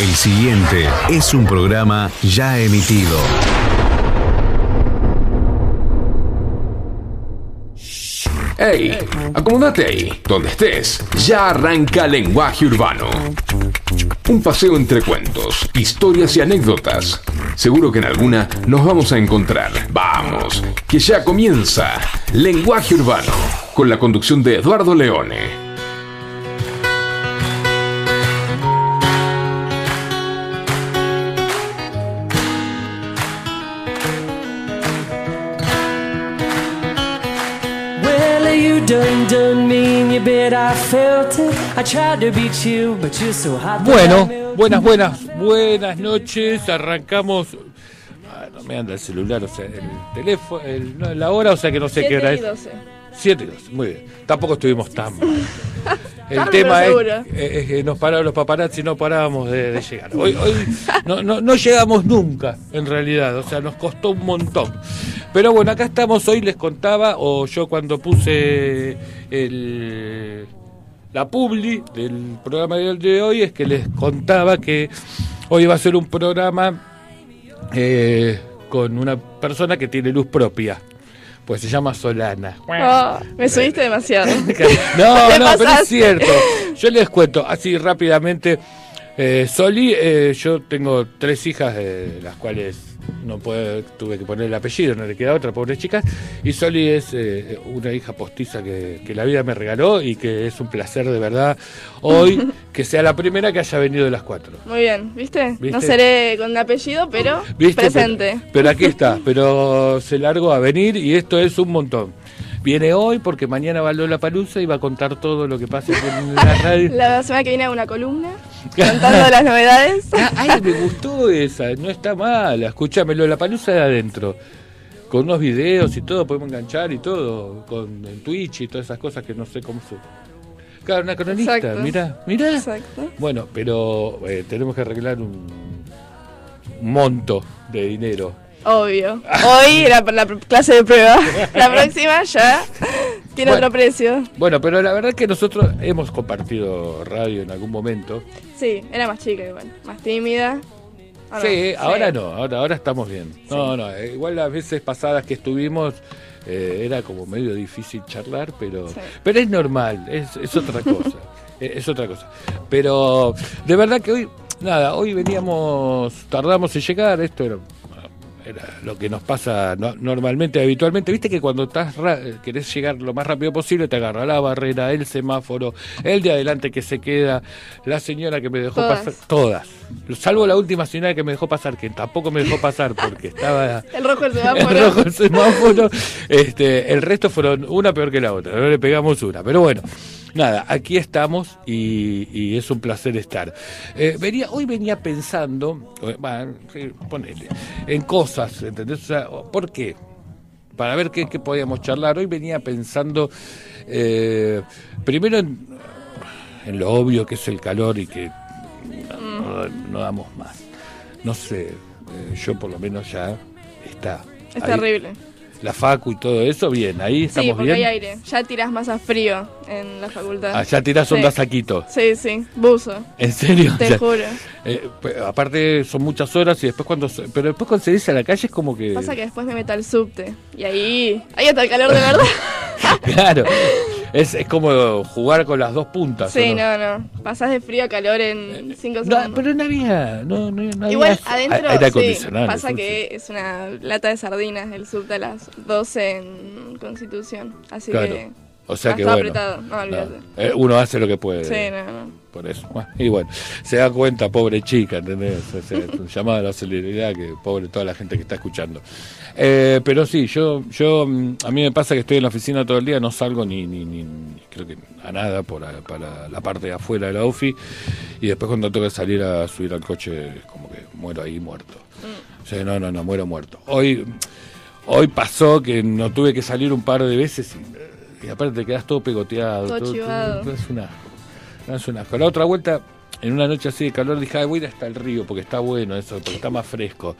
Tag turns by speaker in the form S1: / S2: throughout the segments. S1: El siguiente es un programa ya emitido.
S2: Hey, acomódate ahí, donde estés. Ya arranca Lenguaje Urbano. Un paseo entre cuentos, historias y anécdotas. Seguro que en alguna nos vamos a encontrar. Vamos, que ya comienza Lenguaje Urbano, con la conducción de Eduardo Leone.
S3: Well, you done done mean you bet I felt it. I tried to beat you, but you're so hot. that I
S4: Bueno,
S3: melt.
S4: buenas, buenas, buenas noches. Arrancamos. Ah, no me anda el celular, o sea, el teléfono, el- no, la hora, o sea que no sé qué hora es. 7 y 12, muy bien. Tampoco estuvimos tan mal. El
S5: Tarde,
S4: tema es,
S5: pero
S4: es que nos pararon los paparazzi, no parábamos de, de llegar. Hoy, hoy no, no- no llegamos nunca, en realidad, o sea, nos costó un montón. Pero bueno, acá estamos, hoy les contaba, o yo cuando puse el, la publi del programa de- de hoy, es que les contaba que hoy va a ser un programa eh, con una persona que tiene luz propia, pues se llama Solana.
S5: Ah, me
S4: Eh,
S5: subiste demasiado.
S4: No,
S5: Te
S4: no, pero
S5: pasaste.
S4: es cierto. Yo les cuento así rápidamente. Eh, Soli, eh, yo tengo tres hijas, eh, las cuales no puedo, tuve que poner el apellido, no le queda otra, pobres chicas. Y Soli es eh, una hija postiza que, que la vida me regaló y que es un placer de verdad hoy que sea la primera que haya venido de las cuatro.
S5: Muy bien, ¿viste? No
S4: ¿Viste?
S5: seré con apellido, pero
S4: ¿Viste?
S5: presente.
S4: Pero, pero aquí está, pero se largó a venir y esto es un montón. Viene hoy porque mañana va Lola Palusa y va a contar todo lo que pasa aquí en la radio.
S5: La semana que viene hago una columna contando las novedades.
S4: Ah, Ay, me gustó esa, no está mala. Escúchamelo, la palusa de adentro. Con unos videos y todo, podemos enganchar y todo. Con el Twitch y todas esas cosas que no sé cómo se. Claro, una cronista,
S5: Exacto.
S4: mirá, mirá.
S5: Exacto.
S4: Bueno, pero eh, tenemos que arreglar un monto de dinero.
S5: Obvio.
S4: Ah.
S5: Hoy era por la pr- clase de prueba. La próxima ya tiene
S4: Bueno.
S5: otro precio.
S4: Bueno, pero la verdad que nosotros hemos compartido radio en algún momento.
S5: Sí, era más chica igual. Más tímida. ¿O
S4: Sí, ahora no, ahora, ahora estamos bien. No, no, eh, igual las veces pasadas que estuvimos eh, era como medio difícil charlar, pero,
S5: Sí.
S4: pero es normal, es, es otra cosa, eh, es otra cosa. Pero de verdad que hoy, nada, hoy veníamos, tardamos en llegar, esto era, era lo que nos pasa no- normalmente, habitualmente. Viste que cuando estás ra- eh, querés llegar lo más rápido posible, te agarra la barrera, el semáforo, el de adelante que se queda, la señora que me dejó
S5: Todas.
S4: pasar, todas. Salvo la última señora que me dejó pasar, que tampoco me dejó pasar porque estaba
S5: El rojo se va
S4: el
S5: por
S4: rojo el semáforo. Este, el resto fueron una peor que la otra, no le pegamos una. Pero bueno, nada, aquí estamos y, y es un placer estar. Eh, venía, hoy venía pensando, eh, bueno, sí, ponele, en cosas, ¿entendés? O sea, ¿Por qué? Para ver qué, qué podíamos charlar. Hoy venía pensando, eh, primero en, en lo obvio que es el calor y que no,
S5: Mm.
S4: no damos más. No sé, eh, yo por lo menos ya está.
S5: Es
S4: Ahí-
S5: terrible.
S4: La facu y todo eso, bien, ahí
S5: Sí,
S4: estamos
S5: porque
S4: bien.
S5: hay aire. Ya tirás más a frío en la facultad.
S4: Allá tirás
S5: Sí.
S4: ondas a Quito.
S5: Sí, sí. Buzo.
S4: ¿En serio?
S5: Te
S4: O sea,
S5: juro.
S4: eh, pe- aparte son muchas horas y después cuando... se- Pero después cuando salís a la calle es como que...
S5: Pasa que después me meta al subte. Y ahí. Ahí está el calor de verdad.
S4: Claro. Es, es como jugar con las dos puntas. ¿o
S5: sí,
S4: no? Eh,
S5: no, no. Pasás de frío a calor en 5
S4: No,
S5: segundos.
S4: pero no había... No, no, no
S5: Igual
S4: había
S5: adentro.
S4: aire
S5: sí,
S4: acondicionado,
S5: pasa
S4: entonces.
S5: que es una lata de sardinas el subte a las 12 en Constitución. Así
S4: Claro.
S5: que.
S4: O sea que
S5: está
S4: bueno.
S5: apretado. No, olvídate.
S4: no, eh, uno hace lo que puede.
S5: Sí, no, no.
S4: Por eso. Bueno, Y bueno, se da cuenta, pobre chica, ¿entendés? O sea, es un llamado a la solidaridad que pobre toda la gente que está escuchando. Eh, pero sí, yo, yo mm, a mí me pasa que estoy en la oficina todo el día, no salgo ni, ni, ni- ni- creo que a nada por a- para la parte de afuera de la UFI y después cuando tengo que salir a subir al coche es como que muero ahí muerto.
S5: Mm.
S4: O sea, no, no, no, muero muerto. Hoy, hoy pasó que no tuve que salir un par de veces y, y aparte te quedas todo pegoteado.
S5: Todo chivado.
S4: todo es un asco. No, es un asco. La otra vuelta, en una noche así de calor, dije, "Ay, voy a ir hasta el río, porque está bueno eso, porque está más fresco.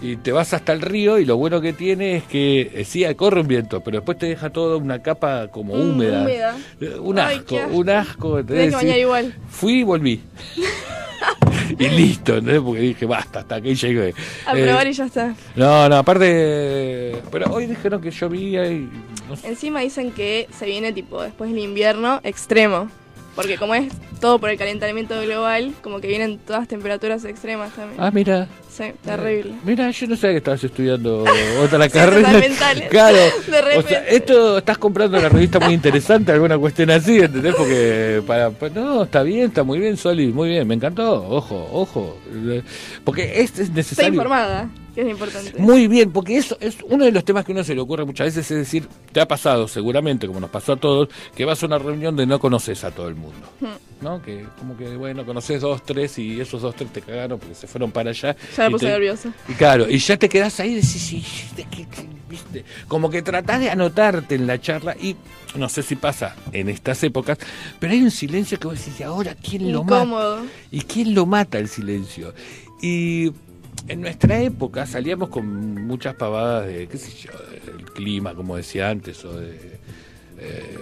S4: Y te vas hasta el río y lo bueno que tiene es que eh, sí, corre un viento, pero después te deja toda una capa como
S5: Mm,
S4: húmeda.
S5: húmeda.
S4: Eh, Un
S5: Ay,
S4: asco,
S5: qué asco.
S4: un asco.
S5: Tenés que
S4: ¿entendés?
S5: bañar igual.
S4: Fui y volví. y listo, ¿entendés? Porque dije, basta, hasta aquí llegué.
S5: A
S4: Eh,
S5: probar y ya está.
S4: No, no, aparte. Pero hoy dijeron que llovía y. No sé.
S5: Encima dicen que se viene tipo después del invierno extremo. Porque como es todo por el calentamiento global, como que vienen todas temperaturas extremas también.
S4: Ah, mira.
S5: Sí, terrible.
S4: Mira, yo no sabía que estabas estudiando otra carrera.
S5: Ciencias ambientales.
S4: Claro.
S5: De
S4: O sea,
S5: repente.
S4: esto estás comprando una revista muy interesante, alguna cuestión así, ¿entendés? Porque para, pa- no, está bien, está muy bien, Soli, muy bien, me encantó. Ojo, ojo. Porque es, es
S5: Estoy
S4: necesario.
S5: informada, que es importante.
S4: Muy bien, porque eso es uno de los temas que a uno se le ocurre muchas veces, es decir, te ha pasado seguramente, como nos pasó a todos, que vas a una reunión de no conoces a todo el mundo.
S5: Hmm.
S4: ¿No? Que como que, bueno, conoces dos, tres y esos dos, tres te cagaron porque se fueron para allá.
S5: Ya me
S4: y
S5: puse
S4: te-
S5: nerviosa.
S4: y claro, y ya te quedás ahí y decís, sí, de que- que- viste, como que tratás de anotarte en la charla y no sé si pasa en estas épocas, pero hay un silencio que vos decís, ¿y ahora quién lo mata?
S5: Incómodo.
S4: ¿Y quién lo mata el silencio? Y en nuestra época salíamos con muchas pavadas de, qué sé yo, del clima, como decía antes, o de... eh,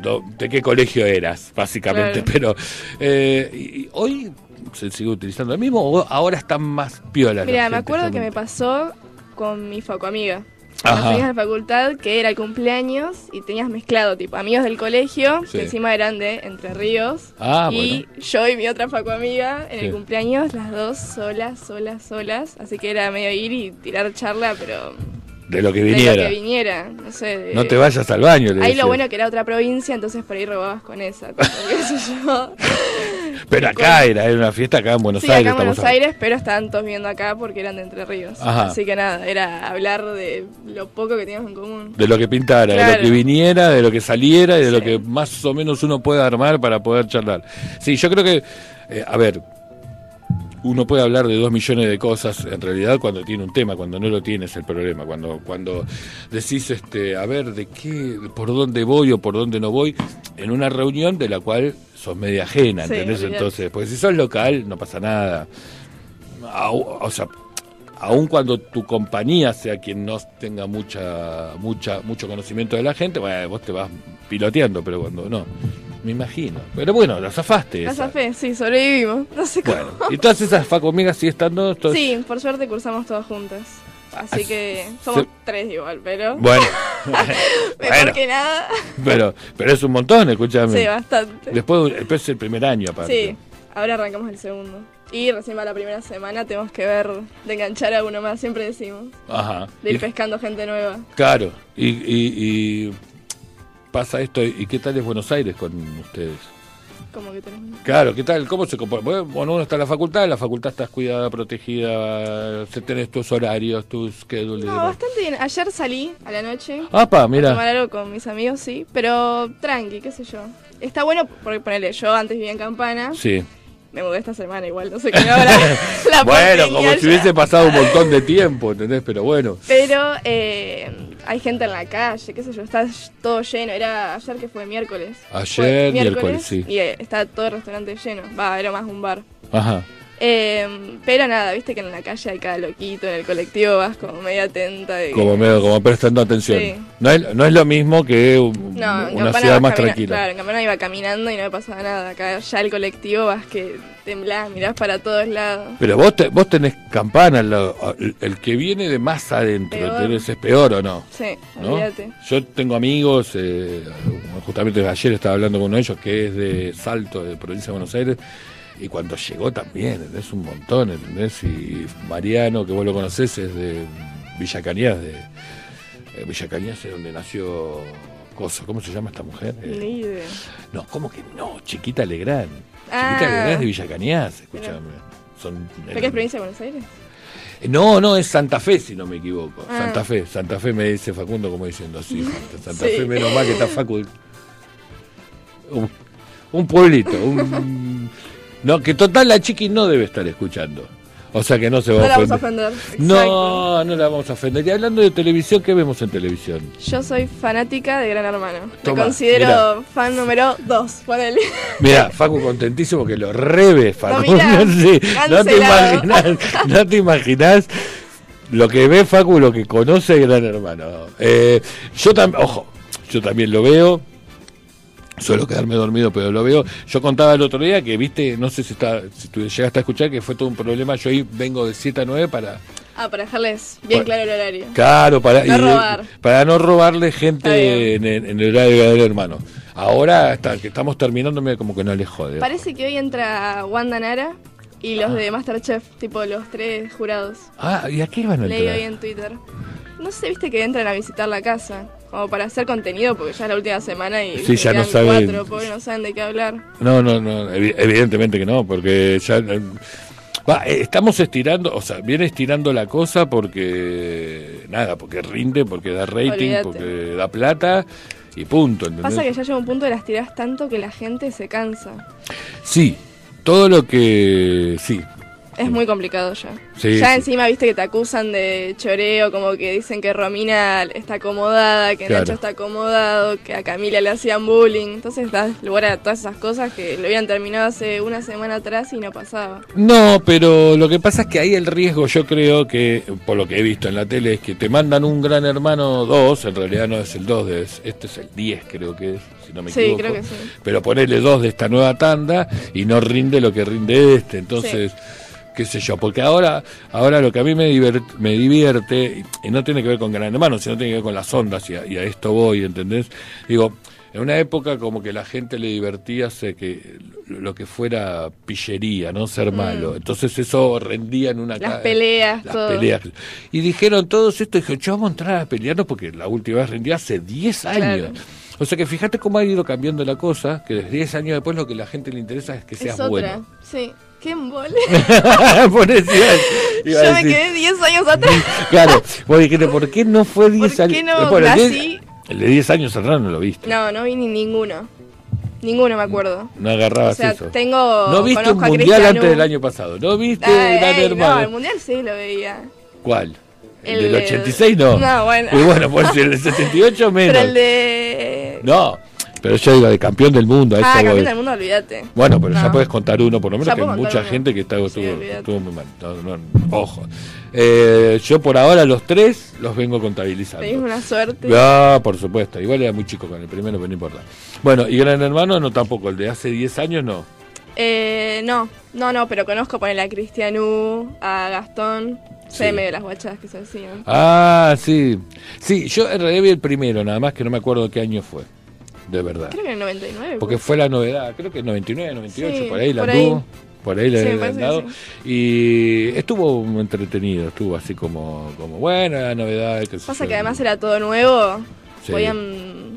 S4: do- de qué colegio eras, básicamente,
S5: Claro.
S4: pero eh, y- y hoy se sigue utilizando el mismo o ahora están más piola. la
S5: Mira, me
S4: gente,
S5: acuerdo que me
S4: realmente?
S5: pasó con mi faco amiga. Las
S4: Ajá.
S5: amigas de facultad, que era el cumpleaños y tenías mezclado, tipo, amigos del colegio,
S4: Sí.
S5: que encima eran de Entre Ríos.
S4: Ah,
S5: y yo y mi otra faco amiga en
S4: Sí.
S5: el cumpleaños, las dos solas, solas, solas. Así que era medio ir y tirar charla, pero
S4: De lo que
S5: de lo
S4: viniera.
S5: que viniera. No sé. de-
S4: No te vayas al baño. le
S5: Ahí
S4: decía.
S5: lo bueno que era otra provincia, entonces por ahí robabas con esa. tipo, qué sé yo.
S4: Pero acá era, era una fiesta acá en Buenos
S5: sí,
S4: Aires.
S5: acá en Buenos
S4: estamos-
S5: Aires, pero estaban todos viendo acá porque eran de Entre Ríos.
S4: Ajá.
S5: Así que nada, era hablar de lo poco que teníamos en común.
S4: De lo que pintara, de lo
S5: Claro.
S4: que viniera, de lo que saliera y de lo
S5: Sí.
S4: que más o menos uno pueda armar para poder charlar. Sí, yo creo que, eh, a ver, uno puede hablar de dos millones de cosas en realidad cuando tiene un tema, cuando no lo tiene es el problema, cuando, cuando decís, este, a ver, de qué, por dónde voy o por dónde no voy, en una reunión de la cual sos media ajena,
S5: Sí,
S4: ¿entendés?
S5: olvidate.
S4: Entonces, porque si sos local no pasa nada. Au- o sea, aun cuando tu compañía sea quien no tenga mucha, mucha, mucho conocimiento de la gente, bueno, vos te vas piloteando, pero cuando no, me imagino. Pero bueno, la zafaste.
S5: La
S4: esa.
S5: zafé, sí, sobrevivimos. No sé cómo.
S4: Bueno, y todas esas facomigas sí estando. todas-
S5: Sí, por suerte cursamos todas juntas. Así que somos
S4: se-
S5: tres igual, pero
S4: Bueno,
S5: mejor
S4: bueno.
S5: que nada,
S4: pero, pero es un montón, escúchame.
S5: sí, bastante.
S4: Después, después es el primer año,
S5: Sí,
S4: aparte.
S5: ahora arrancamos el segundo. Y recién va la primera semana, tenemos que ver de enganchar a uno más, siempre decimos.
S4: Ajá.
S5: De ir
S4: Y-
S5: pescando gente nueva.
S4: claro. Y, y- y pasa esto. ¿Y qué tal es Buenos Aires con ustedes?
S5: Como que tenemos.
S4: Claro, ¿qué tal? ¿Cómo se compone? Bueno, uno está en la facultad, en la facultad estás cuidada, protegida, se- tenés tus horarios, tus schedule y
S5: No,
S4: demás.
S5: bastante bien. Ayer salí a la noche.
S4: Apa,
S5: a tomar
S4: mira.
S5: algo con mis amigos, sí, pero tranqui, qué sé yo. Está bueno porque ponele, yo antes vivía en Campana,
S4: Sí.
S5: me mudé esta semana igual, no sé qué hora la, la
S4: Bueno, como
S5: porteña
S4: si
S5: ya.
S4: hubiese pasado un montón de tiempo, ¿entendés? Pero bueno.
S5: Pero eh, hay gente en la calle, qué sé yo, está todo lleno. Era ayer que fue miércoles.
S4: Ayer,
S5: Fue
S4: miércoles, sí.
S5: Y eh, está todo el restaurante lleno. Va, era más un bar.
S4: Ajá.
S5: Eh, pero nada, viste que en la calle hay cada loquito, en el colectivo vas como media atenta. De que-
S4: Como medio, como prestando atención.
S5: Sí.
S4: No, es, no es lo mismo que un-
S5: No, en
S4: una
S5: Campana
S4: ciudad
S5: vas
S4: más
S5: camina-
S4: tranquila.
S5: Claro, en Campana iba caminando y no me pasaba nada. Acá ya el colectivo vas que temblás, mirás para todos lados.
S4: Pero vos, te- vos tenés campana, al lado- el, el que viene de más adentro,
S5: Peor.
S4: ¿entendés? ¿Es peor o no?
S5: Sí,
S4: ¿no?
S5: olvídate.
S4: Yo tengo amigos, eh, justamente ayer estaba hablando con uno de ellos que es de Salto, de provincia de Buenos Aires, y cuando llegó también, es un montón, ¿entendés? Y Mariano, que vos lo conocés, es de Villa Cañas, de eh, Villa Cañas es donde nació Cosa, ¿cómo se llama esta mujer? Eh,
S5: Ni idea.
S4: no, ¿cómo que no? Chiquita Legrand.
S5: Ah.
S4: Chiquita Legrand es de Villa Cañas, escúchame. Son,
S5: ¿Pero qué es provincia de Buenos Aires?
S4: no, no, es Santa Fe, si no me equivoco.
S5: Ah.
S4: Santa Fe, Santa Fe me dice Facundo como diciendo así. Santa
S5: Sí.
S4: Fe, menos mal que está Facu. Un, un pueblito, un... No, que total la chiqui no debe estar escuchando. O sea que no se va
S5: No la
S4: a
S5: vamos a
S4: ofender.
S5: ofender. Exacto.
S4: No, no la vamos a ofender. Y hablando de televisión, ¿qué vemos en televisión?
S5: Yo soy fanática de Gran Hermano.
S4: Toma,
S5: Me considero
S4: mirá.
S5: fan número 2, ponele.
S4: Mira, Facu contentísimo que lo rebe, Facu.
S5: mirá,
S4: Sí, no te
S5: cancelado.
S4: imaginas, no te imaginas lo que ve Facu, lo que conoce Gran Hermano. Eh, yo también, ojo, yo también lo veo. Suelo quedarme dormido, pero lo veo. Yo contaba el otro día que, viste, no sé si, está, si tú llegaste a escuchar que fue todo un problema. Yo ahí vengo de 7 a 9 para,
S5: Ah, para dejarles bien
S4: Bueno.
S5: claro el horario.
S4: Claro, para
S5: No robar.
S4: para no robarle
S5: Está
S4: gente en,
S5: bien.
S4: el- en el horario de hermano. Ahora hasta que estamos terminando mira, como que no les jode.
S5: Parece que hoy entra Wanda Nara y los de Masterchef, tipo los tres jurados.
S4: Ah, ¿y a qué van a
S5: Leí hoy
S4: entrar?
S5: en Twitter. No sé, viste que entran a visitar la casa, como para hacer contenido, porque ya es la última semana y
S4: Sí,
S5: se
S4: ya no
S5: quedan
S4: saben.
S5: cuatro, pobre, no saben de qué hablar.
S4: No, no, no, evi- evidentemente que no, porque ya eh, va, eh, estamos estirando, o sea, viene estirando la cosa porque nada, porque rinde, porque da rating,
S5: Olvídate.
S4: porque da plata y punto, ¿entendés?
S5: Pasa que ya llega un punto de las tirás tanto que la gente se cansa.
S4: Sí, todo lo que sí,
S5: Es muy complicado ya.
S4: Sí,
S5: ya
S4: sí.
S5: encima viste que te acusan de choreo, como que dicen que Romina está acomodada, que
S4: Claro.
S5: Nacho está acomodado, que a Camila le hacían bullying. Entonces das lugar a todas esas cosas que lo habían terminado hace una semana atrás y no pasaba.
S4: No, pero lo que pasa es que ahí el riesgo, yo creo que, por lo que he visto en la tele, es que te mandan un gran hermano 2, en realidad no es el 2, es, este es el 10 creo que es, si no me
S5: Sí,
S4: equivoco.
S5: creo que sí.
S4: Pero ponerle 2 de esta nueva tanda y no rinde lo que rinde este, entonces, qué sé yo, porque ahora ahora lo que a mí me, divert- me divierte, y no tiene que ver con gran hermano, sino tiene que ver con las ondas, y a, y a esto voy, ¿entendés? Digo... En una época como que la gente le divertía hacer que lo lo que fuera pillería, no ser malo. Entonces eso rendía en una
S5: Mm. Las
S4: ca-
S5: peleas,
S4: las
S5: todo.
S4: peleas. Y dijeron todos esto, dijeron, "Che, vamos a entrar a pelearnos porque la última vez rendía hace 10 años. O sea que fíjate cómo ha ido cambiando la cosa, que desde 10 años después lo que la gente le interesa es que seas
S5: es otra.
S4: bueno.
S5: Sí. Qué embole.
S4: Por eso iba a- iba a
S5: Yo me
S4: decir.
S5: quedé 10 años atrás.
S4: Claro, vos dijiste, ¿por qué no fue 10
S5: ¿Por
S4: años?
S5: qué no
S4: Bueno, el de-
S5: nací?
S4: el de 10 años atrás no lo viste.
S5: No, no vi ni ninguno. Ninguno me acuerdo.
S4: No agarrabas
S5: O sea,
S4: eso.
S5: tengo.
S4: Ah, No viste un
S5: conozco a
S4: mundial
S5: Cristiano.
S4: antes del año pasado. No viste
S5: Ay,
S4: un gran
S5: ey, No, el
S4: hermano.
S5: mundial sí lo veía.
S4: ¿Cuál? ¿El,
S5: El-
S4: del 86 no?
S5: No, bueno.
S4: Y bueno, pues el del 78 menos.
S5: Pero el de.
S4: No, pero yo digo de campeón del mundo.
S5: ah,
S4: A eso voy.
S5: campeón del mundo, olvídate.
S4: Bueno, pero ya
S5: No.
S4: puedes contar uno, por lo menos
S5: Ya
S4: que hay
S5: puedo contar
S4: mucha
S5: uno.
S4: gente que está, estuvo,
S5: Sí, olvídate.
S4: estuvo muy mal. No, no, ojo. Eh, yo por ahora los tres los vengo contabilizando.
S5: Tenés una suerte.
S4: Ah, por supuesto. Igual era muy chico con el primero, pero no importa. Bueno, y Gran Hermano no tampoco. El de hace 10 años no.
S5: Eh, no, no, no, pero conozco poner a Cristianú, a Gastón.
S4: Sí.
S5: Se me de las guachadas que se hacían.
S4: Ah, sí. Sí, yo en realidad vi el primero, nada más que no me acuerdo qué año fue. De verdad.
S5: Creo que en el 99.
S4: Porque fue la novedad, creo que 99, 98,
S5: Sí,
S4: por ahí la
S5: por
S4: anduvo.
S5: ahí.
S4: Por ahí la
S5: Sí, me
S4: la
S5: parece que
S4: andado. Y estuvo entretenido, estuvo así como, como bueno, la novedad. qué sé
S5: Pasa
S4: yo.
S5: que además era todo nuevo.
S4: Sí.
S5: Podían,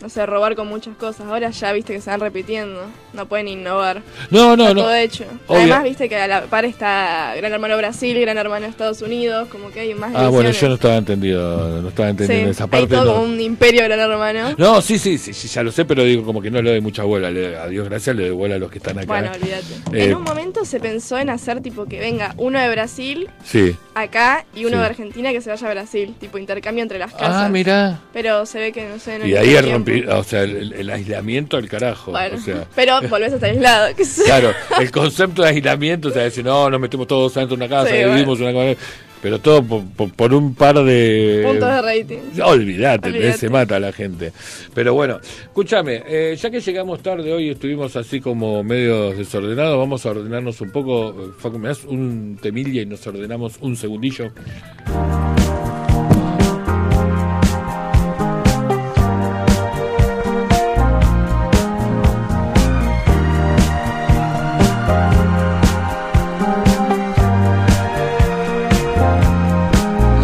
S5: no sé, robar con muchas cosas. Ahora ya viste que se van repitiendo. No pueden innovar.
S4: No, no,
S5: Está
S4: no.
S5: todo hecho.
S4: Obvio.
S5: Además, viste que a la par está Gran Hermano Brasil, Gran Hermano Estados Unidos. Como que hay más
S4: Ah, bueno,
S5: divisiones.
S4: yo no estaba entendido, no estaba
S5: Sí,
S4: entendiendo esa
S5: hay
S4: parte.
S5: todo
S4: no.
S5: como un imperio Gran Hermano.
S4: No, sí, sí, sí, sí, ya lo sé, pero digo como que no le doy mucha bola. le- a Dios gracias, le doy bola a los que están acá.
S5: Bueno, olvídate.
S4: Eh,
S5: en un momento se pensó en hacer tipo que venga uno de Brasil
S4: sí.
S5: acá y uno
S4: Sí.
S5: de Argentina que se vaya a Brasil, tipo intercambio entre las casas.
S4: Ah, mira.
S5: Pero se ve que no sé. No
S4: Y
S5: les
S4: ahí
S5: dio
S4: el,
S5: tiempo.
S4: rompi- o sea, el, el aislamiento al carajo.
S5: Bueno,
S4: o sea.
S5: pero volvés a estar aislado. qué sé yo.
S4: Claro, el concepto de aislamiento, o sea, decir, no, nos metemos todos dentro de una casa,
S5: Sí,
S4: vivimos en una casa, pero todo por, por- por un par de...
S5: Puntos de rating.
S4: Olvídate,
S5: Olvídate.
S4: se mata a la gente. Pero bueno, escúchame, eh, ya que llegamos tarde hoy y estuvimos así como medio desordenados, vamos a ordenarnos un poco. Eh, Facu, ¿me das un temilla y nos ordenamos un segundillo?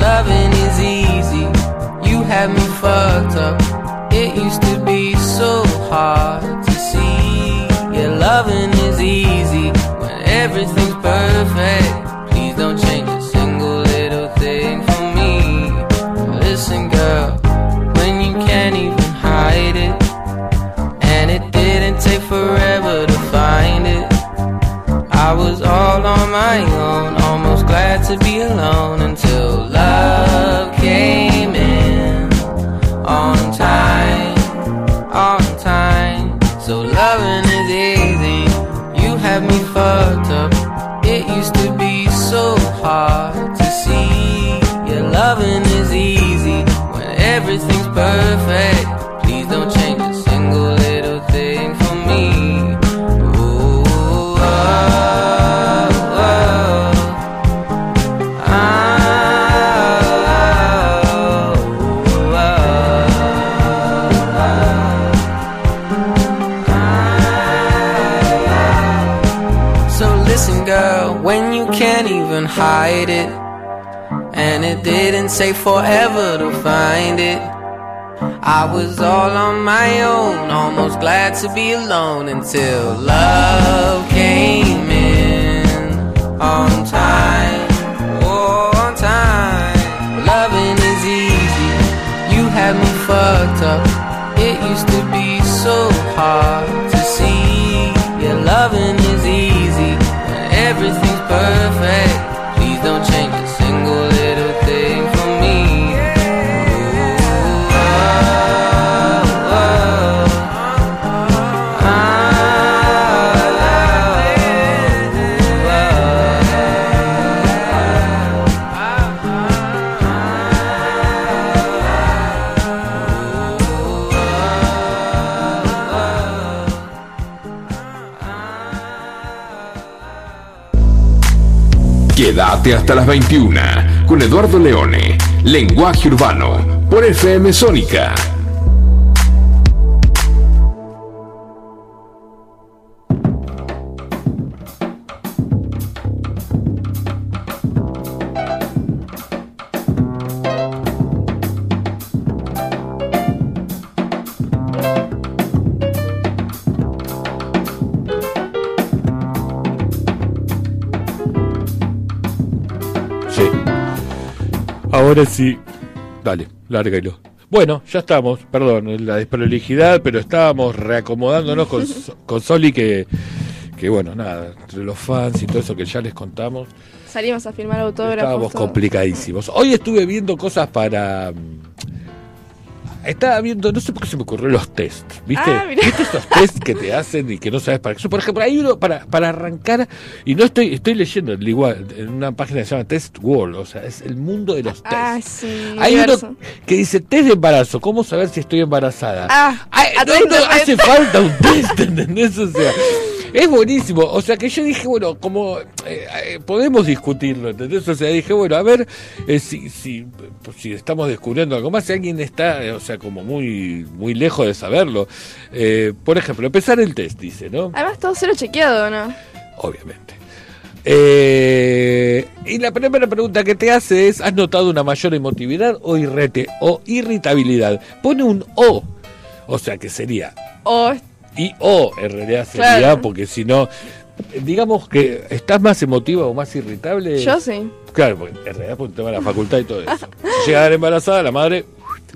S6: Loving is easy. You had me fucked up. It used to be so hard to see. Yeah, loving is easy when everything's perfect. Please don't change a single little thing for me. Listen, girl, when you can't even hide it, and it didn't take forever to find it. I was all on my own, almost glad to be alone until love came in on time, on time. So loving is easy. You have me fucked up. It used to be so hard to see. Yeah, loving is easy when everything's perfect. Please don't change a single little thing. oh, Ah, oh, missing, girl, when you can't even hide it. And it didn't take forever to find it. I was all on my own, almost glad to be alone until love came in on time. Oh, on time. Loving is easy, you had me fucked up. It used to be so hard to see. Yeah, loving is easy when everything's perfect. Please don't change a single little thing for me. Ooh, oh, oh.
S2: Quédate hasta las 21 con Eduardo Leone, Lenguaje Urbano, por FM Sónica.
S4: Sí. Ahora sí. Dale, lárgalo. Bueno, ya estamos, perdón, la desprolijidad, pero estábamos reacomodándonos con, So- con Soli que, que, bueno, nada, entre los fans y todo eso que ya les contamos,
S5: Salimos a firmar autógrafos.
S4: estábamos
S5: todo.
S4: complicadísimos. Hoy estuve viendo cosas para... mm, Estaba viendo, no sé por qué se me ocurrió los test, ¿viste?
S5: Ah, mirá.
S4: ¿Viste esos test que te hacen y que no sabes para qué? son? Por ejemplo, hay uno para, para arrancar, y no estoy, estoy leyendo el igual, en una página que se llama Test World, o sea, es el mundo de los test.
S5: Ah, sí.
S4: Hay
S5: universo.
S4: uno que dice test de embarazo, ¿cómo saber si estoy embarazada?
S5: Ah,
S4: Ay,
S5: a
S4: no,
S5: través
S4: no,
S5: de internet.
S4: hace falta un test, ¿entendés? O sea, es buenísimo. O sea que yo dije, bueno, como eh, eh, podemos discutirlo, ¿entendés? O sea, dije, bueno, a ver eh, si, si, pues, si estamos descubriendo algo más, si alguien está, eh, o sea, como muy, muy lejos de saberlo. Eh, por ejemplo, empezar el test, dice, ¿no?
S5: Además, todo cero chequeado, ¿no?
S4: Obviamente. Eh, y la primera pregunta que te hace es, ¿has notado una mayor emotividad o, irrete, o irritabilidad? Pone un O, o sea que sería
S5: O
S4: y o en realidad sería,
S5: Claro.
S4: porque si no, digamos que estás más emotiva o más irritable.
S5: yo sí.
S4: Claro, porque en realidad por un tema de la facultad y todo eso. Si llega a dar embarazada, la madre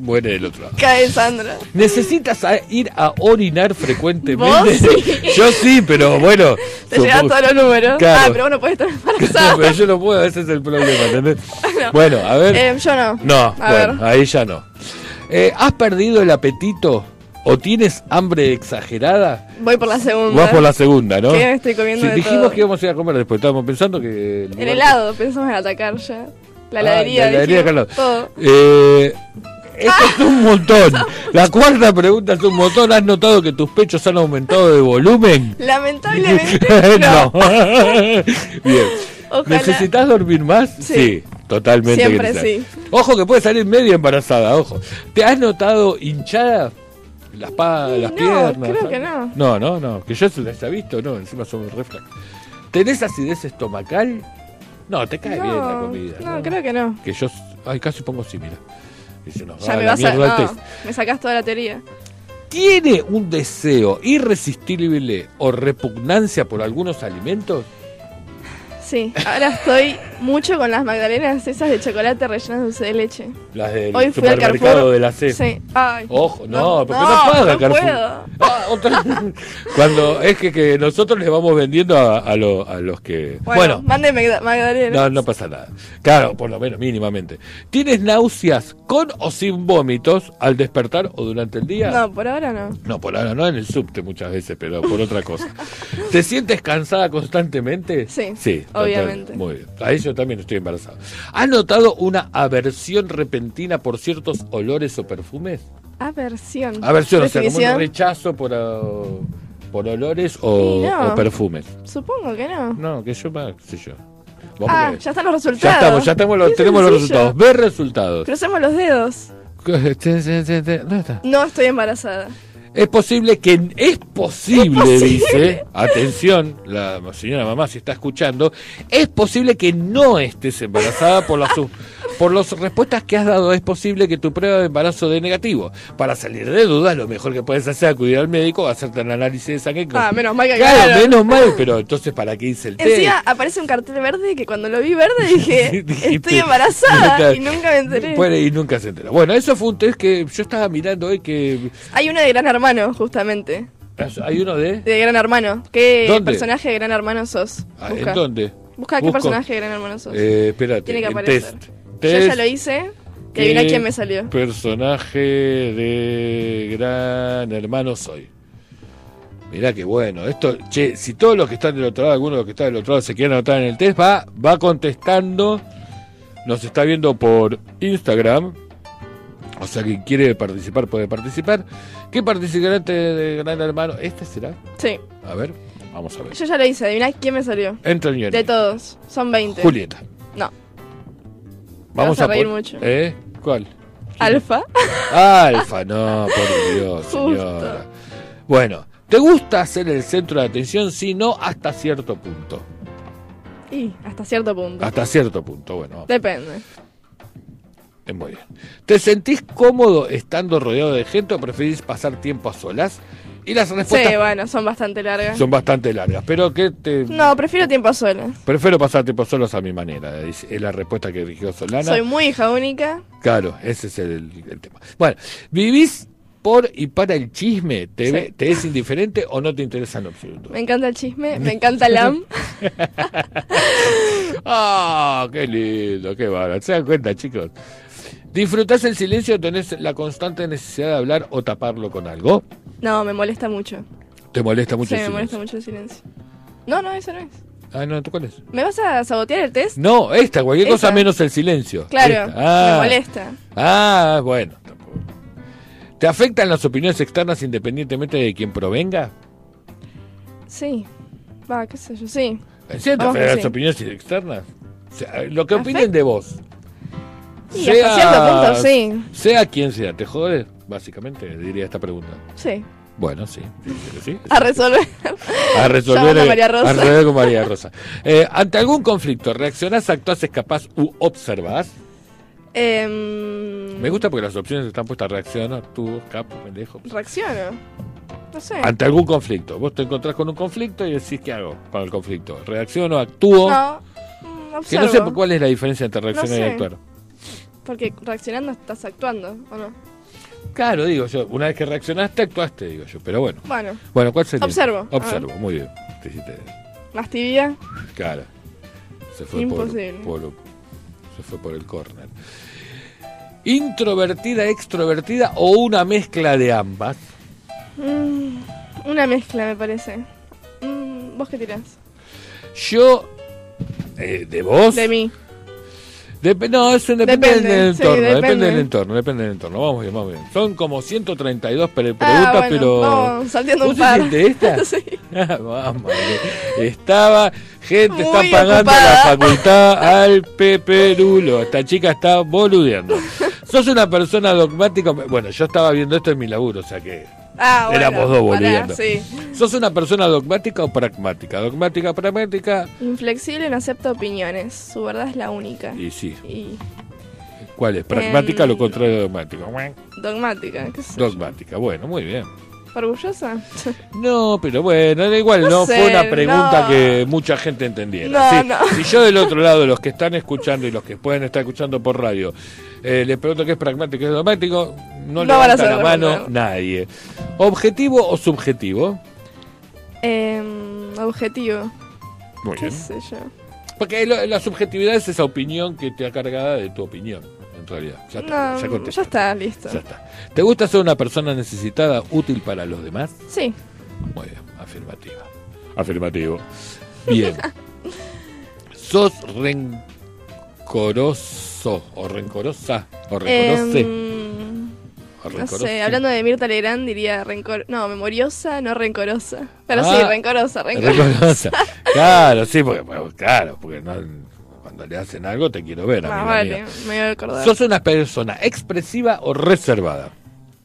S4: muere del otro lado.
S5: Cae Sandra.
S4: ¿Necesitas a- ir a orinar
S5: ¿Vos?
S4: frecuentemente?
S5: Sí.
S4: Yo sí, pero bueno.
S5: Te llegan
S4: supongo-
S5: todos los números.
S4: Claro.
S5: Ah, pero bueno, puedes estar
S4: No, pero
S5: embarazada.
S4: yo no puedo, ese es el problema, ¿entendés? Bueno, a ver.
S5: Eh, yo no.
S4: no,
S5: A
S4: bueno,
S5: ver.
S4: ahí ya no. Eh, ¿Has perdido el apetito o tienes hambre exagerada?
S5: Voy por la segunda.
S4: Vas ah. por la segunda, ¿no?
S5: Que Mm, eh, me estoy comiendo
S4: Sí,
S5: de
S4: dijimos
S5: todo.
S4: que íbamos a ir a comer después, estábamos pensando que...
S5: El
S4: lugar-
S5: helado, pensamos en atacar ya. La
S4: Ah,
S5: heladería,
S4: la heladería,
S5: dijimos,
S4: claro.
S5: todo. Ah.
S4: Eh, esto es un montón. La cuarta pregunta es un montón. ¿Has notado que tus pechos han aumentado de volumen?
S5: Lamentablemente no.
S4: Bien.
S5: Ojalá.
S4: ¿Necesitas dormir más?
S5: Sí.
S4: totalmente.
S5: Siempre
S4: Griselda.
S5: sí.
S4: Ojo que puede salir medio embarazada, ojo. ¿Te has notado hinchada? Las, pa-
S5: Y
S4: las
S5: no,
S4: piernas.
S5: creo que no.
S4: No, no, no. Que yo se las he visto, no. Encima son re flacas. ¿Tenés acidez estomacal? No, te cae bien la
S5: No,
S4: comida.
S5: no, creo que no.
S4: Que yo. Ay, casi pongo sí, mira. Dice, no,
S5: Ya
S4: ah,
S5: me
S4: la
S5: vas a.
S4: mierda, el
S5: No,
S4: test.
S5: me sacás toda la teoría.
S4: ¿Tiene un deseo irresistible o repugnancia por algunos alimentos?
S5: Sí, ahora estoy mucho con las magdalenas esas de chocolate rellenas de dulce de leche.
S4: Las del
S5: Hoy fui al
S4: supermercado
S5: Carrefour.
S4: de la C.
S5: Sí. Ay.
S4: Ojo, no, porque no,
S5: no,
S4: paga
S5: no
S4: Carrefour.
S5: puedo.
S4: Ah, otra- Cuando es que, que nosotros les vamos vendiendo a, a lo- a los que.
S5: Bueno,
S4: Bueno,
S5: mande magda- magdalenas.
S4: no, no pasa nada. Claro, por lo menos, mínimamente. ¿Tienes náuseas con o sin vómitos al despertar o durante el día?
S5: No, por ahora no.
S4: No, por ahora no en el subte muchas veces, pero por otra cosa. ¿Te sientes cansada constantemente?
S5: Sí,
S4: Sí, total-
S5: obviamente.
S4: Muy bien. A eso también estoy embarazada. ¿Has notado una aversión repentina por ciertos olores o perfumes?
S5: Aversión.
S4: Aversión, o sea, como
S5: Definición.
S4: un rechazo por, ah, por olores o,
S5: Y no.
S4: o perfumes.
S5: Supongo que no.
S4: No, que yo más, qué sé yo. Vos
S5: Ah,
S4: porque-
S5: ya están los resultados.
S4: ya estamos, ya estamos los-
S5: Qué
S4: tenemos los
S5: sencillo.
S4: resultados. Ver resultados.
S5: Crucemos los dedos.
S4: ¿Dónde está?
S5: No estoy embarazada.
S4: Es posible que es posible, dice, atención, la señora mamá si está escuchando, es posible que no estés embarazada por las sus- por las respuestas que has dado, es posible que tu prueba de embarazo dé negativo. Para salir de dudas, lo mejor que puedes hacer es acudir al médico, hacerte el análisis de sangre.
S5: Ah, menos mal que
S4: Claro,
S5: aclararon.
S4: menos mal, pero entonces para qué hice el test.
S5: Encima aparece un cartel verde que cuando lo vi verde dije,
S4: Dijiste,
S5: estoy embarazada
S4: claro.
S5: y nunca me enteré.
S4: Bueno, y nunca se enteró. Bueno, eso fue un test que yo estaba mirando hoy que
S5: Hay uno de Gran Hermano, justamente.
S4: hay uno de...
S5: De Gran Hermano. ¿Qué
S4: ¿Dónde?
S5: personaje de Gran Hermano sos?
S4: Ah, ¿En
S5: Busca.
S4: dónde?
S5: Busca qué
S4: Busco.
S5: personaje de Gran Hermano sos.
S4: Eh, espérate.
S5: Tiene que
S4: en
S5: aparecer.
S4: Test.
S5: Yo
S4: Test,
S5: ya lo hice. Y adivina
S4: ¿qué
S5: quién me salió.
S4: Personaje de Gran Hermano soy. Mirá que bueno, esto, che, si todos los que están del otro lado, algunos de los que están del otro lado se quieren anotar en el test, va, va contestando, nos está viendo por Instagram, o sea, quien quiere participar puede participar. ¿Qué participante de Gran Hermano? ¿Este será?
S5: Sí.
S4: A ver, vamos a ver.
S5: Yo ya lo hice. Adivina quién me salió.
S4: Entra en
S5: De todos. Son 20.
S4: Julieta.
S5: No.
S4: Vamos
S5: vas a
S4: a, pon-
S5: reír mucho.
S4: ¿Eh? ¿Cuál?
S5: Alfa.
S4: Alfa, no, por Dios,
S5: Justo.
S4: señora. Bueno, ¿te gusta ser el centro de atención? Si no, hasta cierto punto.
S5: y hasta cierto punto.
S4: Hasta cierto punto, bueno.
S5: Depende.
S4: eh, Muy bien. ¿Te sentís cómodo estando rodeado de gente o preferís pasar tiempo a solas? Y las
S5: Sí,
S4: respuestas
S5: bueno, son bastante largas.
S4: son bastante largas, pero que te...
S5: No, prefiero tiempo sola.
S4: Prefiero pasar tiempo solos a mi manera, es es la respuesta que eligió Solana.
S5: Soy muy hija única.
S4: Claro, ese es el, el tema. Bueno, ¿vivís por y para el chisme? ¿Te, ve- te es indiferente o no te interesa en absoluto?
S5: Me encanta el chisme, me encanta LAM.
S4: ¡Ah, qué lindo, qué barato! ¿Se dan cuenta, chicos? ¿Disfrutás el silencio o tenés la constante necesidad de hablar o taparlo con algo?
S5: No, me molesta mucho.
S4: ¿Te molesta mucho
S5: sí, me
S4: el
S5: molesta
S4: silencio?
S5: mucho el silencio. No, no, eso no es.
S4: Ah, no, ¿tú cuál es?
S5: ¿Me vas a sabotear el test?
S4: No, esta, cualquier cosa
S5: Esa.
S4: menos el silencio.
S5: Claro,
S4: Esta. Ah.
S5: me molesta.
S4: Ah, bueno. tampoco. ¿Te afectan las opiniones externas independientemente de quién provenga?
S5: Sí. Va, qué sé yo, sí.
S4: ¿En serio te
S5: Vamos que sí.
S4: afectan las opiniones externas? O sea, lo que opinen de vos.
S5: Y hasta cierto punto,
S4: Sea quien sea, ¿te jode? Básicamente, diría esta pregunta.
S5: sí. Sí.
S4: Bueno, sí. sí, sí, sí.
S5: A resolver.
S4: A resolver,
S5: Llamando a
S4: eh,
S5: María Rosa.
S4: a resolver con María Rosa. Eh, ante algún conflicto, ¿reaccionás, actuás, escapás u observás?
S5: Em,
S4: Me gusta porque las opciones están puestas. Reacciona, tú, capo, pendejo.
S5: Reacciono. No sé.
S4: Ante algún conflicto. Vos te encontrás con un conflicto y decís, ¿qué hago con el conflicto? ¿Reacciono, actúo?
S5: No. mm,
S4: que
S5: Observo.
S4: no sé cuál es la diferencia entre reaccionar
S5: No
S4: y
S5: sé.
S4: actuar.
S5: Porque reaccionando estás actuando, ¿o no?
S4: Claro, digo yo. Una vez que reaccionaste, actuaste, digo yo. Pero bueno.
S5: Bueno,
S4: Bueno, ¿cuál sería?
S5: Observo.
S4: Observo, muy bien. Te hiciste-
S5: más tibia.
S4: Claro. Se fue por,
S5: Imposible.
S4: por- se fue por el corner. Introvertida, extrovertida o una mezcla de ambas.
S5: Mm, una mezcla, me parece. Mm, ¿Vos qué tirás?
S4: Yo eh, de vos.
S5: De mí.
S4: Dep- no, eso depende,
S5: Depende,
S4: del
S5: sí,
S4: entorno, depende.
S5: depende.
S4: del entorno, depende del entorno. Vamos bien, vamos bien. Son como 132 pre- preguntas,
S5: Ah, bueno,
S4: pero
S5: vamos salteando
S4: ¿Vos
S5: un par.
S4: hiciste esta?
S5: Sí.
S4: Ah, Vamos, estaba gente, está
S5: Muy
S4: pagando la
S5: ocupada.
S4: facultad al peperulo. Esta chica está boludeando. Sos una persona dogmática. Bueno, yo estaba viendo esto en mi laburo, o sea que.
S5: Ah, bueno.
S4: Éramos dos
S5: pará,
S4: boludeando.
S5: sí.
S4: ¿Sos una persona dogmática o pragmática? Dogmática, pragmática.
S5: Inflexible, no acepta opiniones. Su verdad es la única.
S4: Y sí,
S5: Y
S4: ¿cuál es? Pragmática,
S5: Em,
S4: lo contrario de dogmático.
S5: dogmática, qué sé yo.
S4: Dogmática, bueno, muy bien.
S5: ¿Orgullosa?
S4: No, pero bueno, da igual, no,
S5: No
S4: fue
S5: sé,
S4: una pregunta
S5: no.
S4: que mucha gente entendiera.
S5: No,
S4: Sí,
S5: no.
S4: Si yo del otro lado, los que están escuchando y los que pueden estar escuchando por radio, eh, les pregunto qué es pragmático y qué es dogmático, no,
S5: No van a
S4: levanta la
S5: saber
S4: mano
S5: responder.
S4: nadie. ¿Objetivo o subjetivo?
S5: Em, objetivo,
S4: Muy
S5: qué
S4: bien.
S5: sé yo.
S4: Porque lo- la subjetividad es esa opinión que te ha cargada de tu opinión, en realidad. Ya está,
S5: No,
S4: ya
S5: ya,
S4: contestaste.
S5: está, listo.
S4: Ya está. ¿Te gusta ser una persona necesitada, útil para los demás?
S5: Sí,
S4: Muy bien, afirmativa. Afirmativo. Bien. ¿Sos rencoroso o rencorosa? ¿O rencorosa?
S5: em,
S4: ¿O
S5: no
S4: rencoroso?
S5: sé, hablando de Mirta Legrand diría rencor... No, memoriosa, no rencorosa. Pero sí,
S4: Ah,
S5: rencorosa, rencorosa.
S4: Rencorosa. Claro, sí, porque, bueno, claro, porque no, cuando le hacen algo te quiero ver,
S5: Más
S4: amiga
S5: Ah, vale,
S4: mía.
S5: me voy a acordar.
S4: ¿Sos una persona expresiva o reservada?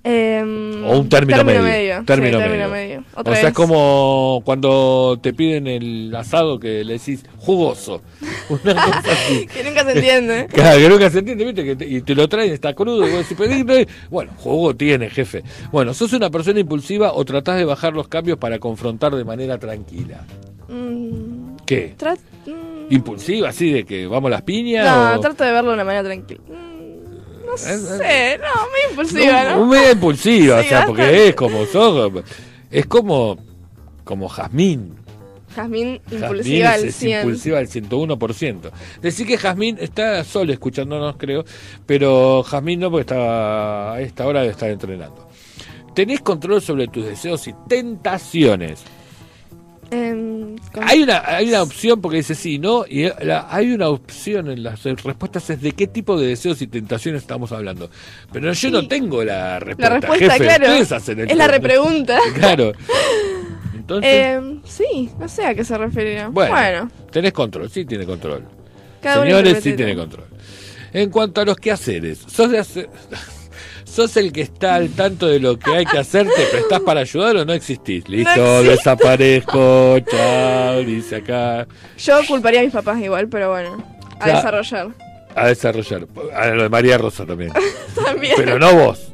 S5: Em,
S4: O un término, medio.
S5: Sí,
S4: Término
S5: término
S4: medio.
S5: medio.
S4: O
S5: Otra
S4: sea, es
S5: vez.
S4: como cuando te piden el asado que le decís jugoso. Una cosa así.
S5: Que nunca se entiende.
S4: Claro, que nunca se entiende, ¿viste? Que te- y te lo traen, está crudo, y vos decís, "Pedí, pedí". Bueno, jugo tiene, jefe. Bueno, ¿sos una persona impulsiva o tratás de bajar los cambios para confrontar de manera tranquila?
S5: Mm,
S4: ¿Qué?
S5: tra- mm,
S4: ¿Impulsiva, así de que vamos a las piñas?
S5: no,
S4: o-
S5: trato de verlo de una manera tranquila. Mm, No sé, no, muy impulsiva,
S4: Un- un
S5: ¿no?
S4: medio impulsiva,
S5: Sí,
S4: o sea, porque
S5: bastante.
S4: es como sos, es como, como Jazmín.
S5: Jazmín
S4: Jazmín
S5: impulsiva
S4: es,
S5: al
S4: es
S5: 100.
S4: impulsiva al 101%. Decir que Jazmín está solo escuchándonos, creo, pero Jazmín no, porque está a esta hora de estar entrenando. Tenés control sobre tus deseos y tentaciones.
S5: Em, con-
S4: Hay una, hay una opción, porque dice sí, ¿no? Y la- hay una opción en las respuestas, es de qué tipo de deseos y tentaciones estamos hablando. Pero yo no tengo la
S5: la
S4: respuesta.
S5: respuesta,
S4: jefe.
S5: claro.
S4: Ustedes hacen el
S5: Es la
S4: control.
S5: repregunta.
S4: Claro. Entonces,
S5: Em, sí, no sé a qué se referirá.
S4: bueno,
S5: Bueno,
S4: tenés control, sí tiene control.
S5: cada uno
S4: Señores, sí
S5: interpreta.
S4: tiene control. En cuanto a los quehaceres, sos de hacer- Sos el que está al tanto de lo que hay que hacer, te prestás para ayudar o no existís. Listo,
S5: existo.
S4: desaparezco, chao, dice acá.
S5: Yo culparía a mis papás igual, pero bueno, a
S4: Ya.
S5: desarrollar.
S4: A desarrollar. A lo de María Rosa también.
S5: También.
S4: Pero no vos.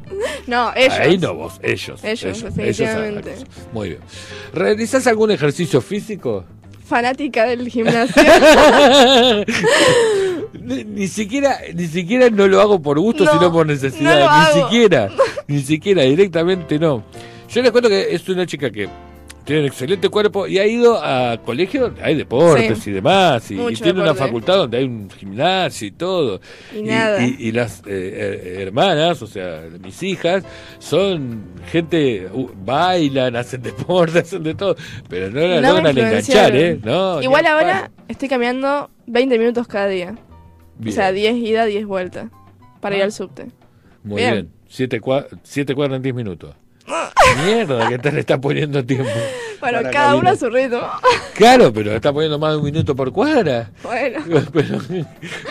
S5: no, ellos.
S4: Ahí no vos, ellos.
S5: Ellos,
S4: ellos, ellos hagan la
S5: definitivamente.
S4: cosa. Muy bien. ¿Realizás algún ejercicio físico?
S5: Fanática del gimnasio.
S4: ni, ni siquiera ni siquiera no lo hago por gusto
S5: No,
S4: sino por
S5: no
S4: necesidad
S5: lo
S4: ni
S5: hago.
S4: siquiera ni siquiera directamente no yo les cuento que es una chica que tiene un excelente cuerpo y ha ido a colegio hay deportes
S5: Sí.
S4: y demás y, y
S5: Mucho
S4: tiene una
S5: deporte.
S4: facultad donde hay un gimnasio y todo
S5: Y nada.
S4: y- y las eh, eh, hermanas o sea mis hijas son gente uh, bailan hacen deporte hacen de todo pero no la
S5: No me
S4: logran enganchar eh
S5: influenciaron.
S4: no
S5: igual
S4: ni a
S5: ahora
S4: palo.
S5: estoy caminando 20 minutos cada día.
S4: Bien. Ah.
S5: O sea, 10 ida, 10 vueltas. Para ir al subte.
S4: Muy bien.
S5: Bien.
S4: Siete, cua- siete cuadras en diez minutos. Mierda, que te le está poniendo tiempo.
S5: Bueno,
S4: Para
S5: cada uno
S4: caminar.
S5: a su ritmo.
S4: Claro, pero está poniendo más de un minuto por cuadra.
S5: Bueno,
S4: Pero,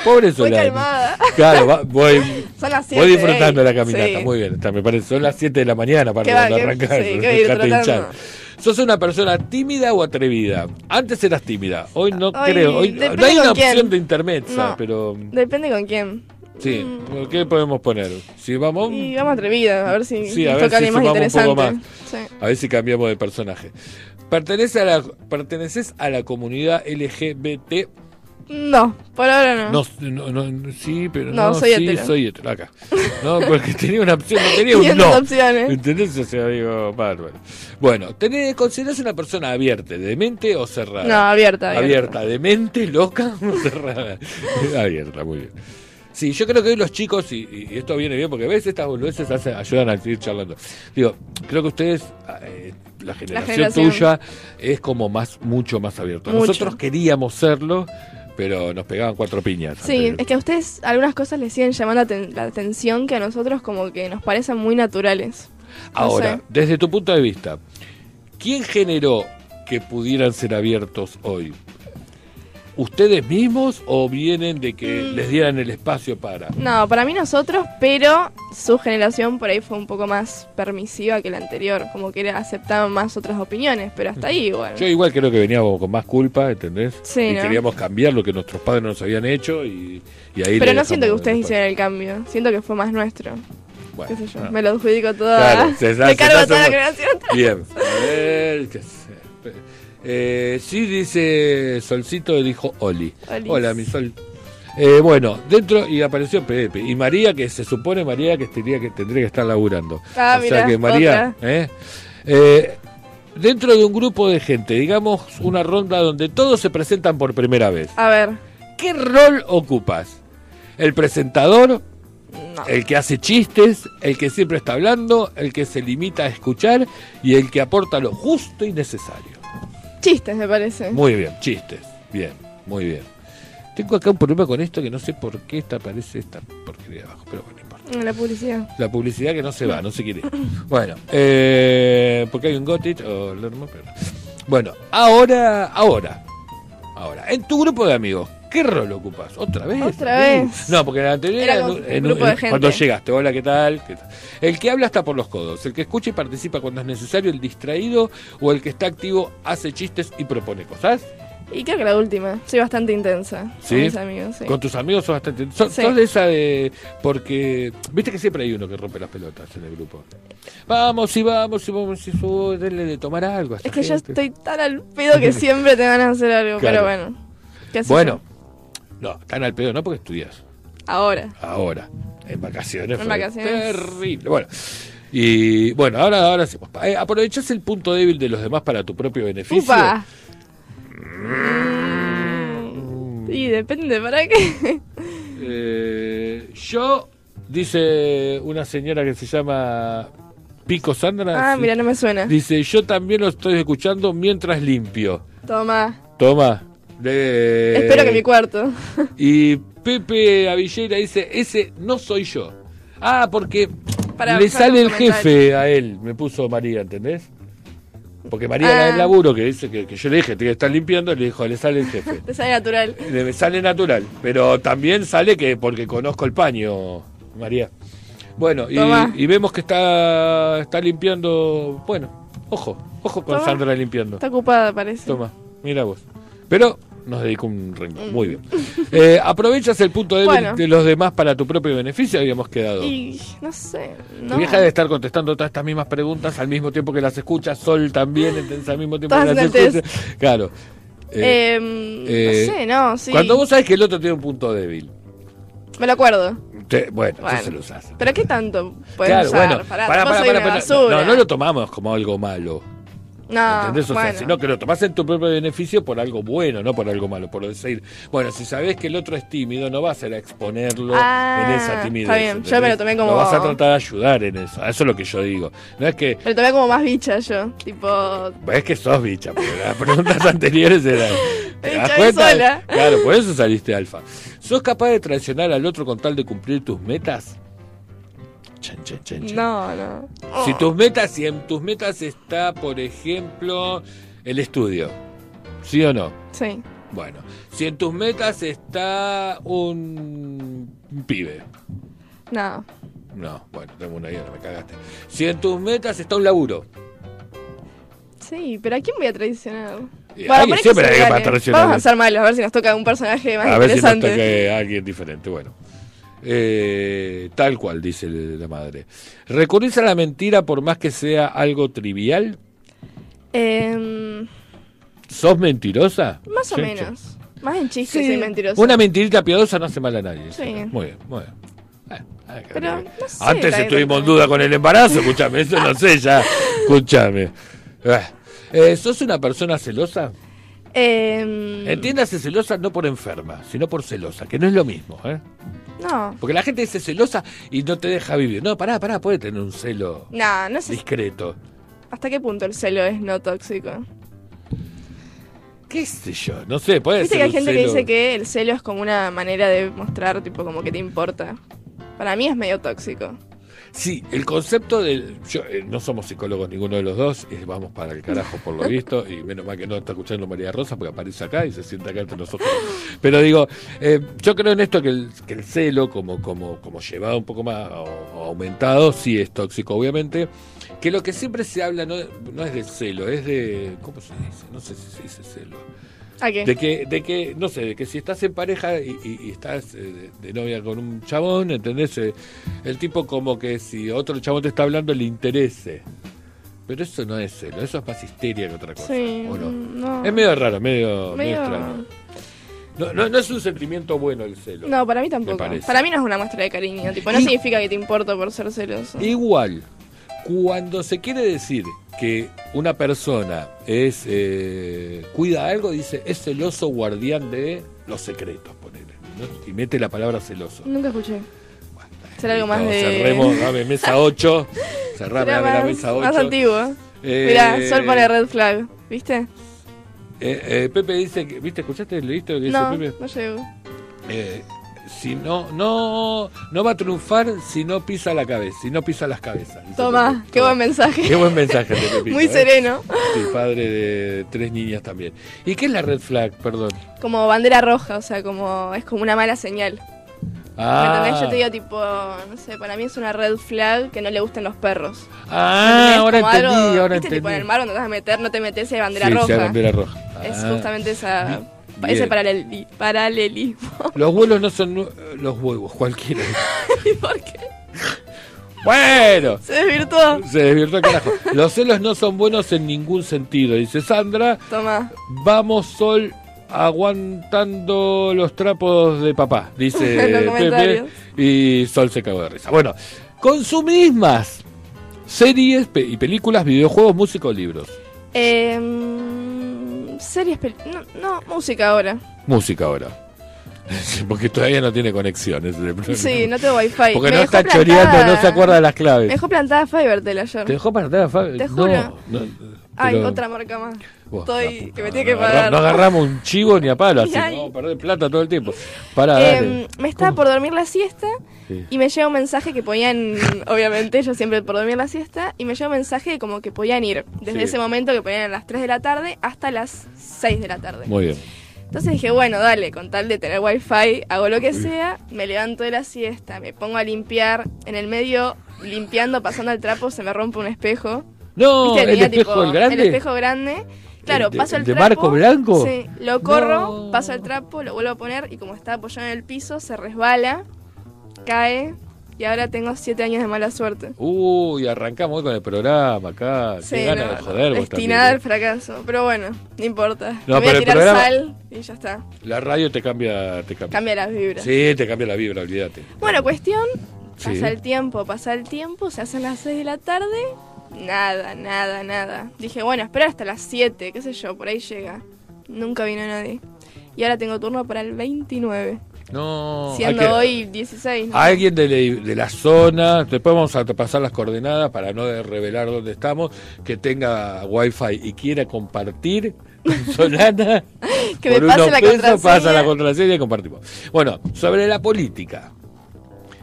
S4: pobre
S5: muy
S4: Solari.
S5: calmada.
S4: Claro, va- voy,
S5: Son las ¿eh? 7.
S4: voy disfrutando la caminata. Muy bien, está, me parece. Son las 7 de la mañana para
S5: Que va,
S4: cuando
S5: que-
S4: arrancás.
S5: sí, que voy a ir
S4: dejate
S5: tratando.
S4: hinchar. ¿Sos una persona tímida o atrevida? Antes eras tímida, hoy no
S5: Hoy
S4: creo. Hoy, no
S5: depende
S4: hay una
S5: con quién.
S4: opción de intermezza,
S5: No.
S4: pero.
S5: Depende con quién.
S4: Sí, ¿qué podemos poner? Si vamos.
S5: Y vamos atrevida, a ver si
S4: Mm. Sí, a
S5: nos
S4: ver
S5: toca
S4: si
S5: alguien más
S4: sumamos un
S5: interesante.
S4: poco
S5: Sí.
S4: A ver si cambiamos de personaje. Pertenece a la, perteneces a la comunidad LGBT.
S5: No, por ahora no.
S4: No, no, no, no, sí, pero no,
S5: No, soy
S4: sí,
S5: hetero.
S4: soy hetero, acá. No, porque tenía una opción, no tenía
S5: Tenía
S4: un no.
S5: dos opciones.
S4: ¿Entendés? O sea, digo, bárbaro. Bueno, ¿tenés, ¿considerás una persona abierta, de mente o cerrada?
S5: No, abierta, abierta.
S4: Abierta, de mente, loca o cerrada. abierta, muy bien. Sí, yo creo que hoy los chicos, y, y- y esto viene bien porque a veces estas boludeces hacen- ayudan a seguir charlando. Digo, creo que ustedes, eh, la, generación
S5: generación.
S4: tuya, es como más mucho más abierto.
S5: Mucho.
S4: Nosotros queríamos serlo, pero nos pegaban cuatro piñas.
S5: Sí,
S4: antes.
S5: es que a ustedes algunas cosas les siguen llamando aten- la atención que a nosotros como que nos parecen muy naturales. no
S4: Ahora,
S5: sé.
S4: desde tu punto de vista, ¿quién generó que pudieran ser abiertos hoy? ¿Ustedes mismos o vienen de que
S5: Mm.
S4: les dieran el espacio para?
S5: No, para mí nosotros, pero su generación por ahí fue un poco más permisiva que la anterior, como que era- aceptaban más otras opiniones, pero hasta ahí igual.
S4: Yo igual creo que veníamos con más culpa, ¿entendés?
S5: Sí,
S4: y
S5: ¿no?
S4: queríamos cambiar lo que nuestros padres nos habían hecho y, y ahí
S5: Pero
S4: le
S5: no siento que
S4: dejamos-
S5: ustedes hicieron el cambio, siento que fue más nuestro,
S4: Bueno,
S5: qué sé yo.
S4: no.
S5: Me lo adjudico todo
S4: Ah. Claro,
S5: a-
S4: se- se- se-
S5: me cargo
S4: se-
S5: toda la
S4: se-
S5: generación.
S4: Bien. A ver, qué sé. Eh, sí, dice Solcito, dijo Oli.
S5: Olis.
S4: Hola, mi Sol. Eh, bueno, dentro y apareció Pepe. Y María, que se supone María que tendría que, tendría que estar laburando.
S5: Ah,
S4: o sea
S5: mirá,
S4: que María. ¿eh? Eh, dentro de un grupo de gente, digamos una ronda donde todos se presentan por primera vez.
S5: A ver,
S4: ¿Qué rol ocupas? ¿El presentador? ¿El que hace chistes? ¿El que siempre está hablando? ¿El que se limita a escuchar? ¿Y el que aporta lo justo y necesario?
S5: chistes me parece.
S4: Muy bien, chistes. Bien, muy bien. Tengo acá un problema con esto que no sé por qué esta aparece esta porquería de abajo, pero bueno, no importa.
S5: En La publicidad.
S4: La publicidad que no se va, no se quiere. Bueno, eh, porque hay un Gotit o Lermo, pero no. Bueno, ahora, ahora, ahora, en tu grupo de amigos, ¿qué ¿Qué rol ocupás? ¿Otra vez?
S5: Otra vez.
S4: No, porque en la anterior
S5: Era
S4: en
S5: con
S4: un-
S5: un
S4: en un-
S5: grupo de
S4: en- cuando
S5: gente.
S4: llegaste, hola, ¿qué tal? ¿qué tal? El que habla está por los codos, el que escucha y participa cuando es necesario, el distraído o el que está activo hace chistes y propone cosas.
S5: Y creo que la última. Soy bastante intensa
S4: ¿Sí?
S5: con mis amigos. sí.
S4: Con tus amigos sos bastante... Sos,
S5: Sí.
S4: sos de esa de... Porque... Viste que siempre hay uno que rompe las pelotas en el grupo. Vamos y vamos y vamos y su, denle de tomar algo. a esta
S5: Es que yo
S4: gente.
S5: estoy tan al pedo que siempre te van a hacer algo,
S4: Claro.
S5: pero bueno. ¿Qué sé
S4: Bueno.
S5: yo?
S4: No, tan al pedo no porque estudias.
S5: Ahora.
S4: Ahora. En vacaciones.
S5: En
S4: fue
S5: vacaciones.
S4: Terrible. Bueno. Y bueno, ahora, ahora hacemos. Eh, aprovechás el punto débil de los demás para tu propio beneficio.
S5: ¡Upa! Mm. Y depende, ¿para qué?
S4: Eh, yo, dice una señora que se llama Pico Sandra.
S5: Ah,
S4: sí,
S5: mira, no me suena.
S4: Dice, yo también lo estoy escuchando mientras limpio.
S5: Toma.
S4: Toma. De-
S5: Espero que mi cuarto.
S4: Y Pepe Avillera dice, ese no soy yo. Ah, porque
S5: Para
S4: le
S5: buscar
S4: sale el
S5: un comentario.
S4: jefe a él, me puso María, ¿entendés? Porque María la
S5: Ah.
S4: del laburo, que dice que, que yo le dije, tiene que estar limpiando, le dijo, le sale el jefe.
S5: Te sale natural.
S4: Le sale natural, pero también sale que porque conozco el paño, María. Bueno, y,
S5: Tomá.
S4: y vemos que está, está limpiando, bueno, ojo, ojo con
S5: Tomá.
S4: Sandra limpiando.
S5: Está ocupada, parece.
S4: Toma, mira vos. Pero nos dedicó un rincón. Muy bien. Eh, aprovechas el punto débil
S5: Mm. Bueno.
S4: de los demás para tu propio beneficio, habíamos quedado.
S5: Y no sé.
S4: Tu
S5: No.
S4: vieja de estar contestando todas estas mismas preguntas al mismo tiempo que las escucha, Sol también, entonces al mismo tiempo que
S5: Todas
S4: las
S5: antes.
S4: escucha. Claro. Eh,
S5: Eh,
S4: eh,
S5: no sé, no, sí.
S4: Cuando vos sabes que el otro tiene un punto débil,
S5: Me lo acuerdo.
S4: te- bueno,
S5: Bueno.
S4: eso se lo usás.
S5: ¿Pero qué tanto puedes
S4: Claro,
S5: usar?
S4: bueno,
S5: Pará,
S4: pará,
S5: vos
S4: pará,
S5: soy
S4: pará,
S5: una
S4: pará.
S5: basura.
S4: No, no lo tomamos como algo malo.
S5: No,
S4: ¿Entendés? O sea,
S5: bueno.
S4: sino que lo tomás en tu propio beneficio por algo bueno, no por algo malo. Por decir, bueno, si sabés que el otro es tímido, no vas a ir a exponerlo
S5: Ah,
S4: en esa timidez.
S5: está bien. Yo
S4: ¿entendés?
S5: me lo tomé como-
S4: Lo vas a tratar de ayudar en eso. Eso es lo que yo digo. No es que.
S5: Me lo tomé como más bicha yo. Tipo,
S4: Es que sos bicha, porque las preguntas anteriores eran. ¿Te
S5: Bicha
S4: das
S5: y
S4: cuenta?
S5: sola.
S4: Claro, por eso saliste alfa. ¿Sos capaz de traicionar al otro con tal de cumplir tus metas? Chan, chan, chan, chan.
S5: no, no.
S4: Si tus metas, si en tus metas está, por ejemplo, el estudio, ¿sí o no?
S5: Sí.
S4: Bueno, si en tus metas está un, un pibe,
S5: No.
S4: no, bueno, tengo una idea, no me cagaste. Si en tus metas está un laburo,
S5: Sí, pero ¿a quién voy a traicionar?
S4: Eh,
S5: Bueno,
S4: alguien
S5: por ahí
S4: siempre
S5: que
S4: hay
S5: se
S4: que
S5: regale.
S4: traicionar.
S5: Vamos a ser malos, a ver si nos toca un personaje más
S4: a ver si nos
S5: interesante.
S4: toca alguien diferente, bueno. Eh, tal cual, dice la madre. ¿Recurrís a la mentira por más que sea algo trivial?
S5: Em,
S4: ¿Sos mentirosa?
S5: más o
S4: Sí, sí.
S5: menos. Más en chistes
S4: Sí.
S5: y mentiroso.
S4: Una mentirita piadosa no hace mal a nadie.
S5: Sí.
S4: Muy bien, muy bien. Eh, hay que
S5: Pero,
S4: ver.
S5: no sé,
S4: Antes
S5: la
S4: estuvimos en
S5: verdad.
S4: duda con el embarazo, escúchame, eso no sé ya. Escúchame. Ah. Eh, ¿Sos una persona celosa?
S5: Em,
S4: Entiéndase celosa no por enferma, sino por celosa, que no es lo mismo. ¿eh?
S5: no.
S4: Porque la gente dice celosa y no te deja vivir. No, pará, pará, puede tener un celo
S5: No, no sé si-
S4: discreto.
S5: hasta qué punto el celo es no tóxico.
S4: ¿Qué sé yo? No sé, puede
S5: Viste
S4: ser
S5: que hay
S4: un
S5: gente que
S4: celo-
S5: dice que el celo es como una manera de mostrar, tipo, como que te importa. Para mí es medio tóxico.
S4: Sí, el concepto del. Yo, eh, no somos psicólogos ninguno de los dos, eh, vamos para el carajo por lo visto, y menos mal que no está escuchando María Rosa porque aparece acá y se sienta acá entre nosotros. Pero digo, eh, yo creo en esto que el, que el celo, como, como, como llevado un poco más o, o aumentado, sí es tóxico, obviamente. Que lo que siempre se habla no, no es de celo, es de. ¿Cómo se dice? No sé si se dice celo.
S5: ¿A qué?
S4: De que, de que, no sé, de que si estás en pareja y, y- y estás eh, de, de novia con un chabón, ¿entendés? Eh, El tipo como que si otro chabón te está hablando le interese. Pero eso no es celo, eso es más histeria que otra cosa.
S5: Sí,
S4: ¿o no?
S5: no.
S4: Es medio raro, medio, medio...
S5: Medio-
S4: extraño. No, no, no es un sentimiento bueno el celo.
S5: No, para mí tampoco.
S4: parece.
S5: Para mí no es una muestra de cariño. Tipo, no
S4: Y-
S5: significa que te importo por ser celoso.
S4: Igual, cuando se quiere decir que una persona es eh, cuida algo, dice es celoso guardián de los secretos, ponele. ¿no? Y mete la palabra celoso.
S5: Nunca escuché. Será algo más
S4: Listo,
S5: de.
S4: Cerremos, dame mesa 8. Cerrame,
S5: Será
S4: dame la
S5: más,
S4: mesa 8.
S5: más antiguo.
S4: Eh,
S5: Mirá, Sol pone red flag. ¿Viste?
S4: Eh, eh, Pepe dice que, ¿viste? ¿Escuchaste? ¿Leíste lo que dice
S5: No,
S4: Pepe?
S5: no llego.
S4: Eh, si no, no, no va a triunfar si no pisa la cabeza, si no pisa las cabezas.
S5: Toma, qué buen mensaje.
S4: Qué buen mensaje. de Pepito,
S5: Muy
S4: ¿eh?
S5: sereno.
S4: Sí, padre de tres niñas también. ¿Y qué es la red flag? Perdón.
S5: Como bandera roja, o sea, como es como una mala señal.
S4: Ah.
S5: ¿Me entendés? Yo te digo, tipo, no sé, para mí es una red flag que no le gustan los perros. ¿Me
S4: ah
S5: entendés?
S4: ahora
S5: Como
S4: entendí,
S5: algo,
S4: ahora
S5: ¿viste?
S4: entendí.
S5: Tipo, en el mar cuando te vas a meter, no te metes si hay bandera
S4: Sí, sí,
S5: roja.
S4: hay bandera roja.
S5: Es
S4: Ah.
S5: justamente esa,
S4: Bien.
S5: ese paraleli- paralelismo.
S4: Los huevos no son nu- los huevos, cualquiera.
S5: ¿Y por qué?
S4: bueno,
S5: Se desvirtuó.
S4: se desvirtuó el carajo. Los celos no son buenos en ningún sentido, dice Sandra.
S5: Toma.
S4: Vamos, Sol, aguantando los trapos de
S5: En
S4: papá,
S5: los
S4: dice Pepe.
S5: comentarios.
S4: Y Sol se cagó de risa. Bueno, consumís más series pe- y películas, videojuegos, música o libros.
S5: Em, series, pel- no, no, música ahora.
S4: Música ahora. Porque todavía no tiene conexión. ese es el problema.
S5: Sí, no tengo wifi.
S4: Porque
S5: Me
S4: no
S5: dejó
S4: está choreando,
S5: plantada-
S4: no se acuerda de las
S5: Me
S4: claves.
S5: dejó plantada Fivertel ayer.
S4: ¿Te dejó para atrás, Fabio?
S5: Te
S4: No,
S5: juro.
S4: No,
S5: Ay,
S4: pero-
S5: otra marca más.
S4: Buah, la
S5: Estoy,
S4: puta,
S5: que me tiene que
S4: no agarra-
S5: pagar.
S4: No agarramos un chivo ni a palo, así.
S5: Ni ahí.
S4: Vamos a perder plata todo el tiempo. Para,
S5: Em, me estaba por dormir la siesta y me llega un mensaje que podían, obviamente yo siempre por dormir la siesta, y me llega un mensaje como que podían ir desde
S4: Sí.
S5: ese momento que ponían a las 3 de la tarde hasta las 6 de la tarde.
S4: Muy bien.
S5: Entonces dije, bueno, dale, con tal de tener wifi, hago lo que sea, me levanto de la siesta, me pongo a limpiar, en el medio, limpiando, pasando el trapo, se me rompe un espejo.
S4: No,
S5: ¿Viste?
S4: el
S5: Tenía
S4: espejo
S5: tipo,
S4: el grande.
S5: El espejo grande. Claro,
S4: ¿El de-
S5: paso el,
S4: el de
S5: trapo.
S4: marco blanco?
S5: Sí, lo corro,
S4: No.
S5: paso el trapo, lo vuelvo a poner y como está apoyado en el piso, se resbala, cae y ahora tengo siete años de mala suerte.
S4: Uy, arrancamos hoy con el programa acá.
S5: Sí,
S4: Ah, Qué ganas
S5: no,
S4: de joder vos
S5: destinada al
S4: también. eh.
S5: fracaso. Pero bueno, no importa. Me
S4: No,
S5: voy
S4: pero
S5: a
S4: el
S5: tirar
S4: programa-
S5: sal y ya está.
S4: La radio te cambia, te cambia.
S5: Cambia las vibras.
S4: Sí, te cambia la vibra, olvídate.
S5: Bueno, cuestión.
S4: Sí.
S5: Pasa el tiempo, pasa el tiempo, se hacen las 6 de la tarde. Nada, nada, nada. Dije, bueno, espera hasta las 7, qué sé yo, por ahí llega. Nunca vino nadie. Y ahora tengo turno para el 29,
S4: No. Oh, hay
S5: siendo
S4: que-
S5: hoy 16. ¿no?
S4: Alguien de la, de la zona, después vamos a pasar las coordenadas para no revelar dónde estamos, que tenga wifi y quiera compartir con Solana.
S5: Que me
S4: por
S5: pase
S4: unos
S5: la
S4: pesos,
S5: contraseña.
S4: Pasa la contraseña y compartimos. Bueno, sobre la política,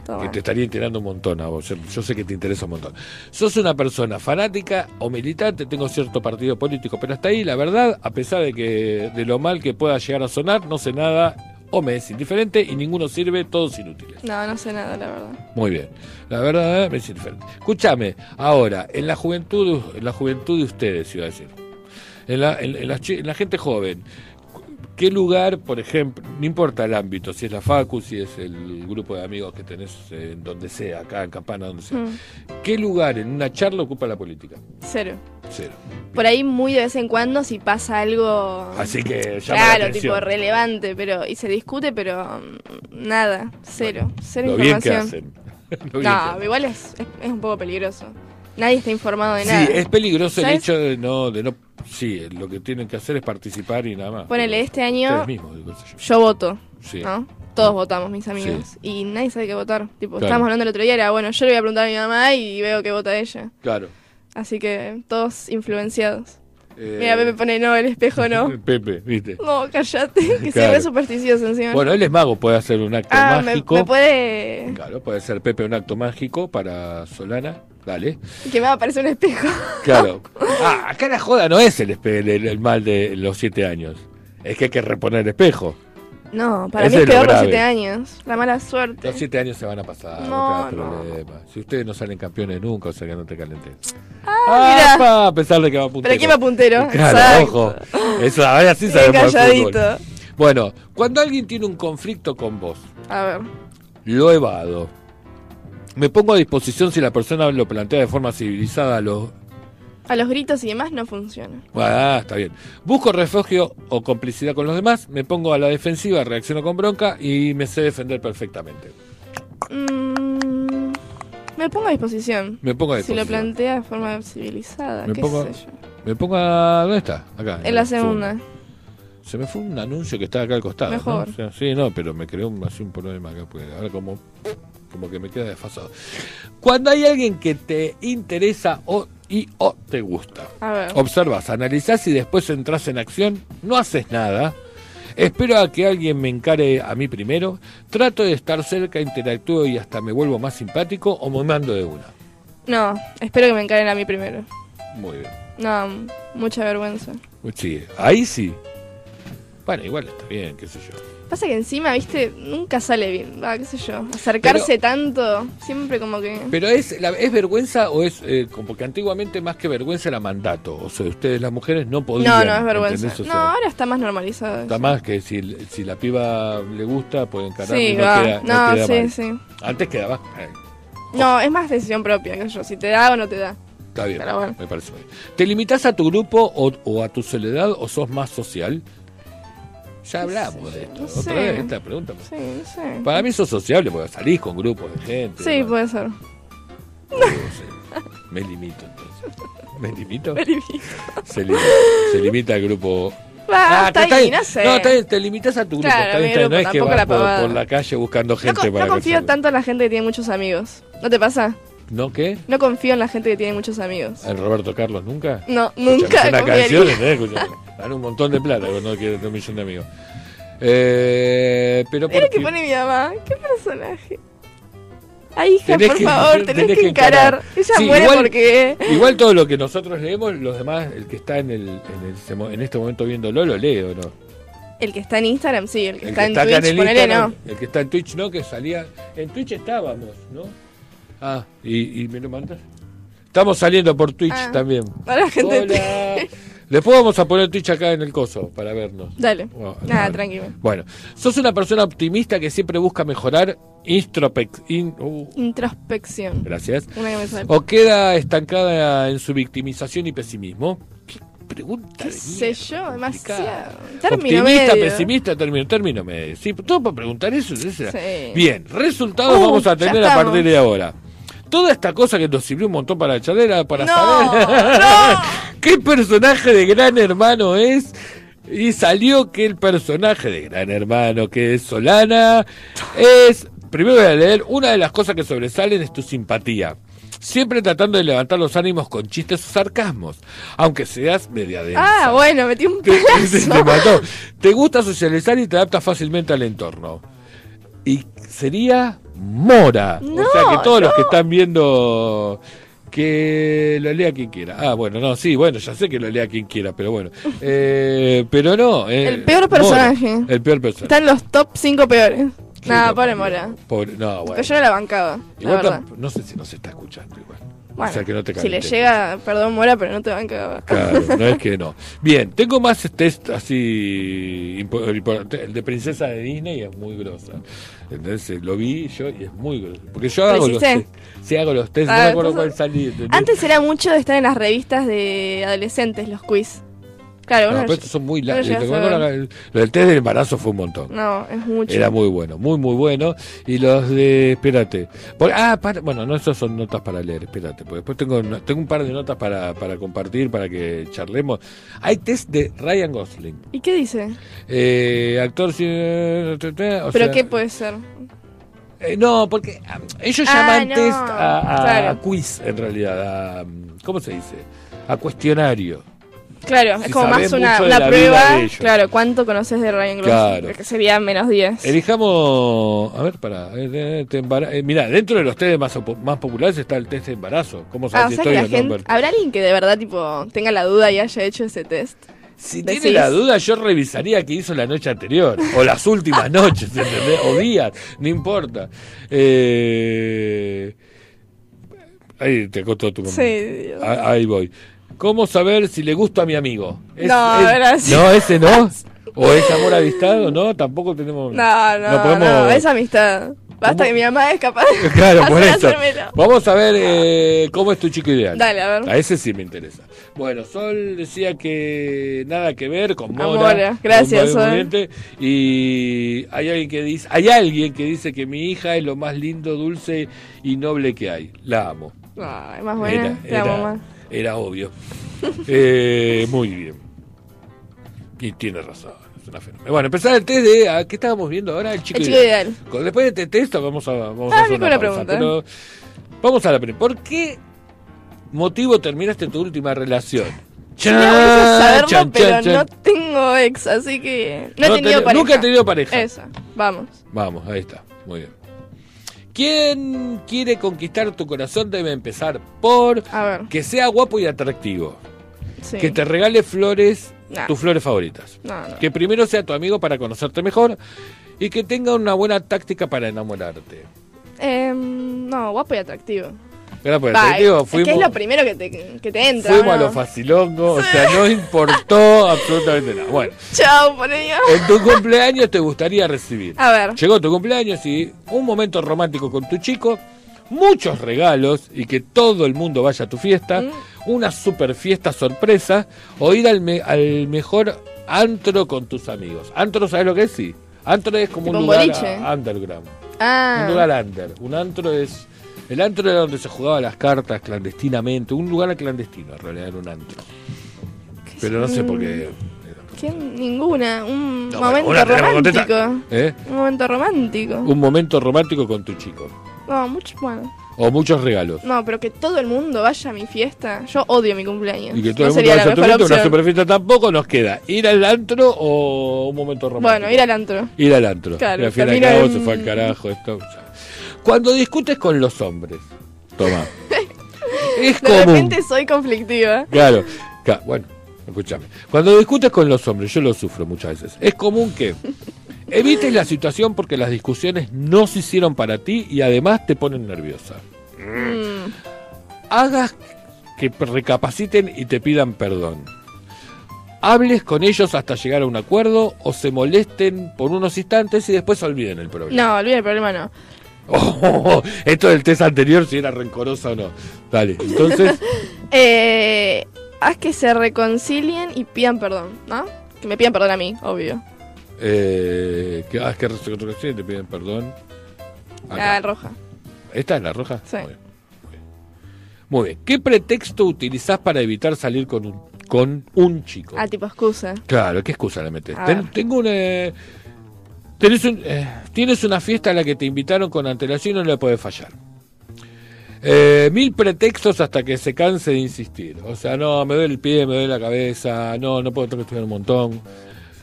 S5: Toma.
S4: que te estaría enterando un montón a vos, yo, yo sé que te interesa un montón. Sos una persona fanática o militante, tengo cierto partido político, pero hasta ahí, la verdad, a pesar de que de lo mal que pueda llegar a sonar, no sé nada o me es indiferente y ninguno sirve, todos inútiles.
S5: No, no sé nada, la verdad.
S4: Muy bien. La verdad, eh, me es indiferente. Escúchame, ahora, en la juventud, en la juventud de ustedes, iba a decir. En la, en- en las chi- en la gente joven, ¿qué lugar, por ejemplo, no importa el ámbito, si es la facu, si es el grupo de amigos que tenés eh, en donde sea, acá en Campana, donde sea,
S5: Mm.
S4: ¿qué lugar en una charla ocupa la política?
S5: Cero.
S4: Cero.
S5: Por ahí muy de vez en cuando si pasa algo...
S4: Así que Ah, llama la
S5: Claro,
S4: atención.
S5: tipo relevante, pero... Y se discute, pero... mm, Nada, cero. Cero
S4: Lo bien que
S5: información.
S4: hacen. Lo bien que hacen.
S5: No, igual es, es, es un poco peligroso. Nadie está informado de
S4: Sí,
S5: nada.
S4: es peligroso el
S5: ¿Sabes?
S4: hecho de no, de no, sí, lo que tienen que hacer es participar y nada más.
S5: Ponele, este año
S4: Ustedes mismos, digo, qué sé yo.
S5: yo voto,
S4: Sí.
S5: ¿no? Todos votamos, mis amigos. Y nadie sabe qué votar. Tipo,
S4: Claro.
S5: estábamos hablando el otro día, era bueno, yo le voy a preguntar a mi mamá y veo qué vota ella.
S4: Claro.
S5: Así que todos influenciados.
S4: Eh,
S5: Mira, Pepe pone no, el espejo no.
S4: Pepe, viste.
S5: No, cállate, que soy
S4: Claro.
S5: re supersticioso encima.
S4: Bueno, él es mago, puede hacer un acto
S5: ah, me,
S4: mágico.
S5: me puede.
S4: Claro, puede ser Pepe un acto mágico para Solana. Dale.
S5: que me va a aparecer un espejo.
S4: Claro. Ah, acá la joda no es el, espe- el, el mal de los siete años. Es que hay que reponer el espejo.
S5: No, para
S4: Ese
S5: mí
S4: es
S5: es
S4: lo
S5: peor los
S4: grave.
S5: 7 años. La mala suerte.
S4: Los siete años se van a pasar, no,
S5: No,
S4: te hagas
S5: no.
S4: problema. Si ustedes no salen campeones nunca, o sea que no te calentes.
S5: Ah, mirá.
S4: pa, a pesar de que va puntero.
S5: Pero ¿quién va puntero?
S4: Claro,
S5: Exacto.
S4: ojo. Eso, ahora sí
S5: Bien
S4: sabemos de fútbol.
S5: calladito.
S4: Bueno, cuando alguien tiene un conflicto con vos,
S5: A ver.
S4: lo evado. Me pongo a disposición si la persona lo plantea de forma civilizada. Lo...
S5: A los gritos y demás no funciona.
S4: Ah, está bien. Busco refugio o complicidad con los demás, me pongo a la defensiva, reacciono con bronca y me sé defender perfectamente.
S5: Mm, me pongo a disposición.
S4: Me pongo a
S5: Si lo
S4: disposición.
S5: plantea de forma civilizada,
S4: Me
S5: qué
S4: pongo-
S5: sé yo.
S4: me pongo a... ¿Dónde está? Acá.
S5: En la
S4: el
S5: segunda.
S4: fondo. Se me fue un anuncio que estaba acá al costado. ¿no?
S5: Mejor.
S4: O sea, sí, no, pero me creó un, así un problema acá, porque ahora como, como que me queda desfasado. Cuando hay alguien que te interesa o, y o te gusta,
S5: A ver.
S4: observas, analizás y después entras en acción, no haces nada. Espero a que alguien me encare a mí primero. Trato de estar cerca, interactúo y hasta me vuelvo más simpático o me mando de una.
S5: No, espero que me encaren a mí primero.
S4: Muy bien.
S5: No, m- mucha vergüenza.
S4: Pues Sí, ahí sí. Bueno, igual está bien, qué sé yo.
S5: Pasa que encima, viste, nunca sale bien, va, qué sé yo. Acercarse tanto, siempre como que...
S4: Pero es, la- es vergüenza o es eh, como que antiguamente más que vergüenza era mandato. O sea, ustedes las mujeres no podían.
S5: No, no, es vergüenza.
S4: ¿entendés? O
S5: no,
S4: sea,
S5: ahora está más normalizado.
S4: Está
S5: eso.
S4: más que si, si la piba le gusta, puede encararla
S5: Sí,
S4: y no
S5: va.
S4: queda, no
S5: No,
S4: queda
S5: sí,
S4: mal.
S5: sí.
S4: Antes quedaba. eh,
S5: No, es más decisión propia, que yo. Si te da o no te da.
S4: está bien,
S5: Pero bueno.
S4: me parece bien. ¿Te limitas a tu grupo o, o a tu soledad o sos más social? Ya hablamos de esto.
S5: no
S4: Otra
S5: sé.
S4: vez esta pregunta.
S5: Sí, no sé.
S4: Para mí sos sociable porque salís con grupos de gente.
S5: Sí,
S4: ¿no?
S5: puede ser.
S4: Digo, se- Me limito entonces. ¿Me limito? Se limita, se limita al grupo.
S5: Va, hasta
S4: te-
S5: Ah,
S4: Ah, está
S5: ahí,
S4: bien.
S5: no sé.
S4: No, está bien, te limitas a tu grupo.
S5: Claro,
S4: está bien,
S5: mi
S4: está bien,
S5: grupo,
S4: no es que
S5: tampoco
S4: vas
S5: la
S4: por,
S5: pavada.
S4: por la calle buscando
S5: No,
S4: gente
S5: con-
S4: para
S5: no confío
S4: conversar.
S5: tanto en la gente que tiene muchos amigos. ¿No te pasa?
S4: ¿No qué?
S5: No confío en la gente que tiene muchos amigos.
S4: ¿En Roberto Carlos nunca?
S5: No,
S4: Escuchame,
S5: nunca
S4: suena
S5: confiaría.
S4: canciones, ¿eh? Escuchame, Dan un montón de plata cuando no quiere un millón de amigos. Eh, pero
S5: Mira que
S4: porque-
S5: pone mi mamá. Qué personaje. Ay, hija,
S4: Tenés
S5: por
S4: que-
S5: favor, tenés, que encarar. Ella
S4: Sí,
S5: muere
S4: igual-
S5: porque...
S4: Igual todo lo que nosotros leemos, los demás, el que está en, el, en, el- se mo- en este momento viéndolo, lo leo, ¿no?
S5: El que está en Instagram, sí. El que
S4: El
S5: está en
S4: acá
S5: Twitch,
S4: el
S5: ponele no.
S4: Instagram, El que está en Twitch no, que salía. En Twitch estábamos, ¿no? Ah, y, y me lo mandas. Estamos saliendo por Twitch
S5: Ah.
S4: también.
S5: Para la gente de
S4: Hola. Después vamos a poner Twitch acá en el coso para vernos.
S5: Dale.
S4: Bueno,
S5: Nada,
S4: bueno.
S5: tranquilo.
S4: Bueno, sos una persona optimista que siempre busca mejorar, introspec, in- uh,
S5: Introspección.
S4: gracias,
S5: Una que me sale.
S4: o queda estancada en su victimización y pesimismo. Qué pregunta
S5: ¿Qué
S4: de
S5: sé
S4: mierda,
S5: yo?
S4: complicada.
S5: Demasiado. Término
S4: Optimista,
S5: medio.
S4: pesimista, término, término medio. Sí, todo para preguntar eso. es esa.
S5: Sí.
S4: Bien, resultados
S5: Uh,
S4: vamos
S5: ya
S4: a tener a
S5: estamos.
S4: partir de ahora. Toda esta cosa que nos sirvió un montón para la charla, para
S5: No,
S4: saber qué personaje de Gran Hermano es. Y salió que el personaje de Gran Hermano, que es Solana, es. Primero voy a leer, una de las cosas que sobresalen es tu simpatía. Siempre tratando de levantar los ánimos con chistes o sarcasmos, aunque seas media densa.
S5: Ah, bueno, metí un
S4: Te, te- te
S5: pedazo.
S4: mató. Te gusta socializar y te adaptas fácilmente al entorno. Y sería Mora. o
S5: No,
S4: sea que todos los
S5: no.
S4: que están viendo. Que lo lea quien quiera. Ah, bueno, no, sí, bueno, ya sé que lo lea quien quiera, pero bueno. Eh, pero no. eh,
S5: El peor
S4: Mora.
S5: personaje.
S4: el peor personaje.
S5: Está en los top 5 peores.
S4: Sí,
S5: Nada,
S4: no,
S5: pobre Mora.
S4: pobre- no, bueno.
S5: Pero yo no la bancaba, la
S4: Igual
S5: verdad.
S4: tam- no sé si nos está escuchando igual.
S5: Bueno,
S4: o sea que no te
S5: si le
S4: calentes.
S5: llega, perdón Mora, pero no te bancaba.
S4: Claro, no es que no. Bien, tengo más test así impo- importante. El de princesa de Disney es muy grosa. Entonces eh, lo vi yo y es muy groso. Porque yo
S5: ¿Lo
S4: hago los
S5: hiciste?
S4: test. Sí, hago los test,
S5: Ah,
S4: no me acuerdo cuál
S5: entonces-
S4: salí. ¿entendés?
S5: Antes era mucho de estar en las revistas de adolescentes, los quiz. Claro,
S4: No,
S5: vos no,
S4: pero estos son muy
S5: no
S4: largos.
S5: llegaste a ver.
S4: El, el test del embarazo fue un montón.
S5: No, es mucho.
S4: Era muy bueno, muy, muy bueno. Y los de. Espérate. Por- ah, para- bueno, no, esas son notas para leer. Espérate, porque después tengo, no- tengo un par de notas para, para compartir, para que charlemos. Hay test de Ryan Gosling.
S5: ¿Y qué dice?
S4: Eh, actor. sí, eh, te- te- o
S5: ¿Pero
S4: sea,
S5: qué puede ser?
S4: eh, no, porque ah, ellos
S5: Ah,
S4: llaman
S5: no,
S4: test a, a-
S5: claro.
S4: a quiz, en realidad. a, mm, ¿Cómo se dice? A cuestionario.
S5: Claro,
S4: Si
S5: es como
S4: sabés
S5: más una,
S4: mucho de
S5: una
S4: la vida
S5: prueba.
S4: de ellos.
S5: Claro, ¿cuánto conoces de Ryan Gosling?
S4: Claro.
S5: Que sería menos 10.
S4: Elijamos. A ver, para. mira, dentro de los test más, opo- más populares está el test de embarazo. ¿Cómo
S5: Ah,
S4: sabes
S5: o
S4: si
S5: sea que
S4: estoy
S5: la
S4: o no
S5: gente.
S4: embarazada?
S5: ¿Habrá alguien que de verdad tipo tenga la duda y haya hecho ese test?
S4: Si
S5: Decís.
S4: tiene la duda, yo revisaría qué hizo la noche anterior, o las últimas noches, ¿entendés? O días, no importa. Eh, Ahí te costó tu momento.
S5: Sí, Dios.
S4: Ah, Ahí voy. ¿Cómo saber si le gusto a mi amigo?
S5: No, gracias.
S4: No, ese no. ¿O es amor avistado? No, tampoco tenemos.
S5: No, no, no, es amistad. Basta
S4: ¿Cómo?
S5: que mi mamá es capaz de
S4: Claro,
S5: hacer-
S4: por eso.
S5: hacérmelo.
S4: Vamos a ver eh, cómo es tu chico ideal.
S5: Dale, a ver.
S4: ese sí me interesa. Bueno, Sol decía que nada que ver con Mora.
S5: Mora, eh, gracias,
S4: con Mabel
S5: Sol.
S4: Moriente, Y hay alguien que dice, hay alguien que dice que mi hija es lo más lindo, dulce y noble que hay. La amo.
S5: No, es más buena.
S4: Era-
S5: Te amo,
S4: era-
S5: mamá.
S4: era obvio. Eh, muy bien. Y tiene razón. es una fenómena. Bueno, empezar el test de. ¿a ¿Qué estábamos viendo ahora? El chico,
S5: El chico ideal.
S4: Con- Después de este test vamos a, vamos
S5: Ah,
S4: a hacer
S5: tengo
S4: una
S5: una
S4: pausa,
S5: pregunta.
S4: pero vamos a la primera. ¿Por qué motivo terminaste tu última relación?
S5: Me gusta saberlo, pero no tengo tengo ex, así que. No,
S4: No
S5: he tenido
S4: tenés-
S5: pareja.
S4: nunca he tenido pareja.
S5: Esa, vamos.
S4: Vamos, ahí está. Muy bien. ¿Quién quiere conquistar tu corazón? Debe empezar por
S5: A ver.
S4: que sea guapo y atractivo.
S5: Sí.
S4: Que te regale flores,
S5: Nah.
S4: tus flores favoritas.
S5: No, no.
S4: Que primero sea tu amigo para conocerte mejor y que tenga una buena táctica para enamorarte.
S5: Em, no, guapo y atractivo.
S4: Gracias por el
S5: Va,
S4: sentido,
S5: es- es que es lo primero que te, que te entra.
S4: fuimos a
S5: ¿no?
S4: los facilongos, o sea, no importó absolutamente nada. Bueno,
S5: Chao, por ello.
S4: en tu cumpleaños te gustaría recibir.
S5: A ver.
S4: Llegó tu cumpleaños y un momento romántico con tu chico, muchos regalos y que todo el mundo vaya a tu fiesta,
S5: Mm.
S4: una super fiesta sorpresa o ir al, me- al mejor antro con tus amigos. Antro, ¿sabes lo que es? Sí. Antro es como
S5: Tipo un
S4: un lugar
S5: boliche.
S4: a- underground,
S5: Ah.
S4: un lugar under. Un antro es... El antro era donde se jugaban las cartas clandestinamente, un lugar clandestino en realidad era un antro. Pero no sé por qué...
S5: ¿Quién? Ninguna. Un
S4: No, bueno,
S5: momento
S4: ahora tenemos que
S5: romántico.
S4: contestar. ¿Eh?
S5: Un momento romántico.
S4: Un momento romántico con tu chico.
S5: No, mucho. Bueno.
S4: O muchos regalos.
S5: No, pero que todo el mundo vaya a mi fiesta. Yo odio mi cumpleaños.
S4: Y que
S5: no
S4: todo el mundo
S5: sería
S4: vaya
S5: la
S4: a tu
S5: mejor
S4: fiesta,
S5: opción.
S4: una superfiesta tampoco nos queda. Ir al antro o un momento romántico.
S5: Bueno, ir al antro.
S4: Ir al antro.
S5: Claro,
S4: la fiesta de
S5: termina
S4: cabo
S5: en-
S4: se fue al carajo. Esto, ya. Cuando discutes con los hombres, toma. es
S5: De
S4: común.
S5: repente soy conflictiva.
S4: Claro, ca- bueno, escúchame. Cuando discutes con los hombres, yo lo sufro muchas veces. Es común que evites la situación porque las discusiones no se hicieron para ti y además te ponen nerviosa. Hagas que p- recapaciten y te pidan perdón. Hables con ellos hasta llegar a un acuerdo o se molesten por unos instantes y después olviden el problema.
S5: No, olvida el problema, no.
S4: Oh, oh, oh, esto del test anterior, si era rencorosa o no. Dale, entonces,
S5: Eh, haz que se reconcilien y pidan perdón, ¿no? Que me pidan perdón a mí, obobvio.
S4: Eh, que, ah, es que resurrección y te piden perdón.
S5: La
S4: Acá.
S5: roja.
S4: ¿Esta es la roja?
S5: Ah, Sí.
S4: Muy bien. muy bien. Muy bien. ¿Qué pretexto utilizás para evitar salir con un, con un chico?
S5: Ah, tipo excusa.
S4: Claro, ¿qué excusa le metes?
S5: A
S4: Ten-
S5: ver.
S4: tengo un, eh, tenés un, eh, tienes una fiesta a la que te invitaron con antelación y no le podés fallar. Eh, mil pretextos hasta que se canse de insistir. O sea, no, me duele el pie, me duele la cabeza, no, no puedo, tengo que estudiar un montón.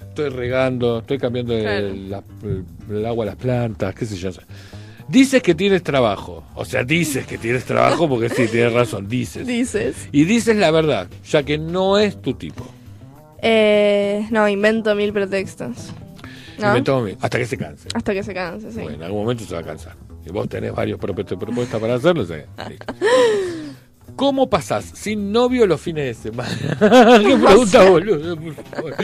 S4: Estoy regando, estoy cambiando el-
S5: Claro.
S4: la- el, el agua a las plantas, qué sé yo. Dices que tienes trabajo. O sea, dices que tienes trabajo porque sí, tienes razón, dices.
S5: Dices.
S4: Y dices la verdad, ya que no es tu tipo.
S5: Eh, no, invento mil pretextos. ¿No?
S4: Inventamos mil, hasta que se canse.
S5: Hasta que se canse, sí.
S4: Bueno, en algún momento se va a cansar. Y vos tenés varios propuestas, propuestas para hacerlo. ¿sabes? Listo. ¿Cómo pasás sin novio los fines de semana? ¿Qué pregunta, boludo? Por favor.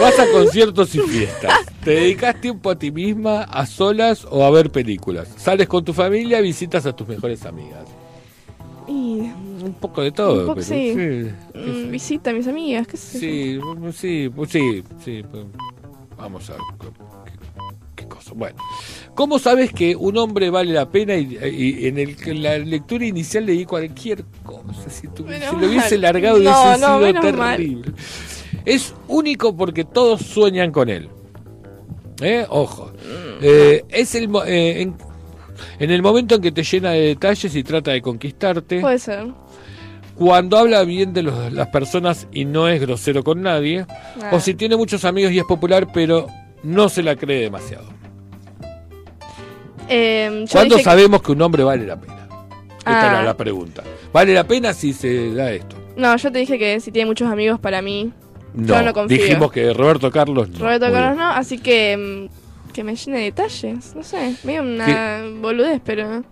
S4: Vas a conciertos y fiestas. Te dedicas tiempo a ti misma, a solas o a ver películas. Sales con tu familia, visitas a tus mejores amigas.
S5: Y
S4: Un poco de todo.
S5: Un poco,
S4: pero
S5: sí.
S4: sí.
S5: mm, visita a mis amigas, qué sé yo.
S4: Sí, mm, sí, mm, sí, sí. pues, Vamos a ver co- qué, qué cosa. Bueno, ¿cómo sabes que un hombre vale la pena? Y, y en, el, que la lectura inicial leí cualquier cosa. Si, tu-
S5: Menos
S4: si lo hubiese
S5: mal.
S4: largado hubiese
S5: No, no,
S4: sido
S5: menos mal.
S4: terrible. Es único porque todos sueñan con él. ¿Eh? Ojo.
S5: Mm.
S4: Eh, es el mo- eh, en, en el momento en que te llena de detalles y trata de conquistarte
S5: Puede ser.
S4: cuando habla bien de los- las personas y no es grosero con nadie,
S5: Ah.
S4: o si tiene muchos amigos y es popular, pero no se la cree demasiado.
S5: Eh, yo
S4: ¿Cuándo
S5: dije que-
S4: sabemos que un hombre vale la pena? Esta
S5: Ah.
S4: era la pregunta. ¿Vale la pena si se da esto?
S5: No, yo te dije que si tiene muchos amigos para mí, Yo no confío.
S4: dijimos que Roberto Carlos no.
S5: Roberto
S4: Muy bien.
S5: Carlos no, así que mm, que me llene de detalles, no sé, medio una boludez, pero